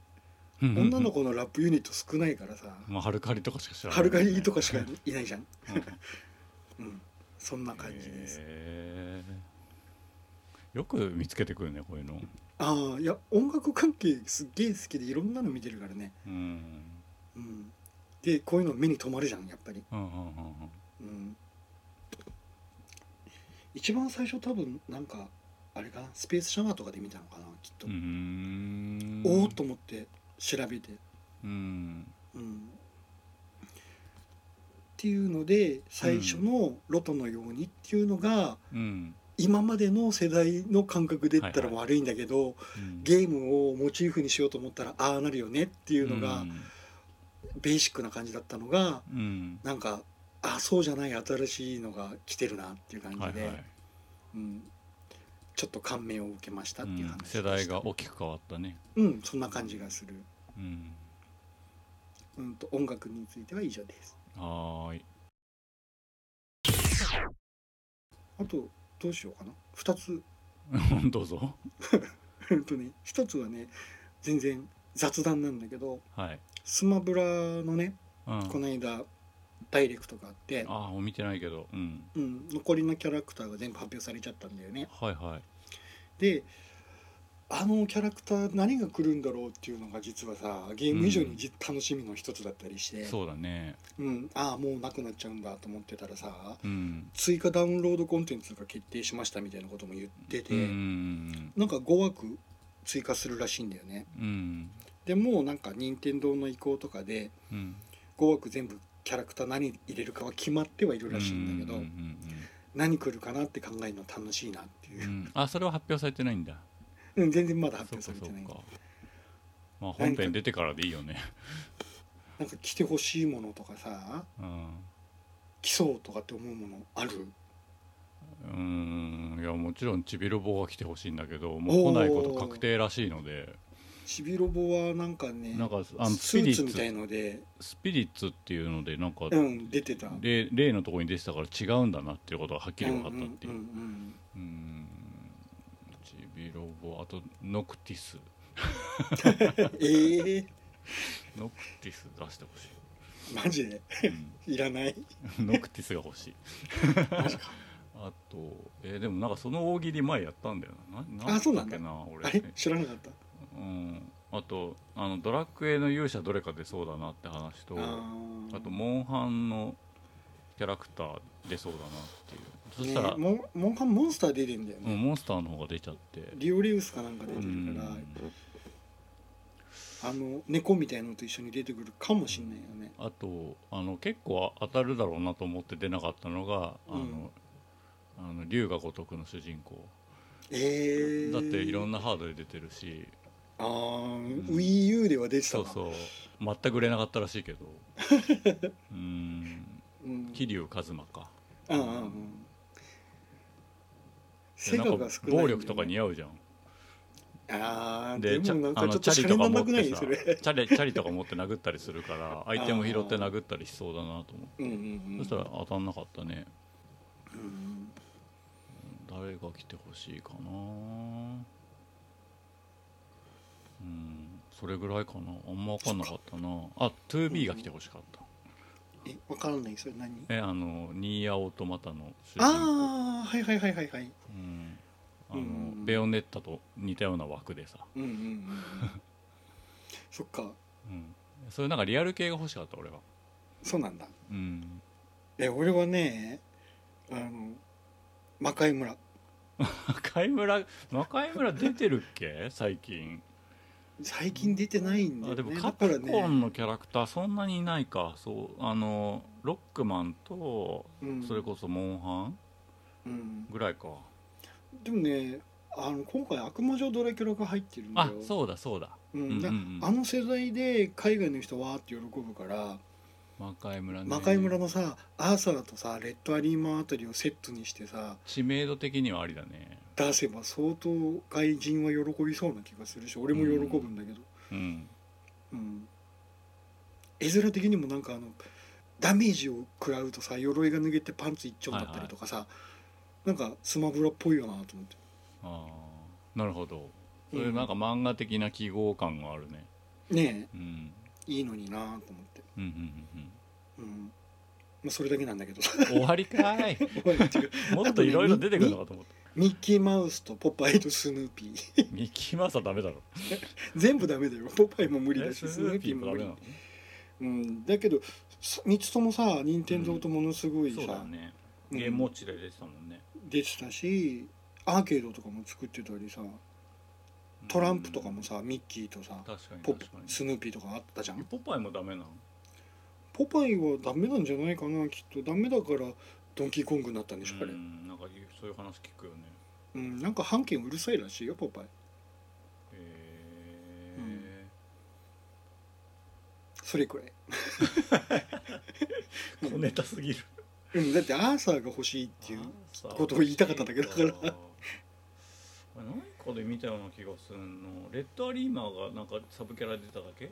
A: うん
B: 女の子のラップユニット少ないからさ
A: まあはるかりとかしか知らない
B: はるかにとかしかいないじゃん、
A: うん
B: うん、そんな感じです、
A: へえよく見つけてくるねこういうの
B: ああいや音楽関係すっげえ好きでいろんなの見てるからね
A: うん
B: うん、でこういうの目に留まるじゃんやっぱり、
A: うんうんうんうん
B: うん、一番最初多分なんかあれかなスペースシャワーとかで見たのかなきっと、
A: うーん
B: おおっと思って調べて、
A: うん
B: うん、っていうので最初の「ロトのように」っていうのが、
A: うん
B: 今までの世代の感覚で言ったら
A: はいは
B: 悪いんだけ
A: う
B: ど、
A: ん
B: ゲームをモチーフにしようと思ったらああなるよねっていうのが、ベーシックな感じだったのが、
A: うん
B: なんかあそうじゃない新しいのが来てるなっていう感
A: う
B: じ
A: ん
B: で、
A: はいはい
B: うん、ちょっと感銘を受けました
A: う
B: っていうん話でした
A: 世代が大きく変わったね
B: うんそんな感じがする、
A: うん
B: うん、と音楽については以上です
A: はーい
B: あとどうしようかな2つ
A: どうぞ
B: うんとね1つはね全然雑談なんだけど
A: はい
B: スマブラのね
A: うん
B: この間ダイレクトがあって、
A: ああ見てないけどうん
B: うん、残りのキャラクターが全部発表されちゃったんだよね
A: はいはい
B: であのキャラクター何が来るんだろうっていうのが実はさゲーム以上にじ、楽しみの一つだったりして
A: そうだね
B: うん、ああもうなくなっちゃうんだと思ってたらさ
A: うん
B: 追加ダウンロードコンテンツが決定しましたみたいなことも言ってて、
A: うんうん
B: なんか5枠追加するらしいんだよね
A: うん
B: でもうなんか任天堂の意向とかで
A: うん
B: 5枠全部キャラクター何入れるかは決まってはいるらしいんだけ
A: う
B: ど、
A: んうん
B: 何来るかなって考えるの楽しいなって
A: うん
B: いうう、
A: んあそれは発表されてないんだ
B: うん、 全然まだ発
A: そっ
B: 表
A: かそっ
B: されてない
A: かまあ本編出てからでいいよね
B: なんか着てほしいものとかさ
A: うん
B: 着そうとかって思うものある
A: うーんいやもちろんちびロボが来てほしいんだけどもう来ないこと確定らしいので
B: ちびロボはなんかね
A: なんかあのス
B: ス
A: ピリ
B: ーツ
A: ッ
B: みたい
A: ツ
B: ので、
A: スピリッツっていうのでなんか、
B: うん、出てた
A: 例例のところに出てたから違うんだなっていうことがはっきり分かったっていう,、
B: ん
A: うん
B: んん
A: ちびロボあとノクティス
B: うんええ
A: ノクティス出してほし
B: マジで
A: い、うん
B: いらない
A: ノクティスが欲しい
B: マジか
A: あと、えーでもなんかその大喜利前やったんだよなな
B: あそうなん
A: だ
B: だ
A: っけな俺
B: あれ知らなかった
A: うん、あとあのドラクエの勇者どれか出そうだなって話とあ
B: あ
A: とモンハンのキャラクター出そうだなっていうそしたら、
B: ね、モンモンハンモンスター出てんだよ
A: う
B: ね、
A: んモンスターの方が出ちゃって
B: リオレウスかなんか出て
A: う
B: るから、
A: ん
B: あの猫みたいのと一緒に出てくるかもしんないよね
A: あとあの結構当たるだろうなと思って出なかったのがあの、あの龍が如くの主人公
B: ええ
A: だっていろん
B: な
A: なハードで出てるし、
B: あー、
A: ん
B: WiiU では出てた
A: そう
B: わ
A: そう全く売れなかったらしいけ どうん
B: うん、
A: 桐生一馬か
B: うんうんうんセガ
A: な
B: が少
A: んか
B: ないんだよね
A: 暴力とか似合うじゃん
B: あー
A: で
B: で
A: チャ
B: もなん
A: あ
B: かちょ
A: の
B: っと
A: チャ
B: しゃ
A: リ
B: れ
A: とか
B: な
A: 持
B: な
A: っ
B: くない
A: てさ
B: それ
A: チャリチャリとか持って殴ったりする から相手も拾って殴ったりしそうだなと思って
B: うんうんうん
A: そしたら当たんなかったね
B: うん
A: 誰が来てほしいかなうんそれぐらいかなあんま分かんなかったなあ 2B が来てほしかった
B: えわからないそれ何
A: えあのニーヤオートマタの主人公
B: ああはいはいはいはいはい
A: うんあ
B: う
A: の
B: ん
A: ベヨネッタと似たような枠でさ、
B: うんうんうんうんそっか
A: うん、そういうなんかリアル系が欲しかった俺は
B: そうなんだ
A: うん
B: え俺はねあの魔界村
A: 中井村中井村出てるっけ最近
B: 最近出てないんだ
A: あ
B: よ
A: でも
B: ね
A: カ
B: だ
A: プ
B: か
A: コ
B: らね
A: ンのキャラクターそんなにいないかそうあのロックマンと
B: うん
A: それこそモンハン
B: うん
A: ぐらいか、
B: でもねあの今回悪魔女ドラキュラが入ってるんだ
A: あ
B: よ
A: そうだそうだ
B: う
A: うんうん
B: ん、
A: う
B: だ
A: ん
B: あの世代で海外の人はーって喜ぶから
A: 魔界村ね
B: 魔界村のさアーサーとさレッドアリーマンあたりをセットにしてさ
A: 知名度的にはありだね
B: 出せば相当外人は喜びそうな気がするし俺も喜ぶんだけど、
A: うん
B: うん、絵面的にもなんかあのダメージを食らうとさ鎧が脱げてパンツ一丁になったりとかさ、なんかスマブラっぽいよなと思って
A: ああなるほどそういうなんか漫画的な記号感があるね
B: ね
A: うん
B: えいいのになと思って、
A: うんうんうん
B: うんまあ、それだけなんだけど
A: うん終わりか い
B: おい違う
A: もっといろいろ出てくるのかと思った
B: ミッキーマウスとポパイとスヌーピー
A: ミッキーマウスはダメだろ
B: 全部ダメだよポパイも無理だし
A: え
B: スヌーピーも
A: ダ
B: 無
A: メ
B: 理
A: なの
B: うん、だけどす3つともさ任天堂とものすごいさ、
A: そうだよね
B: うん
A: ゲームウォッチで出てたもんね
B: 出てたしアーケードとかも作ってたりさトランプとかもさ、ミッキーとさ
A: 確かに
B: ポ
A: 確か
B: スヌーピーとかあったじゃ
A: に
B: ん
A: ポパイもダメなの
B: ポパイはダメなんじゃないかなきっとダメだからドンキーコングになったんでしょあれ、
A: う
B: うん
A: んなんかそういう話聞くよね
B: なんか半券うるさいらしいよポパイ
A: へ
B: う
A: え
B: それくらい、
A: 小ネタすぎる
B: うん、だってアーサーが欲しいっていうことを言いたかったんだけど
A: あー
B: だから
A: あれ何かで見たような気がするのレッドアリーマーがなんかサブキャラ出ただけ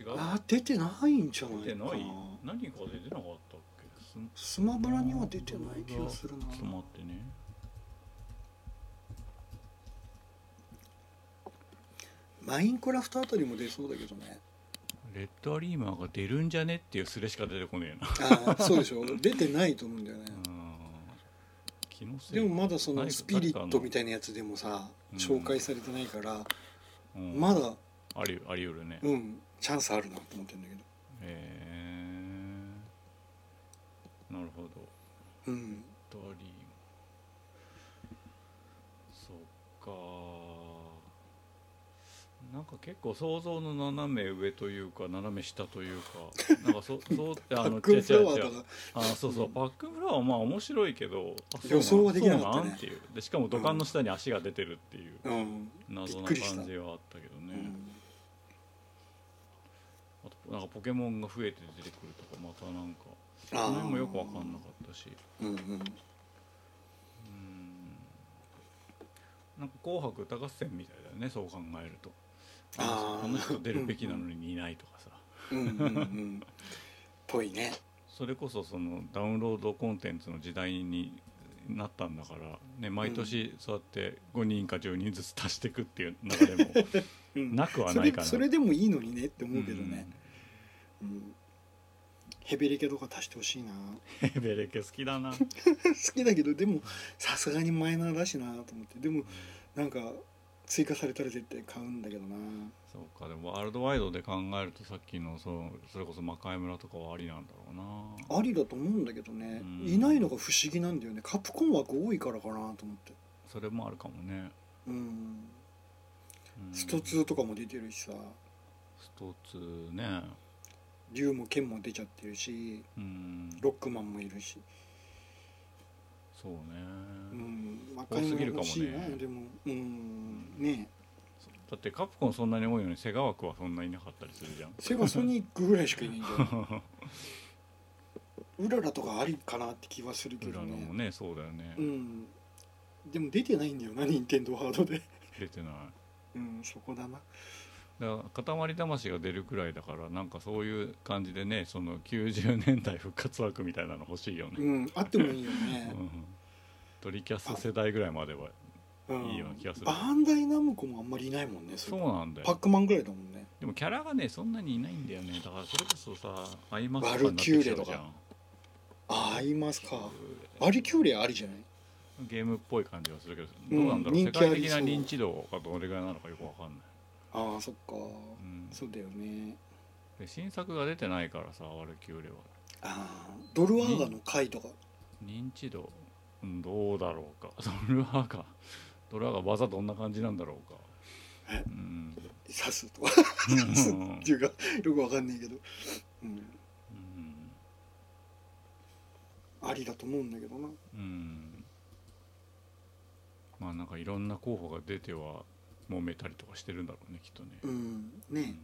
A: 違う
B: あー出てないんじゃない
A: 出て
B: か
A: な
B: ない
A: 何かで出なかったっけすん
B: スマブラには出てない気がするな
A: ちょっと待ってね
B: マインクラフトあたりも出そうだけどね
A: レッドアリーマーが出るんじゃねっていうスレしか出てこねえな
B: あ あそうでしょ出てないと思うんだよね
A: うん気のせい
B: でもまだそ
A: 何
B: の
A: か
B: スピリットみ
A: い
B: たいなやつでもさ
A: うん
B: 紹介されてないから、
A: な、うん
B: まだ
A: ありあり得るね、
B: うんチャンスあるなと思ってるんだけど
A: えー、なるほど
B: うん
A: ドリームそっかなんか結構想像の斜め上というか斜め下というかなんか そそう
B: パ
A: あ
B: ッ
A: の
B: クンフラワ
A: 違う違
B: ー
A: う
B: とか
A: あそうそう、パックンフラワーはまあ面白いけどあそうなん
B: 予想はできなかったね
A: そうなんっていうでしかも土管の下に足が出てるっていう
B: うん、
A: 謎な
B: びっくりした
A: 感じはあったけど
B: う
A: ね、
B: ん、
A: あとなんかポケモンが増えて出てくるとかまたなんかそ
B: あー
A: の辺もよく分かんなかったし
B: うんうん
A: うんなんか「紅白歌合戦」みたいだよねそう考えると
B: あー
A: あの人出るべきなのにいないとかさ
B: うんうんうんぽいね
A: それこそそのダウンロードコンテンツの時代になったんだから、ね、毎年そうやって5人か10人ずつ足していくっていう中でも
B: うん
A: なくは
B: そ
A: ない
B: れ
A: から
B: それでもいいのにねって思うけどね、うんヘベレケとか足してほしいな
A: うんヘ ベレケ好きだな
B: 好きだけどでもさすがにマイナーだしなと思ってでもなんか追加されたら絶対買うんだけどな
A: そうかでもワールドワイドで考えるとさっきのそうそれこそ魔界村とかはありなんだろうな
B: ありだと思うんだけどね、
A: うん
B: いないのが不思議なんだよねカプコン枠多いからかなと思って
A: それもあるかもね、
B: うん
A: うん、
B: スト2とかも出てるしさ
A: スト2ね
B: 竜も剣も出ちゃってるし
A: うん
B: ロックマンもいるし
A: そうね、
B: うん魔
A: 多すぎるかもね
B: 欲しいなでもうんねえ
A: そうだってカプコンそんなに多いのにセガ枠はそんなにいなかったりするじゃん
B: セガソニックぐらいしかいないんだよ うららとかありかなって気はするけ
A: 裏
B: ど
A: の
B: ね
A: もねそうだよね、
B: うんでも出てないんだよな任天堂ハードで
A: 出てない
B: うんそこだな
A: だから塊魂が出るくらいだからなんかそういう感じでねその90年代復活枠みたいなの欲しいよね、
B: うんあってもいいよ
A: う
B: ね
A: んドリキャス世代ぐらいまでは
B: うん
A: いいような気がする
B: バンダイナムコもあんまりいないもんね
A: そう
B: れ
A: なんだ
B: パッ
A: よ
B: クマンぐらいだもんね
A: でもキャラがねそんなにいないんだよねだからそれこそさアイマス
B: バルキューレ
A: と
B: と
A: かになってきちゃうじゃ
B: か
A: ん
B: ああいますかアリキューレありじゃない
A: ゲームっぽい感じはするけど
B: う
A: ど
B: ん
A: うなんだろう、世
B: 人気あ
A: 界
B: り
A: 的
B: そ
A: な
B: う
A: 認知度がどれぐらいなのかよくわかんない、
B: ああそっか
A: うん、
B: そうだよね
A: で新作が出てないからさワルキューレは
B: ああドルワーガの回とか
A: 認知度うんどうだろうか ドルハーがドルハーが技どんな感じなんだろうか
B: え
A: うん
B: 刺すとか
A: うん
B: 刺すっていうかよくわかんないけど、うん、
A: うん
B: ありだと思うんだけどな
A: うんまあなんかいろんな候補が出ては揉めたりとかしてるんだろうねきっとね
B: うん
A: う
B: ね
A: ん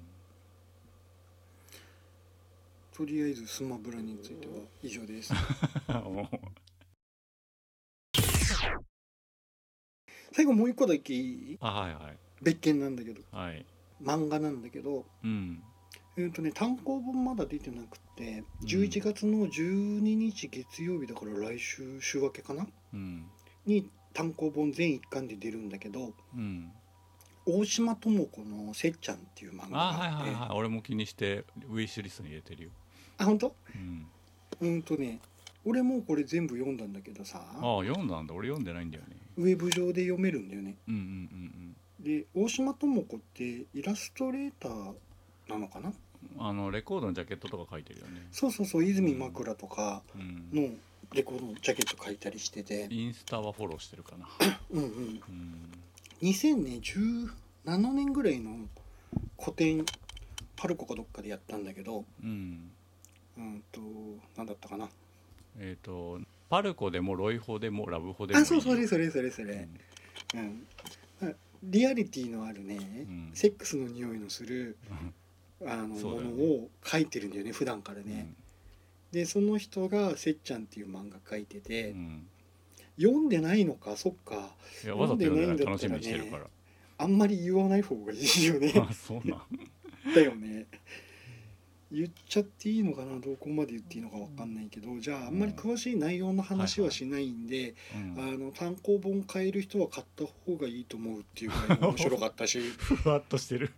B: とりあえずスマブラについては以 上です
A: もう
B: 最後もう一個だけいい
A: あはいはい
B: 別件なんだけど
A: はい
B: 漫画なんだけど
A: うん
B: えーとね、単行本まだ出てなくて
A: うん
B: 11月の12日月曜日だから来週週明けかな
A: うん
B: に単行本全1巻で出るんだけど
A: うん
B: 大島智子の「せっちゃん」っていう漫画
A: あ
B: が
A: はい
B: あっ
A: はい
B: て
A: はい俺も気にしてウィッシュリストに入れてるよ
B: あ本当
A: うん
B: うんとね俺もうこれ全部読んだんだけどさ
A: ああ読んだんだ俺読んでないんだよね
B: ウェブ上で読めるんだよね
A: うんうん
B: で大島智子ってイラストレーターなのかな
A: うんうんあのレコードのジャケットとか書いてるよね
B: そうそうそう泉枕とか
A: うん
B: のレコードのジャケット描いたりしてて
A: インスタはフォローしてるかな。
B: うんうん
A: うん。
B: 2017年ぐらいの古典パルコかどっかでやったんだけど
A: うん。
B: うんと何だったかな
A: えっ、と、パルコでもロイホでもラブホでもい
B: あ
A: い。
B: そうそれそれそれそうれ
A: ん
B: うん、リアリティのあるね、
A: ん
B: セックスの匂いのするあの、
A: そう
B: も
A: だよ
B: の
A: ね
B: を書いてるんだよね普段からね、でその人が「せっちゃん」っていう漫画書いて
A: う
B: て、
A: ん。
B: 読んでないのかそっか
A: いや、わざと読んでない、
B: 読んでないんだ
A: 楽
B: った
A: し
B: ら
A: みに
B: ね
A: してるから。
B: あんまり言わない方がいいよね
A: あ、そうなん。
B: だよね言っちゃっていいのかなどこまで言っていいのかわかんないけどじゃああんまり詳しい内容の話はしないんで、
A: うん。
B: あの単行本買える人は買った方がいいと思うっていうぐらい面白かったし
A: ふわっとしてる。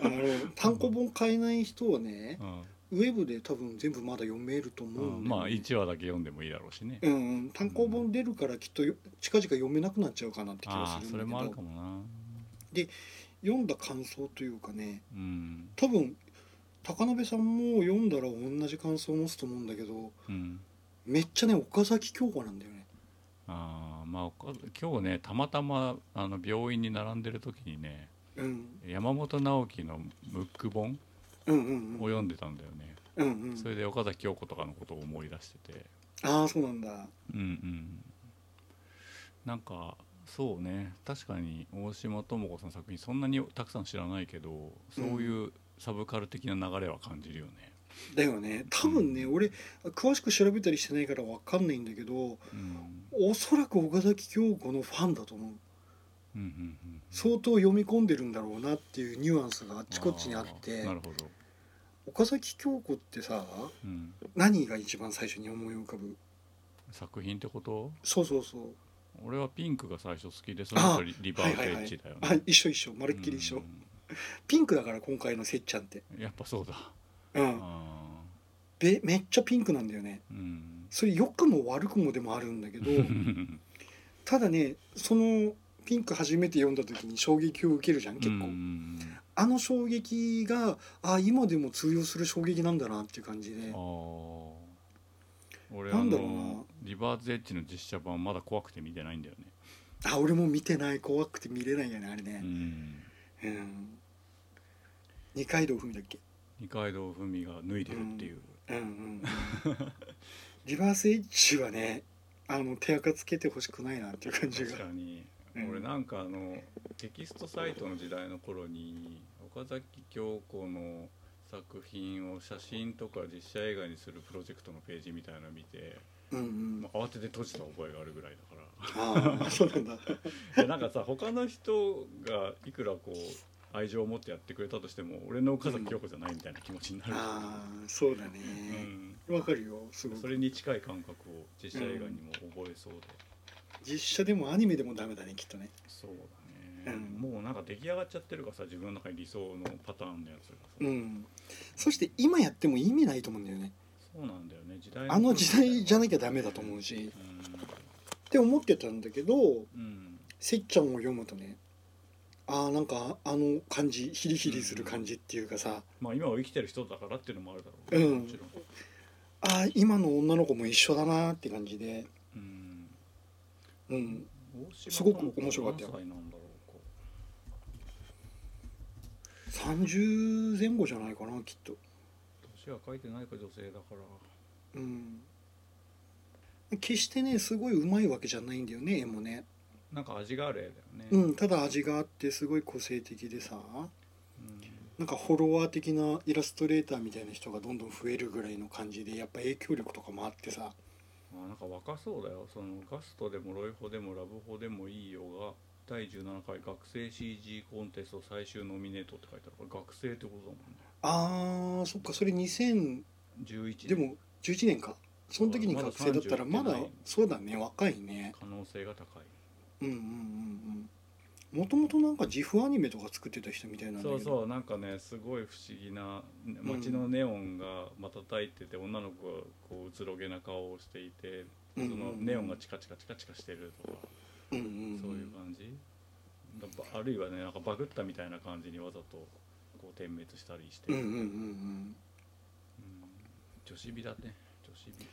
B: あの 単行本買えない人はね
A: うん。
B: ウェブで多分全部まだ読めると思
A: う
B: うんんだよね
A: まあ、一話だけ読んでもいいだろうしね。
B: うんうん、単行本出るからきっとよ近々読めなくなっちゃうかなって気が
A: ああ、
B: す
A: そ
B: る
A: れ
B: ん
A: もあ
B: だけ
A: る
B: ど
A: かもな。
B: 読んだ感想というかね
A: うん。
B: 多分高鍋さんも読んだら同じ感想を持つと思うんだけど
A: うん。
B: めっちゃね岡崎京子なんだよね
A: ああ、まあ、おか今日ね、たまたま、あの、病院に並んでる時にね。
B: うん
A: 山本直樹のムック本
B: うん
A: を
B: うん
A: 読んでたんだよね。
B: うんうんうん
A: それで岡崎京子とかのことを思い出してて。
B: ああそうなんだ
A: うんうん、なんかそうね確かに大島智子さんの作品そんなにたくさん知らないけどそういうサブカル的な流れは感じるよね。
B: だよね多分ね俺詳しく調べたりしてないから分かんないんだけど
A: うん
B: おそらく岡崎京子のファンだと思う
A: うんうんうん
B: 相当読み込んでるんだろうなっていうニュアンスがあっちこっちにあって
A: ーなるほど、
B: 岡崎京子ってさ
A: うん、
B: 何が一番最初に思い浮かぶ
A: 作品ってこと
B: そうそうそう
A: 俺はピンクが最初好きでそれこそリリバ
B: はい
A: ー
B: はい
A: ベ
B: は
A: ッ
B: い
A: ジだよね、
B: あ一緒一緒まるっきり一緒、ピンクだから今回のせっちゃんって
A: うんやっぱそうだ
B: うん
A: あ
B: べめっちゃピンクなんだよね
A: ーうん
B: それ良くも悪くもでもあるんだけど ただねそのピンク初めて読んだ時に衝撃を受けるじゃん結構、
A: うん
B: あの衝撃があ今でも通用する衝撃なんだなっていう感じで
A: あー俺あ
B: なんだろうな
A: のリバーズエッジの実写版まだ怖くて見てないんだよね、
B: あ俺も見てない怖くて見れないよねあれ
A: う
B: ね
A: ん、
B: うん二階堂ふみだっけ
A: 二階堂ふみが脱いでるっていう、
B: うんうんリバースエッジはねあの手垢つけてほしくないなっていう感じ
A: 確
B: が
A: かに、
B: うん
A: 俺なんかあのテキストサイトの時代の頃に岡崎京子の作品を写真とか実写映画にするプロジェクトのページみたいなの見て、
B: うんうん
A: まあ、慌てて閉じた覚えがあるぐらいだから
B: ああそうなんだ
A: いやなんかさ他の人がいくらこう愛情を持ってやってくれたとしても俺の岡崎京子じゃないみたいな気持ちになる、
B: ああそうだ
A: う
B: ね
A: ん
B: わ、かるよすご
A: そ
B: く
A: れに近い感覚を実写映画にも覚えそうで、
B: 実写でもアニメでもダメだねきっとね
A: そう
B: う
A: だね、
B: ん
A: もうなんか出来上がっちゃってるからさ自分の中に理想のパターンのやつがさ、
B: うんそして今やっても意味ないと思うんだよね
A: そうなんだよね時代
B: あの時代じゃなきゃダメだと
A: う
B: 思
A: ん
B: うしって思ってたんだけど
A: うん
B: せっちゃんを読むとねああんかあの感じヒリヒリする感じっていうかさ
A: まあ今を生きてる人だからっていうのもあるだろう、
B: うん
A: もちろん、
B: ああ今の女の子も一緒だなって感じで
A: うん、
B: うん
A: す
B: すごく面白かったよ
A: 歳なんだろうか
B: 30前後じゃないかなきっと
A: 年は書いてないか女性だから
B: うん決してねすごいうまいわけじゃないんだよね絵もね
A: なんか味がある絵だよね、
B: うんただ味があってすごい個性的でさ
A: うん
B: なんかフォロワー的なイラストレーターみたいな人がどんどん増えるぐらいの感じでやっぱ影響力とかもあってさ
A: あなんか若そうだよそのガストでもロイホでもラブホでもいいよが第17回学生 CG コンテスト最終ノミネートって書いてあるから学生ってことだもんね
B: あーそっかそれ2000
A: 11
B: でも11年かその時に
A: まだ
B: 学生だったらまだ
A: 30
B: そうだね若いね
A: 可能性が高い
B: うんうんうんうんもともとなんか自負アニメとか作ってた人みたいなんだけ
A: そ
B: ど
A: うそうなんかねすごい不思議な街のネオンが瞬いてて、女の子がこううつろげな顔をしていてそ
B: うん
A: のネオンがチカチカチカチカしてるとか、
B: うんうんん
A: そういう感じだばあるいはねなんかバグったみたいな感じにわざとこう点滅したりして、
B: うんうんうん
A: うん女子美だね女子美
B: う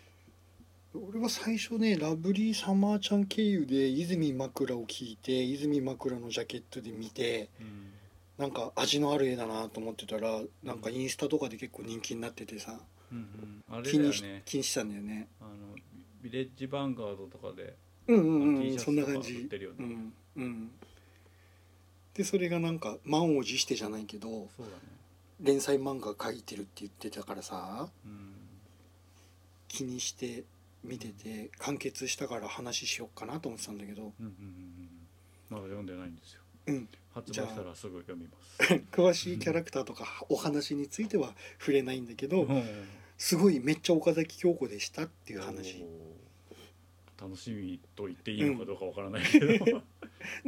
B: ん俺は最初ねラブリーサマーちゃん経由で泉枕を聞いて泉枕のジャケットで見て
A: うん
B: なんか味のある絵だなと思ってたらなんかインスタとかで結構人気になっててさ
A: うんうんあれだ
B: 気
A: よ
B: にし
A: ね
B: 気にしたんだよね
A: あのビレッジヴァンガードとかで
B: うんう
A: あ
B: ん
A: の
B: う
A: T
B: ん
A: シャツ
B: そんな感
A: とか売
B: じ
A: ってるよね
B: うんうんでそれがなんか満を持してじゃないけど
A: そうだね
B: 連載漫画描いてるって言ってたからさ
A: うん
B: 気にして見てて完結したから話しようかなと思ってたんだけど
A: うんうんうんうんまだ読んでないんですよ
B: うん
A: 発売
B: じゃあ
A: したらすぐ読みます
B: 詳しいキャラクターとかお話については触れないんだけど
A: うん
B: すごいめっちゃ岡崎京子でしたっていう話
A: おー楽しみと言っていいのかどうかわからないけど、
B: で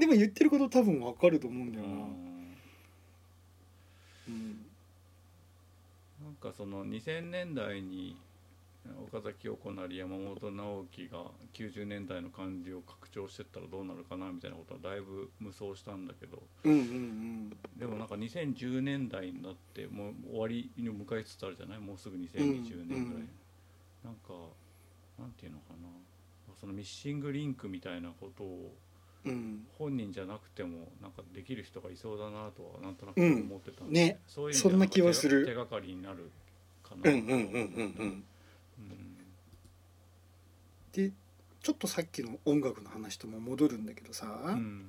B: も言ってること多分わかると思うん
A: う
B: だよな、
A: ん
B: うん
A: なんかその2000年代に岡崎京子なり山本直樹が90年代の感じを拡張してったらどうなるかなみたいなことはだいぶ無双したんだけど
B: うんうん
A: でもなんか2010年代になってもう終わりに向かいつつあるじゃないもうすぐ2020年ぐらい、
B: うんうん
A: なんかなんていうのかなそのミッシングリンクみたいなことを
B: うんうん
A: 本人じゃなくてもなんかできる人がいそうだなとはなんとなく思ってたんで、
B: うんね
A: そういう意味では
B: そんな気はする
A: 手が手がかりになるか
B: う
A: な、
B: んうんうんうんうん
A: うん
B: でちょっとさっきの音楽の話とも戻るんだけどさ、
A: うん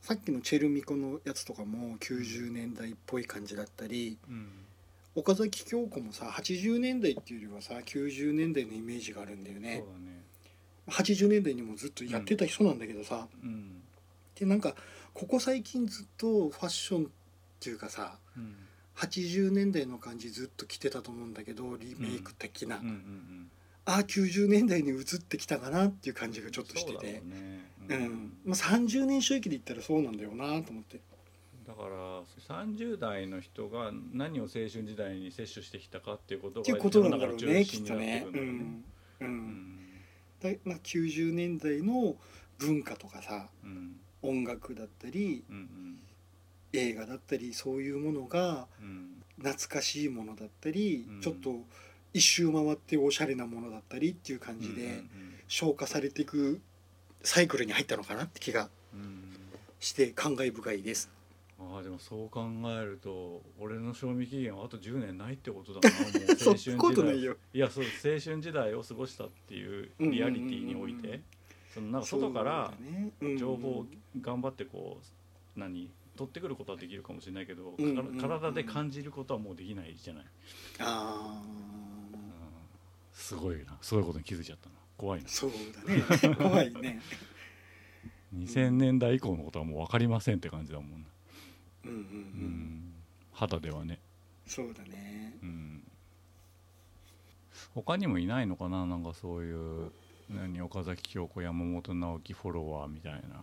B: さっきのチェルミコのやつとかも90年代っぽい感じだったり
A: うん
B: 岡崎京子もさ80年代っていうよりはさ90年代のイメージがあるんだよ
A: そうだ
B: ね
A: ね
B: 80年代にもずっとやってた人なんだけどさ、
A: うん
B: でなんかここ最近ずっとファッションっていうかさ
A: うん
B: 80年代の感じずっと着てたと思うんだけどリメイク的な、
A: うんうん
B: あああ90年代に移ってきたかなっていう感じがちょっとして
A: そうだろ
B: て
A: うね
B: う、んまあ、30年周期で言ったらそうなんだよなと思って
A: だから30代の人が何を青春時代に摂取してきたかっていうことが
B: っていうことなんだろう
A: 自分の中
B: ね
A: の
B: きっと
A: 中
B: ね。
A: 心になってく
B: う
A: るんだろ
B: んう
A: うんん
B: だまあ、90年代の文化とかさ
A: うん
B: 音楽だったり
A: うんうん
B: 映画だったりそういうものが
A: うん
B: 懐かしいものだったり、
A: うん
B: ちょっと一周回っておしゃれなものだったりっていう感じ
A: うん
B: で消化されていくサイクルに入ったのかなって気が
A: うん
B: して感慨深いです。
A: うんああでもそう考えると俺の賞味期限はあと10年ないってことだ なもう
B: そ
A: 青春
B: ん
A: 時代
B: なことないよ。
A: いやそう青春時代を過ごしたっていうリアリティにおい
B: うんうんうんう
A: て
B: ん
A: そのなんか外から
B: そうだねうん
A: 情報を頑張ってこう何取ってくることはできるかもしれないけど、
B: うんうんうん
A: から体で感じることはもうできないじゃない、
B: あ
A: う
B: ー
A: んすごいなそういうことに気づいちゃったな怖いな
B: そうだ ね怖いね。
A: 2000年代以降のことはもう分かりませんって感じだもんな、
B: うんうんう
A: うん
B: ん、
A: 肌ではね、
B: そうだね。
A: うん、他にもいないのかななんかそういう何岡崎京子山本直樹フォロワーみたいな、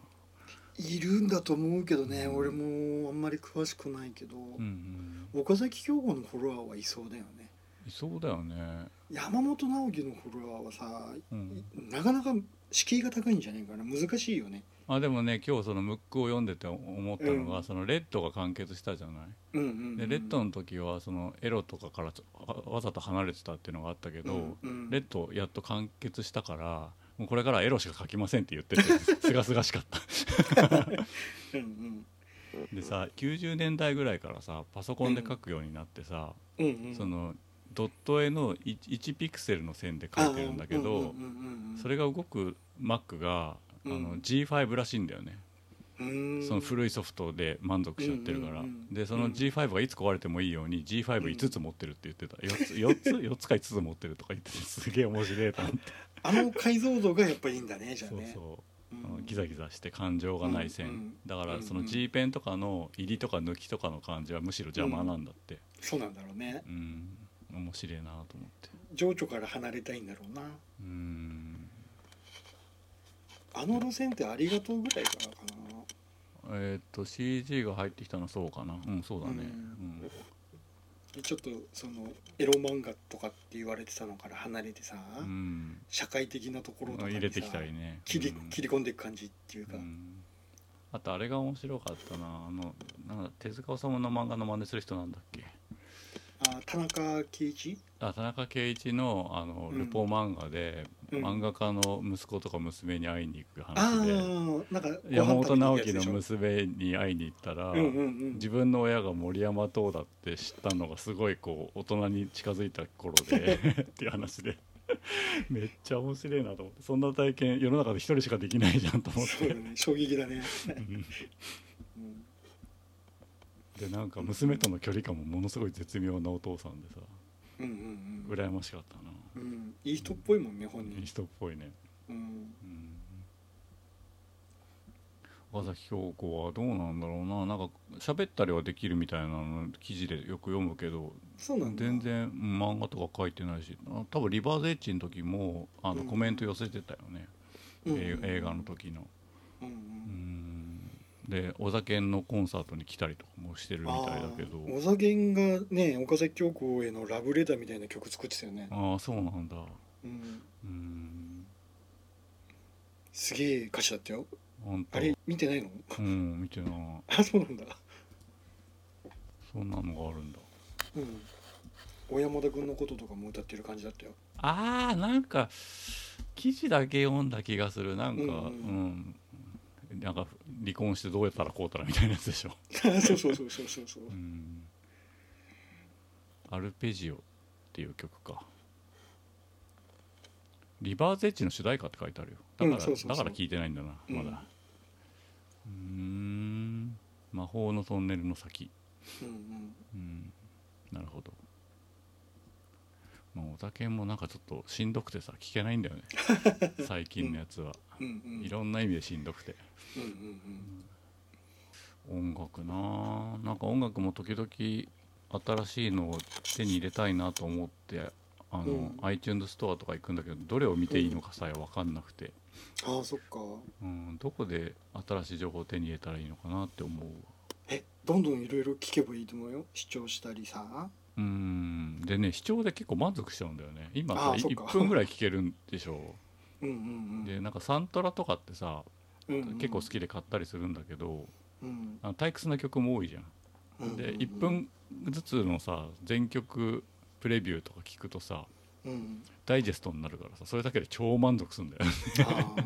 B: いるんだと思うけどね、
A: うん
B: 俺もあんまり詳しくないけど、
A: うんうん、
B: 岡崎京吾のフォロワーはいそうだよね
A: いそうだよね、
B: 山本直樹のフォロワーはさ
A: うん、
B: なかなか敷居が高いんじゃないかな難しいよね
A: あでもね今日そのムックを読んでて思ったのが、
B: うん
A: そのレッドが完結したじゃない、
B: うんうんうん、
A: でレッドの時はそのエロとかからちょわわざと離れてたっていうのがあったけど、
B: うんうん
A: レッドやっと完結したからもうこれからはエロしか書きませんって言っててすがすがしかった
B: うん
A: でさ90年代ぐらいからさパソコンで書くようになってさ、
B: うんうんうん
A: そのドット絵の 1, ピクセルの線で書いてるんだけど、
B: うんうんうんうん、
A: それが動く Mac があ
B: う
A: の
B: ん
A: G5 らしいんだよね、
B: うん
A: その古いソフトで満足しちゃってるから、
B: うんうんうん
A: でそうの
B: ん
A: G5 がいつ壊れてもいいように
B: うん
A: G55 つ持ってるって言ってた、4つ4つ4つか5つ持ってるとか言って てすげえ面白いと思って、
B: あの解像度がやっぱいいんだねじゃあ
A: そう
B: ね
A: そううあの
B: ん
A: ギザギザして感情がない線、
B: うんうん
A: だからそ
B: うん
A: の
B: うん
A: G ペンとかの入りとか抜きとかの感じはむしろ邪魔なんだって
B: そうなんだろうね
A: うん、面白いなと思って
B: 情緒から離れたいんだろうな
A: うん
B: あの路線ってありがとうぐらいからかな
A: えーっと CG が入ってきたのそうかなうんそうだね、
B: う
A: うん
B: でちょっとそのエロ漫画とかって言われてたのから離れてさ、
A: うん
B: 社会的なところとかにさ
A: 入れてきたりね
B: 切り
A: うん
B: 切り込んでいく感じっていうか、
A: うんあとあれが面白かったなあのなんか手塚治虫の漫画の真似する人なんだっけ
B: あ田中圭一、
A: あ田中圭一のあの
B: うん
A: ルポ漫画で、
B: うん
A: 漫画家の息子とか娘に会いに行く
B: あ
A: 話で、
B: あなんか
A: 山本直樹の
B: 息
A: 娘に会いに行ったら、
B: うんうんうん
A: 自分の親が森山党だって知ったのがすごいこう大人に近づいた頃で っていう話で めっちゃ面白いなと思ってそんな体験世の中で一人しかできないじゃんと思っ
B: そうだ
A: て。
B: ね衝撃だね、
A: うん
B: うん
A: で なんか娘との距離感もものすごい絶妙なお父さんでさ
B: うんうんうん
A: 羨ましかったな、
B: うん、いい人っぽいもんね本
A: いい
B: 人、
A: 人っぽいね、
B: うん、
A: うん、岡崎京子はどうなんだろうななんか喋ったりはできるみたいなの記事でよく読むけど
B: そうなんだ
A: 全然うん漫画とか書いてないしあ多分リバーズエッジの時もあの
B: うん
A: コメント寄せてたよね、
B: うんうん
A: 映画映画の時の
B: うん
A: う
B: う
A: んんでお酒のコンサートに来たりとかもしてるみたいだけど
B: あー小田源がね岡崎京子へのラブレターみたいな曲作ってたよね、
A: ああそうなんだ
B: うん、
A: うん
B: すげえ歌詞だったよ
A: 本当
B: あれ見てないの
A: うん見てない
B: あそうなんだ、
A: そんなのがあるんだ
B: うん、小山田君のこととかも歌ってる感じだったよ
A: あーなんか記事だけ読んだ気がするなんか
B: う
A: うんん、なんか離婚してどうやったらこうたらみたいなやつでしょ、
B: そうそうそうそうそうそう
A: うん、アルペジオっていう曲かリバーズエッジの主題歌って書いてあるよだ
B: うん
A: から、
B: そうそうそう
A: だから聞いてないんだなまだうーん魔法のトンネルの先
B: うん
A: うんなるほど。まあ、お酒もなんかちょっとしんどくてさ聞けないんだよ ね最近のやつは、
B: うんうんうん
A: いろんな意味でしんどくて
B: うんうん
A: 音楽なあなんか音楽も時々新しいのを手に入れたいなと思ってあの、
B: うん
A: iTunes ストアとか行くんだけどどれを見ていいのかさえ分かんなくて、
B: ああそっか
A: うん、どこで新しい情報を手に入れたらいいのかなって思う
B: えどんどんいろいろ聞けばいいと思うよ視聴したりさ
A: うんでね視聴で結構満足しちゃうんだよね今さ
B: あーそっ
A: 1
B: か
A: 分ぐらい聞けるんでしょ
B: うんう
A: うんでなんかサントラとかってさ
B: うんうんうん
A: 結構好きで買ったりするんだけど
B: うん
A: あの退屈な曲も多いじゃん
B: うんうん
A: で1分ずつのさ全曲プレビューとか聞くとさ
B: うん
A: ダイジェストになるからさそれだけで超満足すんだよ、
B: あー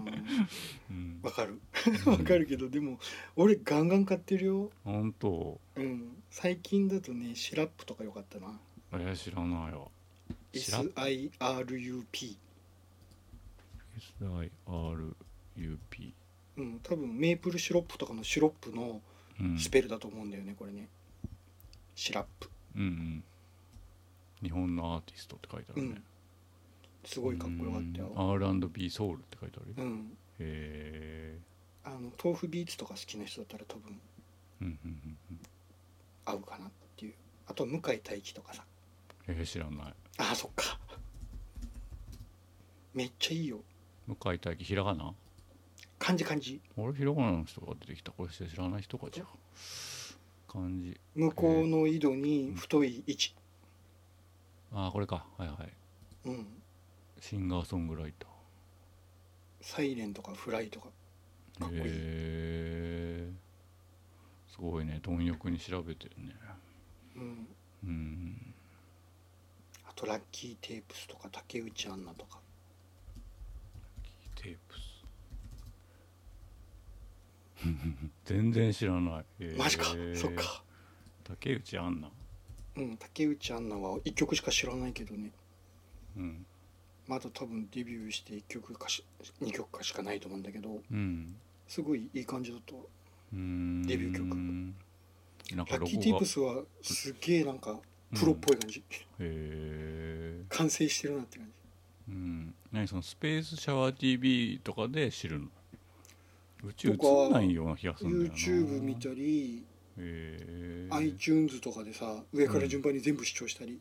A: うん、
B: わかるわかるけどでも俺ガンガン買ってるよ
A: 本当
B: うん最近だとねシラップとかよかったな
A: えー知らないわシラッ
B: SIRUP
A: SIRUP
B: うん多分メープルシロップとかのシロップの
A: うん
B: スペルだと思うんだよねこれねシラップ
A: うんうん日本のアーティストって書いてあるね、
B: うんすごいかっこよかったよ
A: うん R&B ソウルって書いてあるよ、
B: う
A: へ
B: ん
A: え
B: あの豆腐ビーツとか好きな人だったら多分
A: うんうんうんうん
B: 合うかなっていうあとは向井太一とかさ
A: えー知らない
B: あーそっかめっちゃいいよ
A: 向井大輝ひらがな
B: 漢字漢字
A: 俺ひらがなの人が出てきたこれ知らない人かじゃあ漢字
B: 向こうの井戸に太い位置
A: ああこれかはいはい
B: うん
A: シンガーソングライター
B: サイレンとかフライとかかっこいい
A: へえすごいね貪欲に調べてるね
B: うん
A: うん
B: あとラッキーテープスとか竹内杏奈とか
A: テー プス全然知らない、へー
B: マジかそっか
A: 竹内杏奈
B: うん竹内杏奈は1曲しか知らないけどね
A: うん
B: まだ多分デビューして1曲かし2曲かしかないと思うんだけど
A: うん
B: すごいいい感じだった
A: うーん
B: デビュー曲
A: なんか
B: ラ
A: ロ
B: ッ
A: ゴ
B: キー
A: が
B: テープスはすげえなんかプロっぽい感じ、
A: うんへえ
B: 完成してるなって感じ
A: うん何そのスペースシャワー TV とかで知るの宇宙映
B: 僕は
A: んないような気がするんだよな
B: YouTube 見たり、
A: へえ
B: iTunes とかでさ上から順番に全部視聴したり、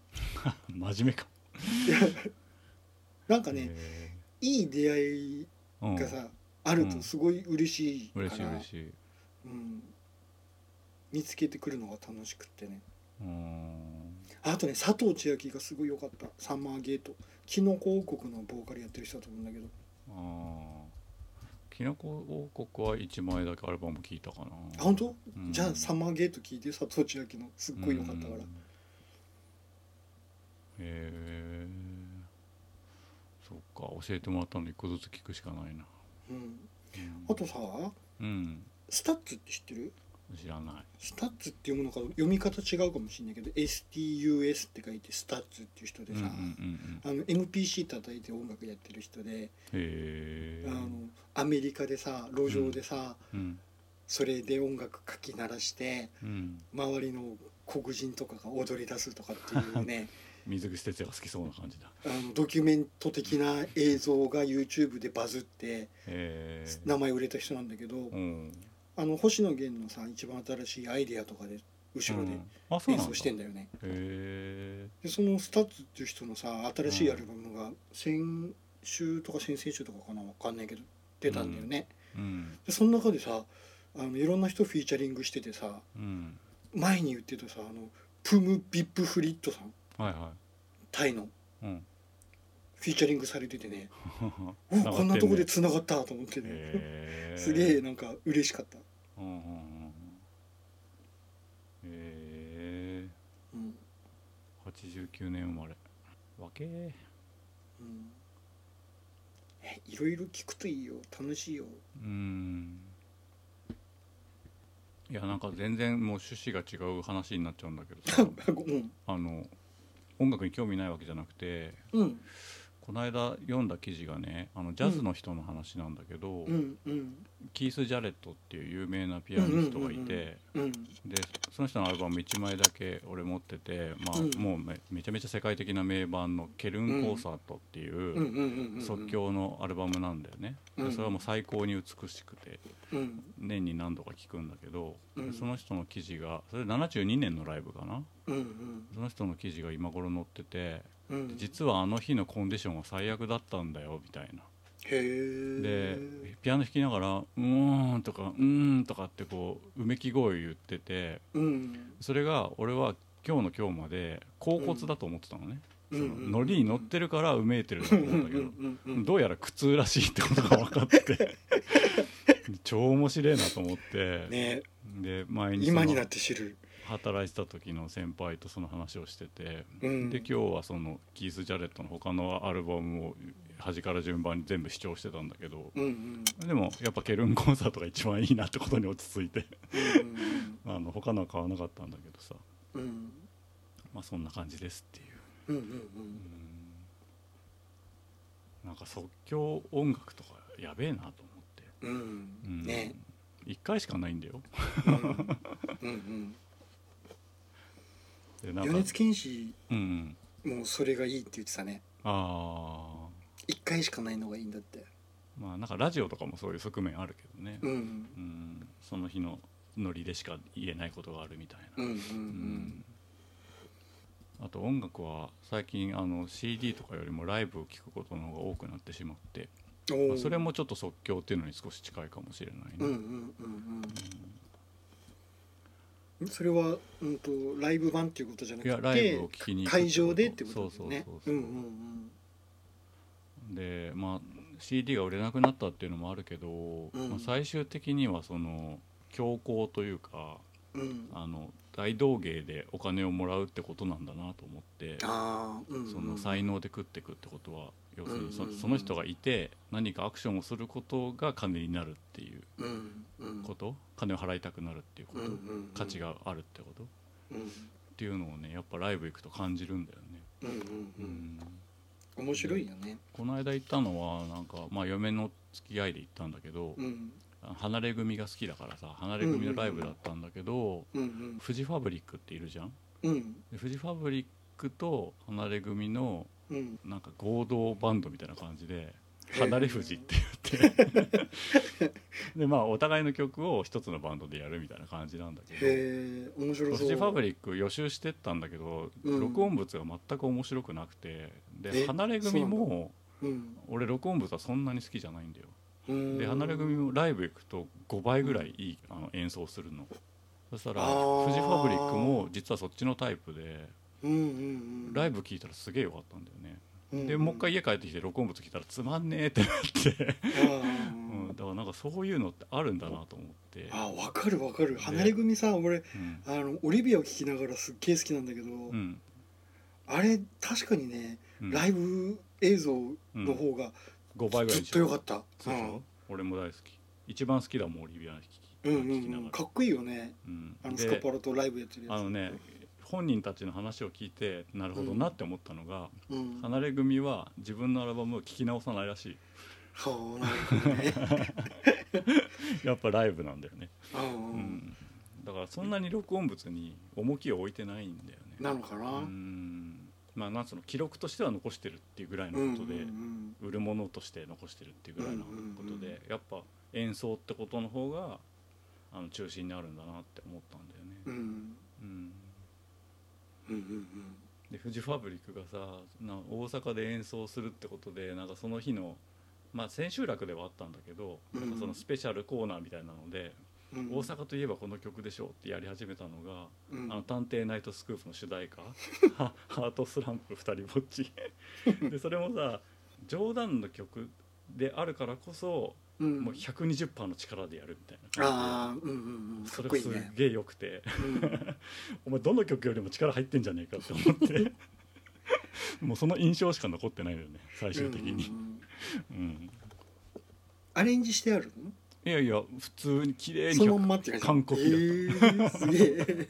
A: 真面目か
B: なんかね、
A: へ
B: いい出会い
A: ーうん
B: がさ、あるとすごい嬉しいから、
A: 嬉しい嬉しい
B: うん、見つけてくるのが楽しくってね
A: うん
B: あとね佐藤千秋がすごい良かったサマーゲートキノコ王国のボーカルやってる人だと思うんだけど
A: あーきなこ王国は1枚だけアルバム聞いたかな
B: あ本当、
A: うん
B: じゃあサマーゲート聞いて佐藤千秋のすっごい良かったから、
A: うんへえそっか教えてもらったの一個ずつ聞くしかないな、
B: うん、
A: うん
B: あとさ
A: うん
B: スタッツって知ってる
A: 知らない
B: スタッツっていうものか読み方違うかもしれないけど STUS って書いてスタッツっていう人で
A: うんうん
B: さ、
A: うんうんへ
B: あの MPC 叩いて音楽やってる人で、
A: え
B: あのアメリカでさ路上でさ、
A: うん
B: それで音楽かき鳴らして
A: うん
B: 周りの黒人とかが踊り出すとかっていうね
A: 水口哲也が好きそうな感じだ
B: あのドキュメント的な映像が YouTube でバズって
A: へえ
B: 名前売れた人なんだけど、
A: うん
B: あの星野源のさ一番新しいアイデアとかで後ろで
A: うんあそう
B: 演
A: なんだ
B: 奏してん
A: へ
B: だよね。
A: え
B: でそのスタッツっていう人のさ新しいアルバムが先週とか先々週とかかなわかんないけど出たんだよね。
A: うん
B: でその中でさあのいろんな人フィーチャリングしててさ
A: うん
B: 前に言ってたさあのプム・ビップ・フリットさん
A: はいは
B: タイの
A: いうん
B: フィーチャリングされててね お
A: 繋がってね
B: こんなとこで繋がったと思ってね、
A: へえ
B: すげえなんか嬉しかった、
A: うんうんうんうんへえ
B: うん
A: 89年生まれわけー
B: うん、えいろいろ聞くといいよ楽しいよ
A: うんいやなんか全然もう趣旨が違う話になっちゃうんだけど さ
B: うん
A: あの音楽に興味ないわけじゃなくて
B: うん
A: この間読んだ記事がねあのジャズの人の話なんだけど、
B: うんうん
A: キース・ジャレットっていう有名なピアニストがいて、
B: うん
A: でその人のアルバム1枚だけ俺持ってて、まあ
B: うん
A: もうめめちゃめちゃ世界的な名盤の「ケルンコンサート」っていううん
B: うんうんうん
A: 即興のアルバムなんだよね、で
B: うん
A: それはもう最高に美しくて
B: うん
A: 年に何度か聴くんだけど、
B: うん
A: その人の記事がそれ72年のライブかな
B: うんうん
A: その人の記事が今頃載ってて
B: うん
A: 実はあの日のコンディションは最悪だったんだよみたいな
B: へえ
A: でピアノ弾きながら「うーん」とか「うーん」とかってこううめき声を言ってて
B: うん
A: それが俺は今日の今日まで甲骨だと思ってたのね、
B: うん
A: その
B: うん
A: ノリに乗ってるからうめいてるんだと
B: うんう
A: 思
B: ん
A: ったけど
B: うんうん
A: どうやら苦痛らしいってことが分かって 超面白いなと思って、
B: ね
A: で前にその
B: 今になって知る
A: 働いてた時の先輩とその話をしてて、
B: うん
A: で今日はそのキース・ジャレットの他のアルバムを端から順番に全部視聴してたんだけど、
B: うんうん
A: でもやっぱケルンコンサートが一番いいなってことに落ち着いて
B: うん
A: あの他のは買わなかったんだけどさ
B: うんうん
A: まあそんな感じですっていう
B: うんうんう
A: うんんなんか即興音楽とかやべえなと思って、
B: うん
A: うん
B: ね
A: 1回しかないんだよ
B: うんうん
A: で
B: う
A: なんんか
B: 米津玄師
A: うんうん
B: もそれがいいって言ってたね
A: あ
B: 一回しかないのがいいんだって
A: ーまあなんかラジオとかもそういう側面あるけどね、
B: うん
A: うんその日のノリでしか言えないことがあるみたいな
B: うんうん
A: あと音楽は最近あの CD とかよりもライブを聴くことの方が多くなってしまって、
B: うんお
A: まあ
B: ー
A: それもちょっと即興っていうのに少し近いかもしれないね、
B: うんうんうんうんそれはうんとライブ版っていうことじゃない
A: や
B: く
A: ライブを
B: て
A: 聴きに行く
B: 会場でってことだ
A: そうそ
B: よ
A: う
B: ね
A: そう
B: う
A: そ
B: ん
A: う、
B: うん
A: でまあ CD が売れなくなったっていうのもあるけど、
B: ん
A: まあ、最終的にはその強行というか
B: うんうん
A: あの大道芸でお金をもらうってことなんだなと思って
B: あーうんうん
A: その才能で食ってくってことは要するにそ,、
B: うんうんうん
A: その人がいて何かアクションをすることが金になるっていう
B: うんうん
A: こと、金を払いたくなるっていうこと、
B: うんうんうん
A: 価値があるってことっ
B: うん
A: ていうのをねやっぱライブ行くと感じるんだよね、
B: うんうんうん面白いよね
A: この間行ったのはなんか、まあ、嫁の付き合いで行ったんだけど、
B: うん
A: 離れ組が好きだからさ離れ組のライブだったんだけど、
B: うん
A: フジファブリックっているじゃん
B: うんうん
A: でフジファブリックと離れ組の
B: うん
A: なんか合同バンドみたいな感じで「
B: へえ
A: 離れ富士」って言って でまあお互いの曲を一つのバンドでやるみたいな感じなんだけ
B: へえ面白
A: ど
B: そう
A: フジファブリック予習してったんだけど、
B: うん
A: 録音物が全く面白くなくてで
B: え
A: 離れ組も
B: うん
A: 俺録音物はそんなに好きじゃないんだよ
B: うん
A: で離れ組もライブ行くと5倍ぐらいいいあの演奏するのそしたら
B: あー
A: フジファブリックも実はそっちのタイプで
B: うんうんうん
A: ライブ聴いたらすげえよかったんだよね
B: うん
A: でもう一回家帰ってきて録音物来たらつまんねえってなって、
B: あー
A: うん、だからなんかそういうのってあるんだなと思って、
B: あーわかるわかる離れ組さ俺
A: うん
B: あのオリビアを聴きながらすっげえ好きなんだけど、
A: うん
B: あれ確かにね、
A: うん、
B: ライブ映像の方が
A: 5倍ぐらい
B: ずっ
A: でし
B: と良か
A: ょ
B: った、
A: そうでしょ俺も大好き一番好きだもんオリビアの弾き
B: うん、うん
A: 弾き
B: うん
A: な
B: う
A: が
B: ん
A: ら
B: か、っこいいよね
A: うん
B: あのスカ
A: で
B: パラとライブやってるやつ
A: あのね本人たちの話を聞いてなるほどなって思ったのが、
B: うん、は
A: 離れ組は自分のアルバムを聴き直さないらしい
B: あなるほ どね
A: やっぱライブなんだよね、
B: う
A: うん
B: うん
A: ん、だからそんなに録音物に重きを置いてないんだよね
B: なのかな、
A: う
B: うん
A: んまあなんつうの記録としては残してるっていうぐらいのことで、
B: うん
A: 売るものとして残してるっていうぐらいのことで、
B: うんうん
A: やっぱ演奏ってことの方があの中心にあるんだなって思ったんだよね、
B: うんうん
A: うん
B: うんうん
A: でフジファブリックがさな大阪で演奏するってことでなんかその日のまあ千秋楽ではあったんだけど、
B: うん
A: なんかそのスペシャルコーナーみたいなので、
B: うんうん
A: 大阪といえばこの曲でしょってやり始めたのが「
B: うん
A: あの探偵ナイトスクープ」の主題 歌「ハハートスランプ二人ぼっち」でそれもさ冗談の曲であるからこそ、
B: うん
A: もう120%の力でやるみたいな
B: ああうんうんうん
A: そ
B: かっ
A: れ
B: こ
A: が
B: いい
A: すっ
B: ね
A: げえよくて
B: うん
A: お前どの曲よりも力入ってんじゃねえかって思って もうその印象しか残ってないのよね最終的
B: う
A: に、
B: んうんうん
A: うん
B: アレンジしてある
A: いやいや普通に綺麗
B: の
A: に
B: そのま
A: 曲
B: んまって感じ
A: 完コピだ
B: だった、えー、すげ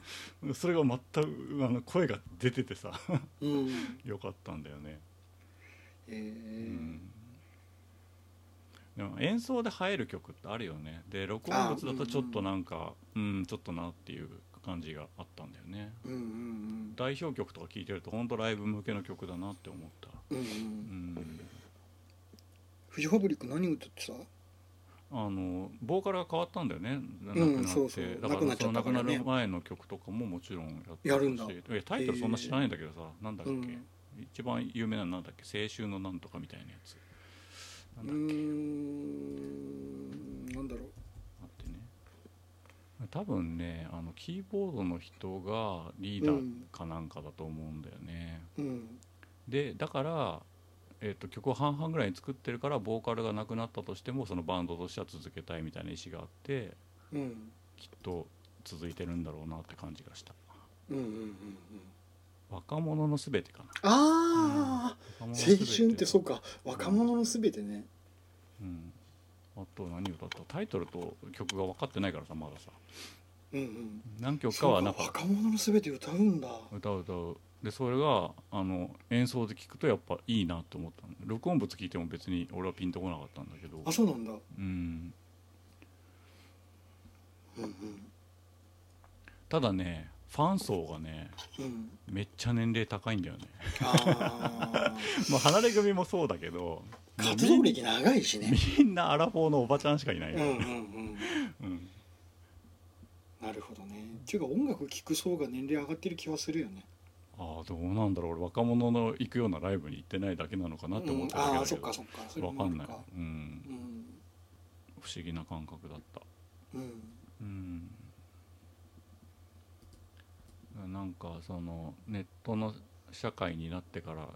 B: え
A: それが全くあの声が出ててさ
B: うん
A: よかったんだよね、
B: えー
A: うんでも演奏で映える曲ってあるよねで録音物だとちょっとなんかうん、ちょっとなっていうく感じがあったんだよね
B: うんうん
A: 代表曲とか聴いてるとほんとライブ向けの曲だなって思った
B: うんうんう
A: うんん
B: フジファブリック何歌ってた
A: あのボーカルが変わったんだよねなく
B: ん
A: なって
B: そうそう
A: だから
B: なくなっち
A: そ
B: ゃ
A: のな
B: った
A: く
B: か
A: な
B: らね
A: る前の曲とかももちろんやってたし
B: やるんだ
A: いやタイトルそんな知らないんだけどさ、なんだっけ、
B: うん
A: 一番有名なのなんだっけ青春のなんとかみたいなやつな
B: うんー
A: だっけ、
B: んなんだ
A: 待
B: ろ
A: ってね多分ねあのキーボードの人がリーダーかなんかだと思うんだよね、
B: ううん
A: でだから、えっと曲を半々ぐらいに作ってるからボーカルがなくなったとしてもそのバンドとしては続けたいみたいな意思があって
B: うん
A: きっと続いてるんだろうなって感じがした
B: うんうんうんうん
A: 若者のすべてかな
B: ああ
A: 若者の
B: 青
A: 全
B: 春ってそうか若者のすべてね
A: うん、あと何歌ったタイトルと曲が分かってないからさまださ
B: うんうん
A: 何曲か
B: そ
A: は
B: う
A: なん
B: か
A: か
B: 若者のすべて歌うんだ
A: 歌う歌うでそれがあの演奏で聞くとやっぱいいなと思ったの録音物聞いても別に俺はピンとこなかったんだけど
B: あそうなんだ
A: うん
B: うんうん
A: ただねファン層がね
B: うん
A: めっちゃ年齢高いんだよね
B: ああ
A: まあ離れ組もそうだけどもう
B: 活動歴長いしね
A: みんなアラフォーのおばちゃんしかいない
B: うん
A: よ、
B: う
A: ね
B: んうん
A: うん、
B: なるほどねっていうか音楽聴く層が年齢上がってる気はするよね
A: ああどうなんだろう俺若者の行くようなライブに行ってないだけなのかなって思って
B: うん、あ
A: た
B: あそ
A: け
B: っか
A: ど
B: そっかそれ
A: わ
B: も
A: か
B: あ
A: ん
B: る
A: ない
B: か、
A: うん
B: う、ん
A: 不思議な感覚だった
B: うん
A: うんなんかそのネットの社会になってから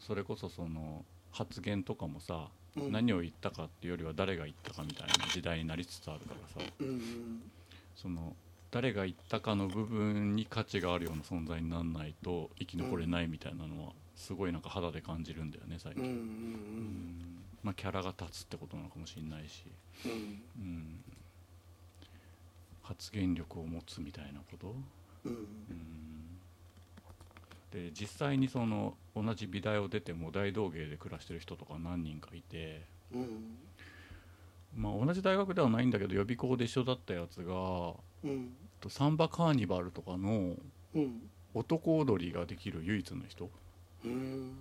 A: それこそその発言とかもさ、
B: うん
A: 何を言ったかっていうよりは誰が言ったかみたいな時代になりつつあるからさ
B: うんうん
A: その誰が言ったかの部分に価値があるような存在にならないと生き残れないみたいなのはすごいなんか肌で感じるんだよね最
B: うんう
A: 近、うんんまあ、キャラが立つってことなのかもしれないし、
B: うん
A: うん、発言力を持つみたいなこと、
B: うん
A: うん、で実際にその同じ美大を出ても大道芸で暮らしてる人とか何人かいて、
B: うん
A: まあ、同じ大学ではないんだけど予備校で一緒だったやつが
B: うん
A: とサンバカーニバルとかの
B: うん
A: 男踊りができる唯一の人
B: うん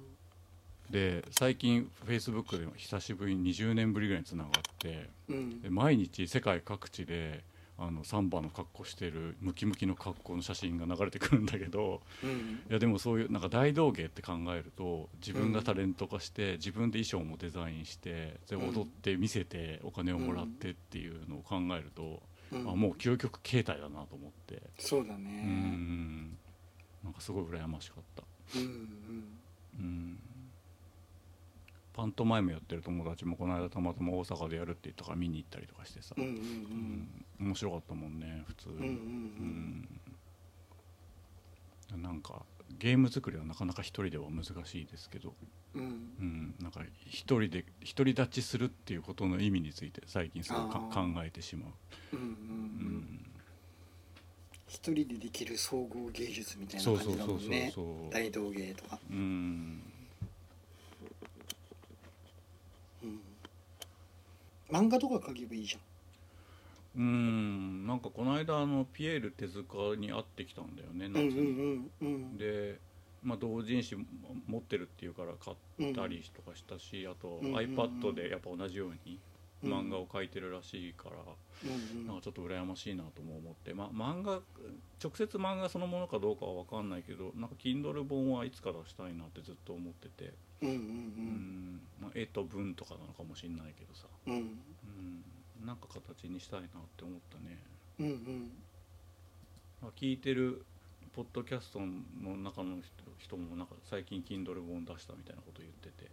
A: で最近フェイスブックでも久しぶりに20年ぶりぐらいにつながって
B: うん
A: で毎日世界各地であのサンバの格好してるムキムキの格好の写真が流れてくるんだけど
B: うん
A: いやでもそういうなんか大道芸って考えると自分がタレント化して自分で衣装もデザインしてで
B: うん
A: 踊って見せてお金をもらってっていうのを考えると
B: うん
A: あもう究極形態だなと思って
B: そうだ
A: う
B: ね
A: んなんかすごい羨ましかった。
B: うんうん
A: うんパントマイムやってる友達もこの間たまたま大阪でやるって言ったから見に行ったりとかしてさ、
B: うんうん
A: うん面白かったもんね普通
B: うんうんうん
A: に、うんなんかゲーム作りはなかなか一人では難しいですけど、
B: うんうん
A: うん、なんか一人で独り立ちするっていうことの意味について最近すごいか
B: あ
A: 考
B: ー
A: えてしまう、
B: うんうん
A: うん
B: 一人でできる総合芸術みたい
A: そ
B: な
A: うそ
B: 感
A: う
B: じだ
A: そ
B: も
A: うそ
B: ん
A: う
B: ね
A: そう、
B: 大道芸とか
A: うん
B: うん漫画とか描けばいいじ
A: うんなんかこの間あのピエール手塚に会ってきたんだよね
B: ゃんう
A: 夏
B: ん
A: に、
B: うんうんうん
A: で、まあ、同人誌も持ってるっていうから買ったりとかしたし、あと
B: うんうんうん
A: iPad でやっぱ同じように
B: うん
A: 漫画を描いてるらしいから、
B: うんう
A: なん
B: ん
A: かちょっと羨ましいなとも思って、まあ、漫画直接漫画そのものかどうかは分かんないけどなんか Kindle 本はいつか出したいなってずっと思ってて、
B: うんうんう
A: うん
B: ん
A: まあ、絵と文とかなのかもしれないけどさ、
B: うん
A: うん、なんか形にしたいなって思ったね。
B: うんうん
A: まあ、聞いてるポッドキャストの中の人人もなんか最近 Kindle 本出したみたいなこと言ってて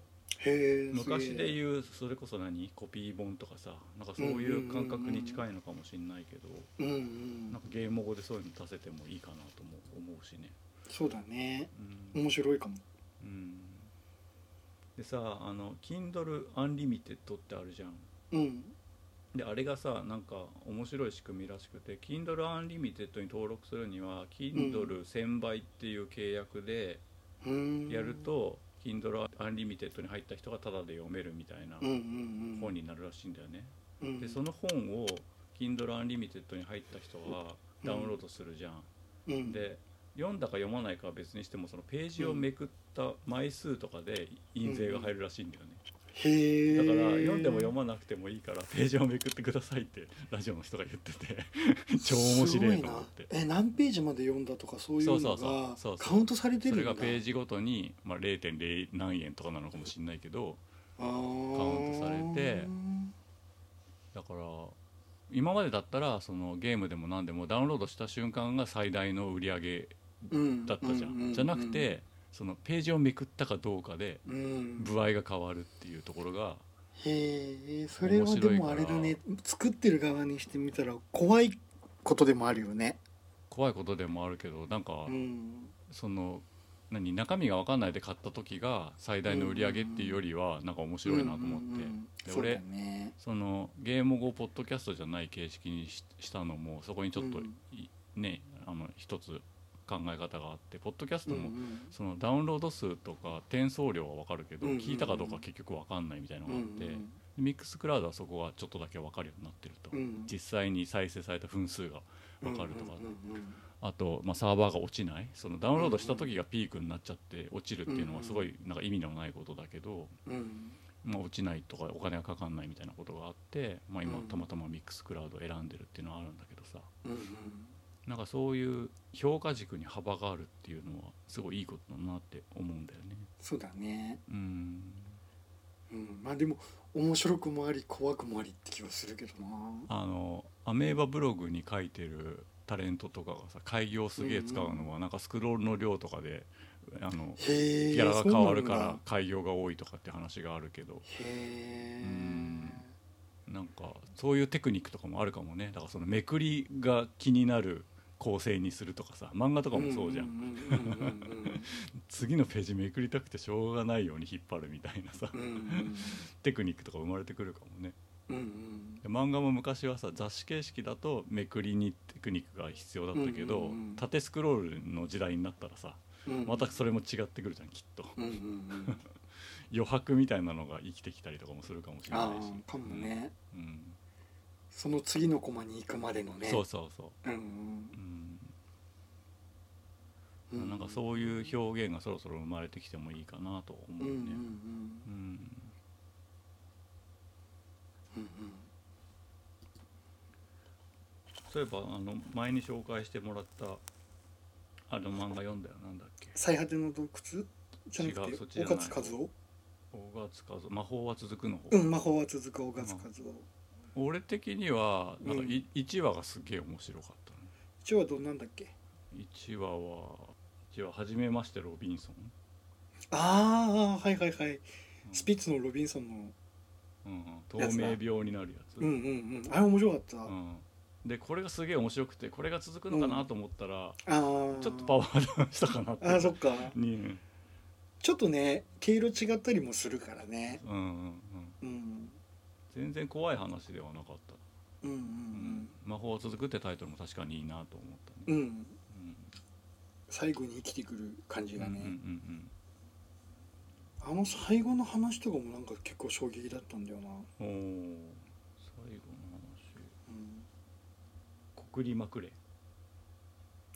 B: へえ
A: 昔で
B: う
A: 言うそれこそ何コピー本とかさなんかそういう感覚に近いのかもしれないけど
B: うんうん
A: なんかゲーム語でそういうの出せてもいいかなとも思うしね
B: そうだね
A: うん、
B: 面白いかも
A: うん、でさあの Kindle Unlimited ってあるじゃん
B: うん
A: であれがさなんか面白い仕組みらしくて Kindle Unlimited に登録するには Kindle1000 倍っていう契約で、
B: うーん
A: やると Kindle Unlimited に入った人がタダで読めるみたいな
B: うんうんうん
A: 本になるらしいんだよね、
B: うん
A: でその本を Kindle Unlimited に入った人はダウンロードするじゃん、
B: うん、
A: で読んだか読まないかは別にしてもそのページをめくった枚数とかで印税が入るらしいんだよね、
B: へえ
A: だから読んでも読まなくてもいいからページをめくってくださいっ てラジオの人が言ってて超面白いと思って
B: すごいなえ何ページまで読んだとかそういう
A: そ
B: の
A: うそうそう
B: が
A: そうそう
B: カウントされて
A: そ
B: る
A: れ
B: んだ
A: がページごとに、まあ、0.0何円とかなのかもしれないけど
B: カウ
A: ウントされてだから今までだったらそのゲームでも何でもダウンロードした瞬間が最大の売り上げだったじゃん,、じゃなくてそのページをめくったかどうかで
B: うん
A: 部合が変わるっていうところが
B: へえそれは
A: 面
B: で
A: 白いか
B: も
A: ら
B: あれだね作ってる側にしてみたら怖いことでもあるよね
A: 怖いことでもあるけどなんか
B: うん
A: その何中身が分かんないで買った時が最大の売り上げっていうよりはなんか面白いなと思っ
B: うんうんう
A: て
B: ん
A: で
B: そう
A: 俺
B: だね
A: そのゲーム後ポッドキャストじゃない形式にししたのもそこにちょっと
B: うん
A: いねあの一つ考え方があってポッドキャスト
B: うんう
A: も
B: ん
A: そのダウンロード数とか転送量は分かるけど
B: うんうんうん
A: 聞いたかどうか結局分かんないみたいなのがあってミックスクラウドはそこがちょっとだけ分かるようになってると
B: うん
A: 実際に再生された分数が分かるとか
B: うんうんうん
A: あと、まあ、サーバーが落ちないそのダウンロードした時がピークになっちゃって落ちるっていうのはすごいなんか意味のないことだけど、
B: うんうん
A: まあ、落ちないとかお金がかかんないみたいなことがあって、まあ、今
B: うん
A: たまたまミックスクラウドを選んでるっていうのはあるんだけどさ
B: うん
A: なんかそういう評価軸に幅があるっていうのはすごいいいことだなって思うんだよね。
B: そうだね
A: うん
B: うんまあでも面白くもあり怖くもありって気はするけどな
A: あのアメーバブログに書いてるタレントとかがさ開業すげえ使うのはなんかスクロールの量とかであの
B: へえ
A: ギャラが変わるか
B: そうな
A: ら
B: んだ
A: 開業が多いとかって話があるけど
B: へえ
A: うんなんかそういうテクニックとかもあるかもねだからそのめくりが気になる構成にするとかさ漫画とかもそうじゃん、次のページめくりたくてしょうがないように引っ張るみたいなさ、
B: うんうんうん
A: テクニックとか生まれてくるかもね
B: うんうん
A: で漫画も昔はさ雑誌形式だとめくりにテクニックが必要だったけど、
B: うんうんうん
A: 縦スクロールの時代になったらさ
B: うんうん
A: またそれも違ってくるじゃんきっと
B: うんうんうん
A: 余白みたいなのが生きてきたりとかもするかもしれな
B: あ
A: いし
B: あかもね
A: うん、
B: その次のコマに行くまでのね
A: そうそうそ
B: うん
A: う、うん
B: うん
A: なんかそういう表現がそろそろ生まれてきてもいいかなと思
B: うん
A: う
B: うん
A: ね
B: うん。
A: うん
B: うん
A: そういえばあの前に紹介してもらったあの漫画読んだよなんだっけ
B: 最果ての洞窟じゃな
A: 違う
B: く
A: そっち
B: て
A: じゃ
B: 尾
A: ない
B: 勝和夫
A: 大月和夫魔法は続くの方、
B: うん魔法は続く尾勝和夫
A: 俺的にはなんか
B: うん
A: い、1話がすげえ面白かったね
B: 一応はどんなんだっけ
A: 1話は1話初めましてロビンソン、
B: ああはいはいはい
A: うん
B: スピッツのロビンソンの
A: うんうん、透明病になるやつ
B: うんうんうんあれ面白かった、
A: う
B: あ
A: んでこれがすげえ面白くてこれが続くのかなと思ったら、
B: あ
A: ちょっとパワーダウンしたかなって
B: あーそっか
A: に
B: ちょっとね毛色違ったりもするからね
A: うんうんうん
B: うん
A: 全然怖い話ではなかった、
B: うんう
A: うん
B: ん
A: 魔法は続く」ってタイトルも確かにいいなと思った
B: うん、う
A: ね、
B: ん、
A: うん
B: 最後に生きてくる感じ
A: うんう
B: が
A: ん
B: ね、
A: うん
B: あの最後の話とかもなんか結構衝撃だったんだよな、
A: うんおー最後の話
B: うん、
A: 告りまくれ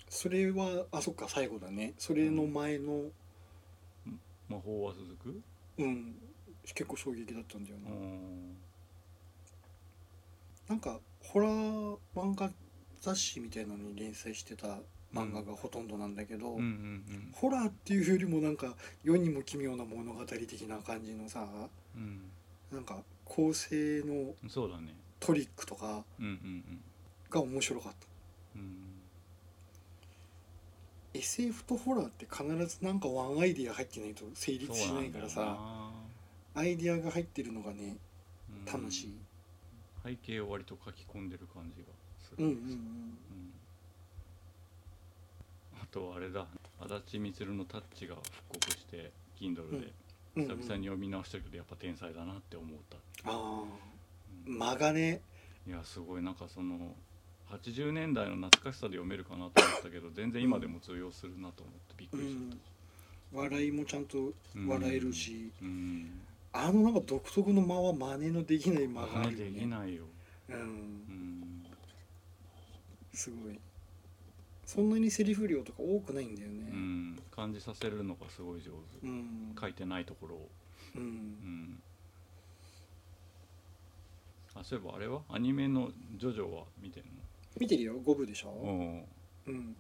B: それはあそっか最後だねそれの前の
A: 魔法は続く
B: うん、結構衝撃だったんだよ
A: お
B: な、
A: ー
B: なんかホラー漫画雑誌みたいなのに連載してた漫画がほとんどなんだけど、
A: うんうん
B: ホラーっていうよりもなんか世にも奇妙な物語的な感じのさ
A: うん
B: なんか構成の
A: うんそうだね
B: トリックとか
A: うんうん
B: が面白かった
A: うんうん
B: SF とホラーって必ずなんかワンアイディア入ってないと成立しないから
A: そうなんだよ
B: さ
A: な
B: アイディアが入ってるのがね
A: うん
B: 楽しい、
A: 背景を割と書き込んでる感じがす
B: うん、
A: る
B: うん
A: うんあとはあれだ足立みつるの「タッチ」が復刻して Kindle で
B: うんうん
A: 久々に読み直したけどやっぱ天才だなって思った、
B: ああ
A: うん
B: 間がね
A: いやすごいなんかその80年代の懐かしさで読めるかなと思ったけど全然今でも通用するなと思ってびっくりしちゃっ
B: 笑いもちゃんと
A: た、うん
B: 笑えるし、
A: うん
B: あのなんか独特の間は真似のできない間があ
A: 真
B: る
A: 似
B: よ
A: で
B: ね
A: きないよ、
B: う
A: うんん、
B: すごいそんなにセリフ量とか多くないんだよね
A: うん、感じさせるのがすごい上手
B: うん
A: 書いてないところを
B: う
A: うんんあそういえばあれはアニメの「ジョジョ」は見てん
B: 見てるよ五部でし
A: の
B: ょ、
A: おう
B: うん、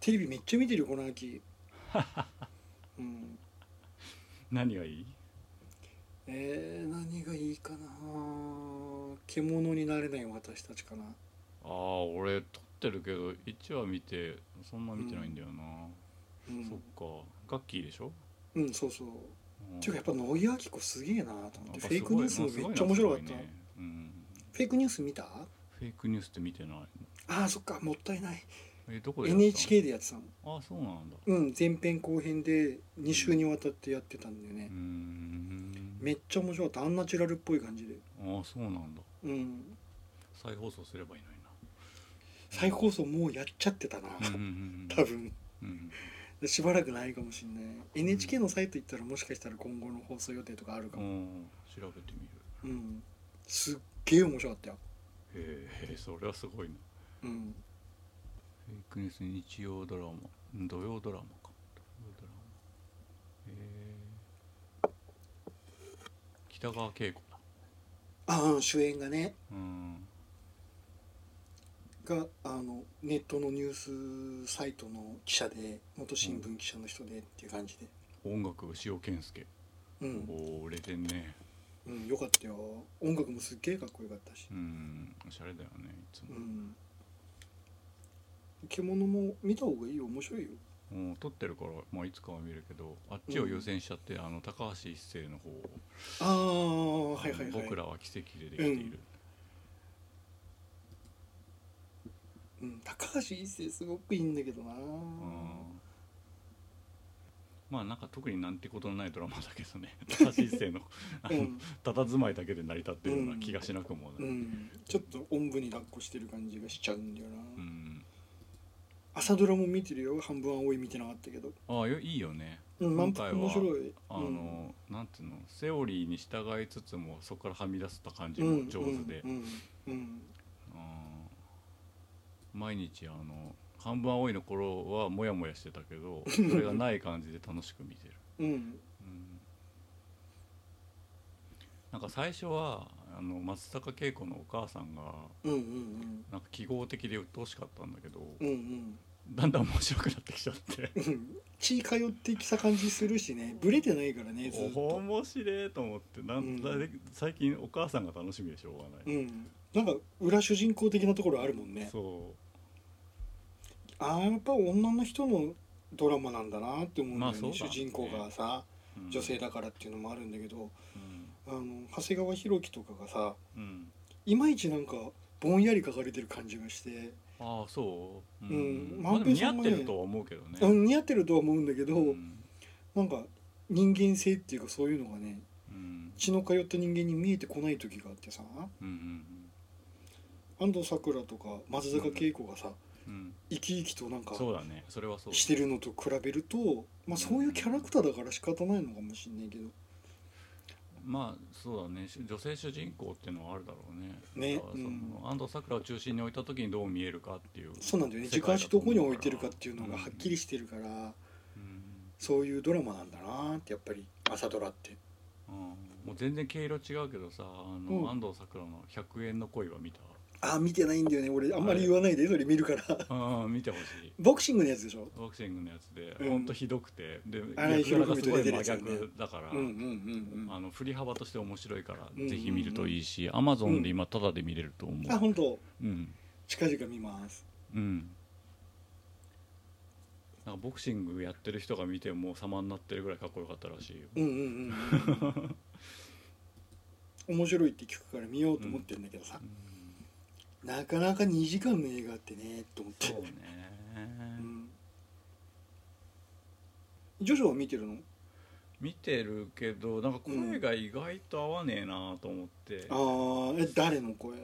B: テレビめっちゃ見てるよこの 秋うん
A: 何がいい
B: えー、何がいいかな獣になれない私たちかな
A: ああ俺撮ってるけど1話見てそんな見てないんだよな、
B: うん
A: そっかガッキーでしょ
B: うん、そうそう
A: うん
B: ていうかやっぱ野木亜紀子すげえなと思
A: や
B: っ
A: ってぱ
B: フェイクニュースも
A: すご
B: め
A: い
B: っ
A: な
B: ちゃ面白かっ
A: す
B: た、
A: ごいねうん、
B: フェイクニュース見たあ
A: フェイクニュースって見てない
B: ーそっかもったいない
A: えどこでやってたの
B: NHK でやってたの
A: あそうなんだ
B: うん前編後編で2週にわたってやってたんだよ
A: う
B: ね
A: ー、ん
B: めっちゃ面白かったアンナチュラルっぽい感じで
A: あそうなんだ
B: うん
A: 再放送すればいいのに
B: 再放送もうやっちゃってたな、
A: なうんうんうん
B: 多分
A: うん
B: しばらくないかもしんない NHK のサイト行ったらもしかしたら今後の放送予定とかあるか
A: う
B: も
A: ん調べてみる
B: うん、すっげえ面白かったよ
A: へえそれはすごいな
B: うん
A: フェイクニュース日曜ドラマうん土曜ドラマか土曜ドラマへえ北川景子だ
B: ああ主演がね
A: うん
B: があのネットのニュースサイトの記者で元新聞記者の人でっていう感じで
A: 音楽塩健介
B: うん、
A: おお売れてんね
B: うん、よかったよ音楽もすっげえかっこよかったし
A: うんおしゃれだよねいつ
B: う
A: も、
B: ん獣も見た方がいいよ面白いよ
A: うん、撮ってるから、まあ、いつかは見るけどあっちを優先しちゃって、あの高橋一生の方を、
B: ああはいはいはい
A: 僕らは奇跡でできている、
B: うん、高橋一生すごくいいんだけどな
A: うんまあなんか特になんてことのないドラマだけど ね高橋一生のあ
B: う
A: の
B: ん、
A: 佇まいだけで成り立ってるような気がしなくもな
B: う
A: い、
B: ん、ちょっとおんぶに抱っこしてる感じがしちゃうんだよな、
A: うん
B: 朝ドラも見てるよ半分青い見てなかったけど
A: ああよいいよね
B: うん満
A: 今回
B: 腹
A: は
B: 面白い
A: あの、なんていうのセオリーに従いつつもそこからはみ出せた感じも上手で、
B: うんうんうん
A: あー毎日あの半分青いの頃はモヤモヤしてたけ どそれがない感じで楽しく見てる、
B: うんうん
A: うんなんか最初はあの松坂慶子のお母さんが
B: うんうん
A: なんか記号的で鬱陶しかったんだけど、
B: うんうん
A: だんだん面白くなってきちゃって
B: うん血通ってきた感じするしねブレてないからねずっと
A: 面白いと思ってなん、
B: うん
A: だい最近お母さんが楽しみでしょうが
B: う
A: ない、
B: んなんか裏主人公的なところあるもんね
A: そ
B: あーやっぱ女の人のドラマなんだなって思うんだよ
A: ま
B: ね,、
A: あそうだ
B: 主
A: ね
B: 人公がさ
A: う、うん
B: 女性だからっていうのもあるんだけど、
A: うん
B: あの長谷川博己とかがさ
A: うん
B: いまいちなんかぼんやり書かれてる感じがして、
A: ああそう、う
B: うん
A: まあ、でも似合
B: 万平さん
A: っ
B: も
A: て
B: ね
A: るとは思うけどね、
B: うん似合ってるとは思うんだけど、
A: うん
B: なんか人間性っていうかそういうのがね
A: うん
B: 血の通った人間に見えてこない時があってさ
A: うんうん
B: 安藤サクラとか松坂慶子がさ
A: うんうん
B: 生き生きとなんか
A: そうだねそれはそう
B: してるのと比べると、まあ、そういうキャラクターだから仕方ないのかもしんないけど
A: まあそうだねし女性主人公っていうのはあるだろうね
B: ね
A: だからその
B: う
A: 安藤サクラを中心に置いた時にどう見えるかっていう、
B: そうなんだよね
A: 世
B: 時
A: 界だ
B: 間足
A: と
B: ど
A: 思
B: こ
A: う
B: に
A: から
B: 置いてるかっていうのがはっきりしてるから、
A: うん
B: そういうドラマなんだなってやっぱり朝ドラって
A: うんもう全然毛色違うけどさあの、
B: うん
A: 安藤サクラの「100円の恋」は見 た
B: ああ見てないんだよね俺あんまり言わないでそれ見るから
A: ああ見てほしい
B: ボクシングのやつでしょ
A: ボクシングのやつで、
B: うん
A: ほんとひどくてで
B: あれ
A: 役柄がすご
B: ひ
A: い真
B: ろゆきも出てるやつよ
A: 逆だから、
B: うんうんうん
A: あの振り幅として面白いから、
B: うん
A: ぜひ見るといいしアマゾンで今タダで見れると思
B: うんあ
A: う
B: 本当
A: うん
B: 近々見ます
A: うんなんかボクシングやってる人が見ても様になってるぐらいかっこよかったらしいよ
B: うんうんうんうん面白いって聞くから見ようと思ってるんだけどさ、
A: うん
B: なかなか2時間の映画ってねと思って
A: そうね
B: うんジョジョは見てるの
A: 見てるけどなんか声が意外と合わねえなと思って
B: ああえ誰の声
A: う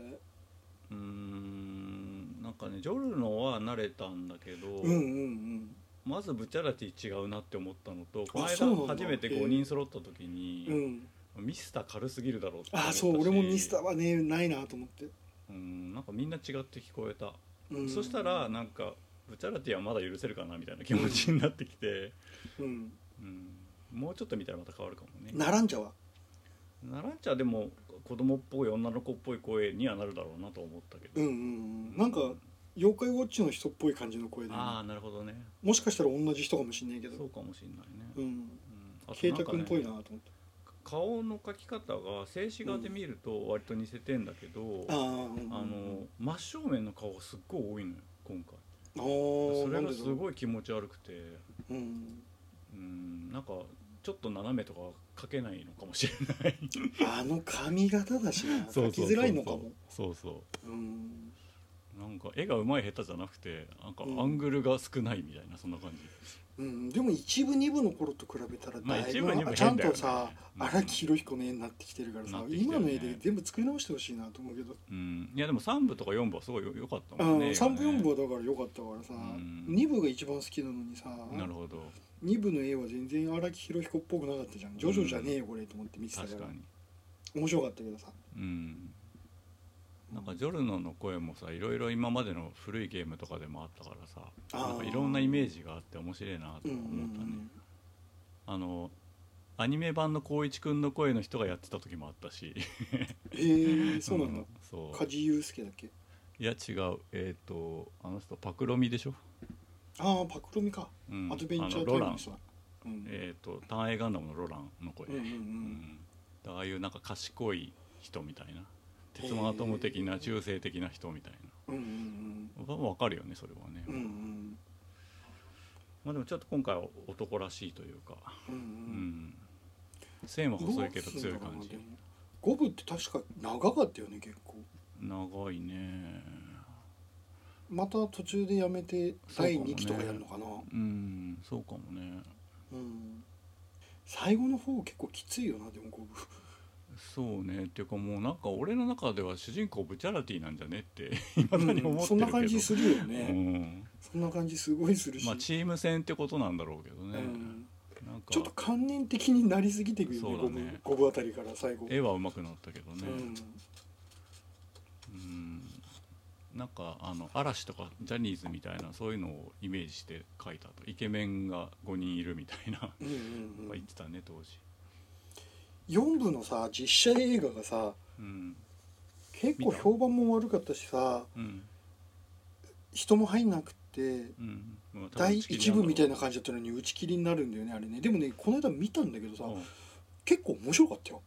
A: ーんなんかねジョルノは慣れたんだけど、
B: うんうん
A: まずブチャラティ違うなって思ったのとこの
B: そうなん
A: 間
B: だ
A: 初めて
B: へえ
A: 5人揃った時
B: うんう
A: に、
B: ん
A: ミスター軽すぎるだろうって思
B: あ
A: っ
B: あ
A: たし
B: そう俺もミスターはねないなと思って
A: うんなんかみんな違って聞こえた、
B: うん
A: そしたらなんかブチャラティはまだ許せるかなみたいな気持ちになってきて、
B: うん、
A: うん、もうちょっと見たらまた変わるかもね
B: ならんじゃわ
A: ナランチャでも子供っぽい女の子っぽい声にはなるだろうなと思ったけど、
B: うんうんうんなんか妖怪ウォッチの人っぽい感じの声で、
A: ああなるほどね
B: もしかしたら同じ人かもしんないけ
A: そ
B: ど
A: うかもしれないね、
B: う
A: うん
B: ん
A: あと
B: 慶
A: なん
B: 太
A: かね
B: 君っぽいなと思って
A: 顔の描き方が静止画で見ると割と似せてんだけど、
B: ああ
A: あの真正面の顔がすっごい多いのよ今回
B: あー
A: そ
B: な
A: れ
B: ん
A: が
B: ですい
A: ごい気持ち悪くて
B: うん
A: うんなんかちょっと斜めとか描けないのかもしれない
B: あの髪型だし な書きづらいのかも
A: そうそ
B: うん
A: うなんか絵が上手い下手じゃなくてなんか
B: うん
A: アングルが少ないみたいなそんな感じ
B: うん、でも一部二部の頃と比べたら
A: まあ
B: だい
A: 一
B: ぶ、
A: 部二部
B: ちゃん
A: 変だよ
B: と
A: ね
B: さ
A: うん
B: 荒木宏彦の絵になってきてるからさ、
A: なってきてるね
B: 今の絵で全部作り直してほしいなと思うけど、
A: うんいやでも3部とか4部はすごいよ良かった
B: う
A: もん
B: ん
A: ね
B: 3部4部
A: 部
B: はだから良かったからさ、
A: うん
B: 二部が一番好きなのにさ
A: なるほど
B: 二部の絵は全然荒木宏彦っぽくなかったじゃん「ジョジョじゃねえよこれ」と思って見てたか
A: 確
B: ら
A: かに
B: 面白かったけどさ
A: うんなんかジョルノの声もさいろいろ今までの古いゲームとかでもあったからさ
B: あー
A: なんかいろんなイメージがあって面白いなと
B: うんう
A: 思
B: ん
A: ったね、あのアニメ版の光一くんの声の人がやってた時もあったし
B: うん、えー、そうなんだ
A: そう
B: 梶裕介だっけ
A: いや違うえっ、とあの人パクロミでしょ、
B: ああパクロミか、
A: うん
B: アドベンチャ
A: あの
B: ー
A: ロ
B: タイ
A: ラ
B: ムの
A: ン
B: 人だうん
A: えっ、と「単影ガンダム」のロランの声、
B: うんうんう
A: うんんだからああいうなんか賢い人みたいな鉄腕アトム的な中性的な人みたい
B: うんうん
A: な分かるよねそれはね、
B: うんうんうん
A: まあでもちょっと今回は男らしいというか、
B: うんう
A: うんん、線は細いけど強い感じ
B: 五部って確か長かったよね結構
A: 長いね
B: また途中でやめて
A: そうか
B: 第
A: もね
B: 2期とかやるのかな
A: うんそうかもね
B: うん最後の方結構きついよなでも五部
A: そうねっていうかもうなんか俺の中では主人公ブチャラティなんじゃねって いまだに思
B: うん
A: っ
B: そ
A: て
B: ん
A: る
B: な
A: けど、
B: 感じするよ
A: う
B: ね、
A: ん
B: そんな感じすごいするし、
A: まあチーム戦ってことなんだろうけどね、
B: うん、
A: なんか
B: ちょっと観念的になりすぎていくよ
A: そうだ
B: ね五部
A: ね
B: 五部あたりから最後、
A: 絵は上手くなったけど
B: う
A: ね、
B: ん、
A: うんなんかあの嵐とかジャニーズみたいなそういうのをイメージして描いたとイケメンが5人いるみたいな
B: うんうんう
A: 言っ
B: ん
A: てたね当時、
B: 4部のさ実写映画がさ
A: うん
B: 結構評判も悪かったしさ
A: うん
B: 人も入んなくって
A: うんまあ多分
B: 第
A: 打ち切り
B: 一部みたい
A: ん
B: な感じだったのに打ち切りになるんだよねあれねでもねこの間見たんだけど
A: だ
B: さ、
A: ろううん
B: 結構面白かったよ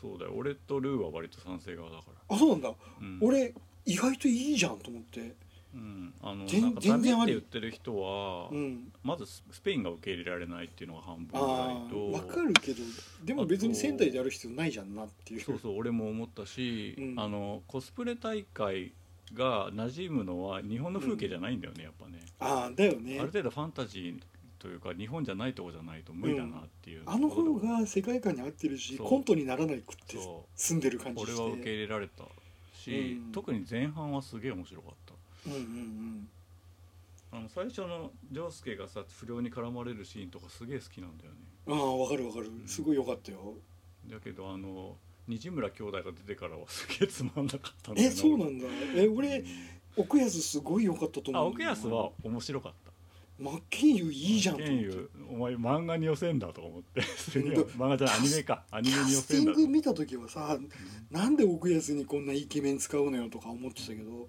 A: そうだよ俺とルーは割と賛成側だから、
B: あそうなんだ、
A: うん、
B: 俺意外といいじゃんと思って
A: うん、あの
B: 全
A: なんかダ
B: 全
A: メ
B: 然
A: っ
B: あ
A: て
B: り
A: 言ってる人は、
B: うん
A: まずススペインが受け入れられないっていうのが半分ぐ
B: ああ
A: らい
B: 分
A: と
B: かるけどでも別に仙台でやる必要ないじゃんなっていう
A: そうそう俺も思ったし、
B: うん
A: あのコスプレ大会が馴染むのは日本の風景じゃないんだよね、やっぱね
B: ああだよ
A: あ
B: ね
A: る程度ファンタジーというか日本じゃないとこじゃないと無理だなっていう、
B: あの方が世界観に合ってるし
A: そう
B: コントにならないくって
A: そう
B: 住んでる感じして
A: 俺は受け入れられたし、
B: うん
A: 特に前半はすげえ面白かった
B: うんうん
A: あの最初の丈介がさ不良に絡まれるシーンとかすげえ好きなんだよね
B: うんああ分かる分かる
A: ん
B: すごい良かったよ
A: だけどあの西村兄弟が出てからはすげえつまんなかったんだよ
B: えそうなんだえ俺
A: う
B: 奥安すごい良かったと
A: ん
B: 思
A: あ
B: う
A: 奥安は面白かった
B: 真剣佑いいじゃんと
A: ケン
B: 思って
A: ユお前漫画に寄せんだと思って すげえ
B: うん
A: 漫画じゃないアニメ かアニ
B: キ
A: メ
B: ャ
A: に寄
B: ステ
A: せん
B: ィン
A: だと
B: グ見た時はさなんで奥安にこんなイケメン使うのよとか思ってたけど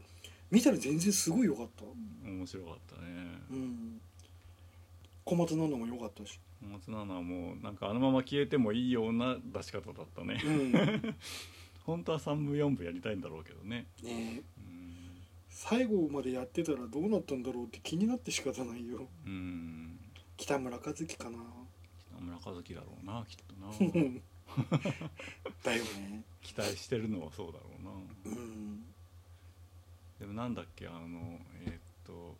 B: 見たら全然すごい良かった
A: 面白かったね
B: うん小松菜奈も良かったし
A: 松菜奈はもうなんかあのまま消えてもいいような出し方だったね
B: うんね
A: 本当は3部4部やりたいんだろうけどねう
B: え
A: ん
B: 最後までやってたらどうなったんだろうって気になって仕方ないよ
A: うん
B: 北村一輝かな
A: 北村和樹だろうなきっとな
B: だよね
A: 期待してるのはそうだろうな
B: うん
A: でもなんだっけあのえーっと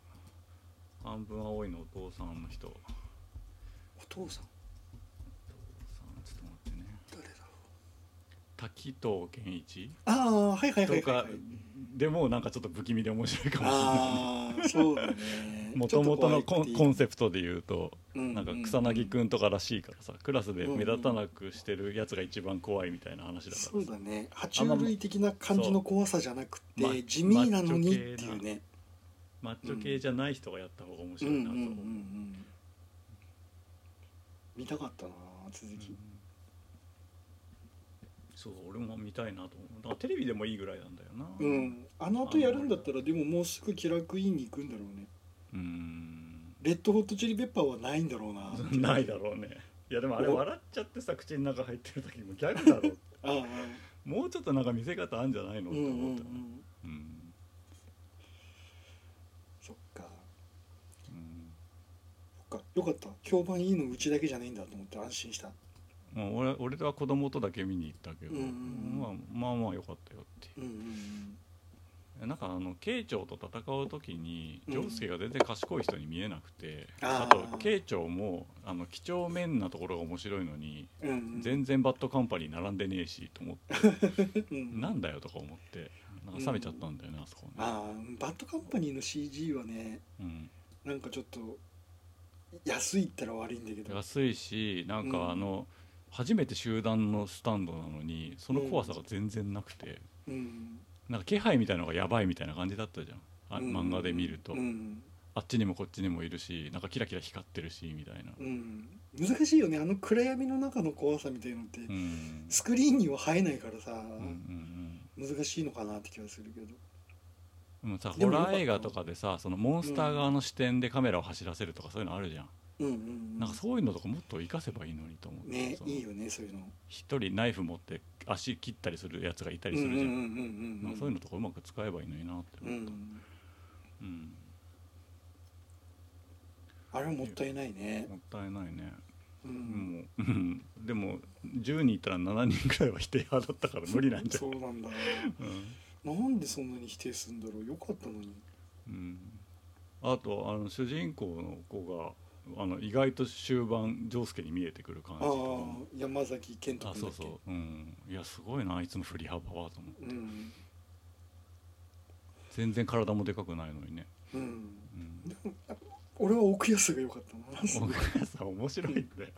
A: 半分青いのお父さんの人お父
B: お父さん
A: さんちょっと待ってね
B: 誰だろう
A: 滝藤健一
B: ああはいはいはい
A: と
B: はい、は
A: か
B: い、
A: でもなんかちょっと不気味で面白いかもしれない
B: ああそ うだね
A: もともとのコンコン
B: セ
A: セプトで言うとなんか草薙くんとからしいからさクラスで目立たなくしてるやつが一番怖いみたいな話だか
B: そう
A: らさ
B: だね爬虫類的な感じの怖さじゃなくて
A: ま
B: 地味なのにってい
A: マッ
B: う
A: チョ
B: ね
A: マッチョ系じゃない人がやった方が面
B: うん
A: 白
B: う
A: い
B: んう
A: なと思う、
B: んうん見たかったな続き、
A: そうそう俺も見たいなと思うだからテレビでもいいぐらいなんだよな
B: うんあの後やるんだったらでももうすぐ気楽院に行くんだろうね
A: うん
B: レッドホットチリペッパーはないんだろうな
A: ないだろうねいやでもあれ笑っちゃってさ口の中入ってる時もギャグだろ
B: ああ
A: もうちょっとなんか見せ方あんじゃないの
B: う
A: っ
B: んう
A: て
B: んう
A: 思ったよね
B: ん
A: うん
B: そっか
A: うん
B: そっかよかった評判いいのうちだけじゃないんだと思って安心した
A: もう俺俺とは子供とだけ見に行ったけど、
B: うんうんうん
A: まあ、まあまあ良かったよっていう
B: うんうん
A: なんかあの慶長と戦う時に
B: うん
A: 丈介が全然賢い人に見えなくて、
B: あー
A: あと慶長もあの几帳面なところが面白いのに、
B: うんうん
A: 全然バッドカンパニー並んでねえしと思って、
B: うん
A: なんだよとか思ってなんか冷めちゃったんだよね、あそこね、
B: ああバッドカンパニーの CG はね
A: うん、
B: なんかちょっと安いったら悪いんだけど
A: 安いしなん
B: うん
A: かあの、初めて集団のスタンドなのにその怖さが全然なくて、
B: うん
A: なんか気配みたいのがやばいみたいな感じだったじゃんあ、
B: うん
A: 漫画で見ると、
B: うん
A: あっちにもこっちにもいるしなんかキラキラ光ってるしみたいな。
B: うん難しいよねあの暗闇の中の怖さみたいのって、
A: うん
B: スクリーンには映えないからさ、
A: うんうん
B: 難しいのかなって気はするけど
A: うん、でもさ
B: で
A: ホ
B: もよかった
A: ラー映画とかでさそのモンスター側の視点でカメラを走らせるとかそういうのあるじゃん、
B: うんうんうん
A: なんかそういうのとかもっと活かせばいいのにと思って、
B: ね
A: その
B: いいよねそういうの
A: 一人ナイフ持って足切ったりするやつがいたりするじゃん,、
B: うんうんうんうん
A: なんかそういうのとかうまく使えばいいのになって
B: う
A: 思った、
B: ん
A: うん
B: あれはもったいないね
A: もったいないね、
B: うん
A: もううんでも10人いたら7人くらいは否定派だったから無理なんじゃ
B: そ
A: ん
B: うなんだ
A: うん
B: なんでそんなに否定するんだろうよかったのに
A: うんあとあの主人公の子があの意外と終盤丈介に見えてくる感
B: あ
A: じ
B: あ
A: とかも
B: 山崎賢人
A: あ
B: 君だ
A: そ
B: っ
A: う
B: け
A: そううんいやすごいなあいつの振り幅はと思って、
B: うん
A: 全然体もでかくないのにね、
B: うん
A: うん、
B: 俺は奥安が良かったな
A: 奥田さん面白いんだよ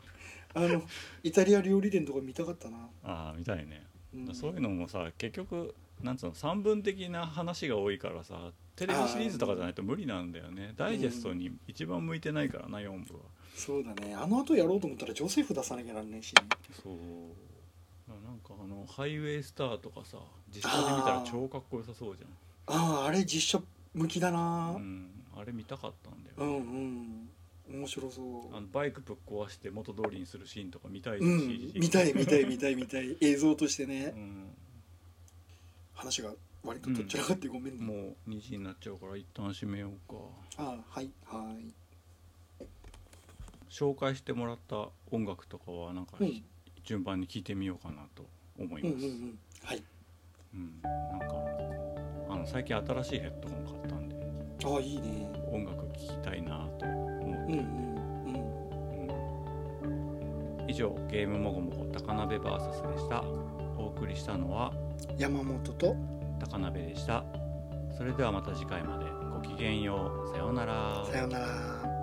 B: あのイタリア料理店とか見たかったな、
A: ああみたいね、
B: うん、
A: そういうのもさ結局なんつうの三文的な話が多いからさテレビシリーズとかじゃないと無理なんだよねダイジェストに一番向いてないからな4部は
B: そうだねあの後やろうと思ったらジョセフ出さなきゃなんないしね
A: そうなんかあのハイウェイスターとかさ実写で見たら超かっこよさそうじ
B: あああれ実写向きだ
A: ゃん
B: な
A: あ,、うん、あれ見たかったんだよ、
B: うんうん面白そう
A: あのバイクぶっ壊して元通りにするシーンとか見たいし、
B: うん見たい見たい見たい見たい映像として
A: う
B: ね
A: ん、
B: 話が割ととっちらかってごめんね、
A: もう2時になっちゃうから一旦閉めようか
B: ああはいはい
A: 紹介してもらった音楽とかはなんか、
B: うん
A: 順番に聴いてみようかなと思い
B: う
A: ま
B: んうん
A: す、
B: う
A: うん
B: んはい
A: なんかあの最近新しいヘッドホン買ったんで
B: ああいいね
A: 音楽聴きたいなと思っ
B: う
A: て
B: んうんうん
A: うん以上ゲームもごもご高鍋 VS でしたお送りしたのは
B: 山本と
A: 高鍋でしたそれではまた次回までごきげんようさようなら
B: さようなら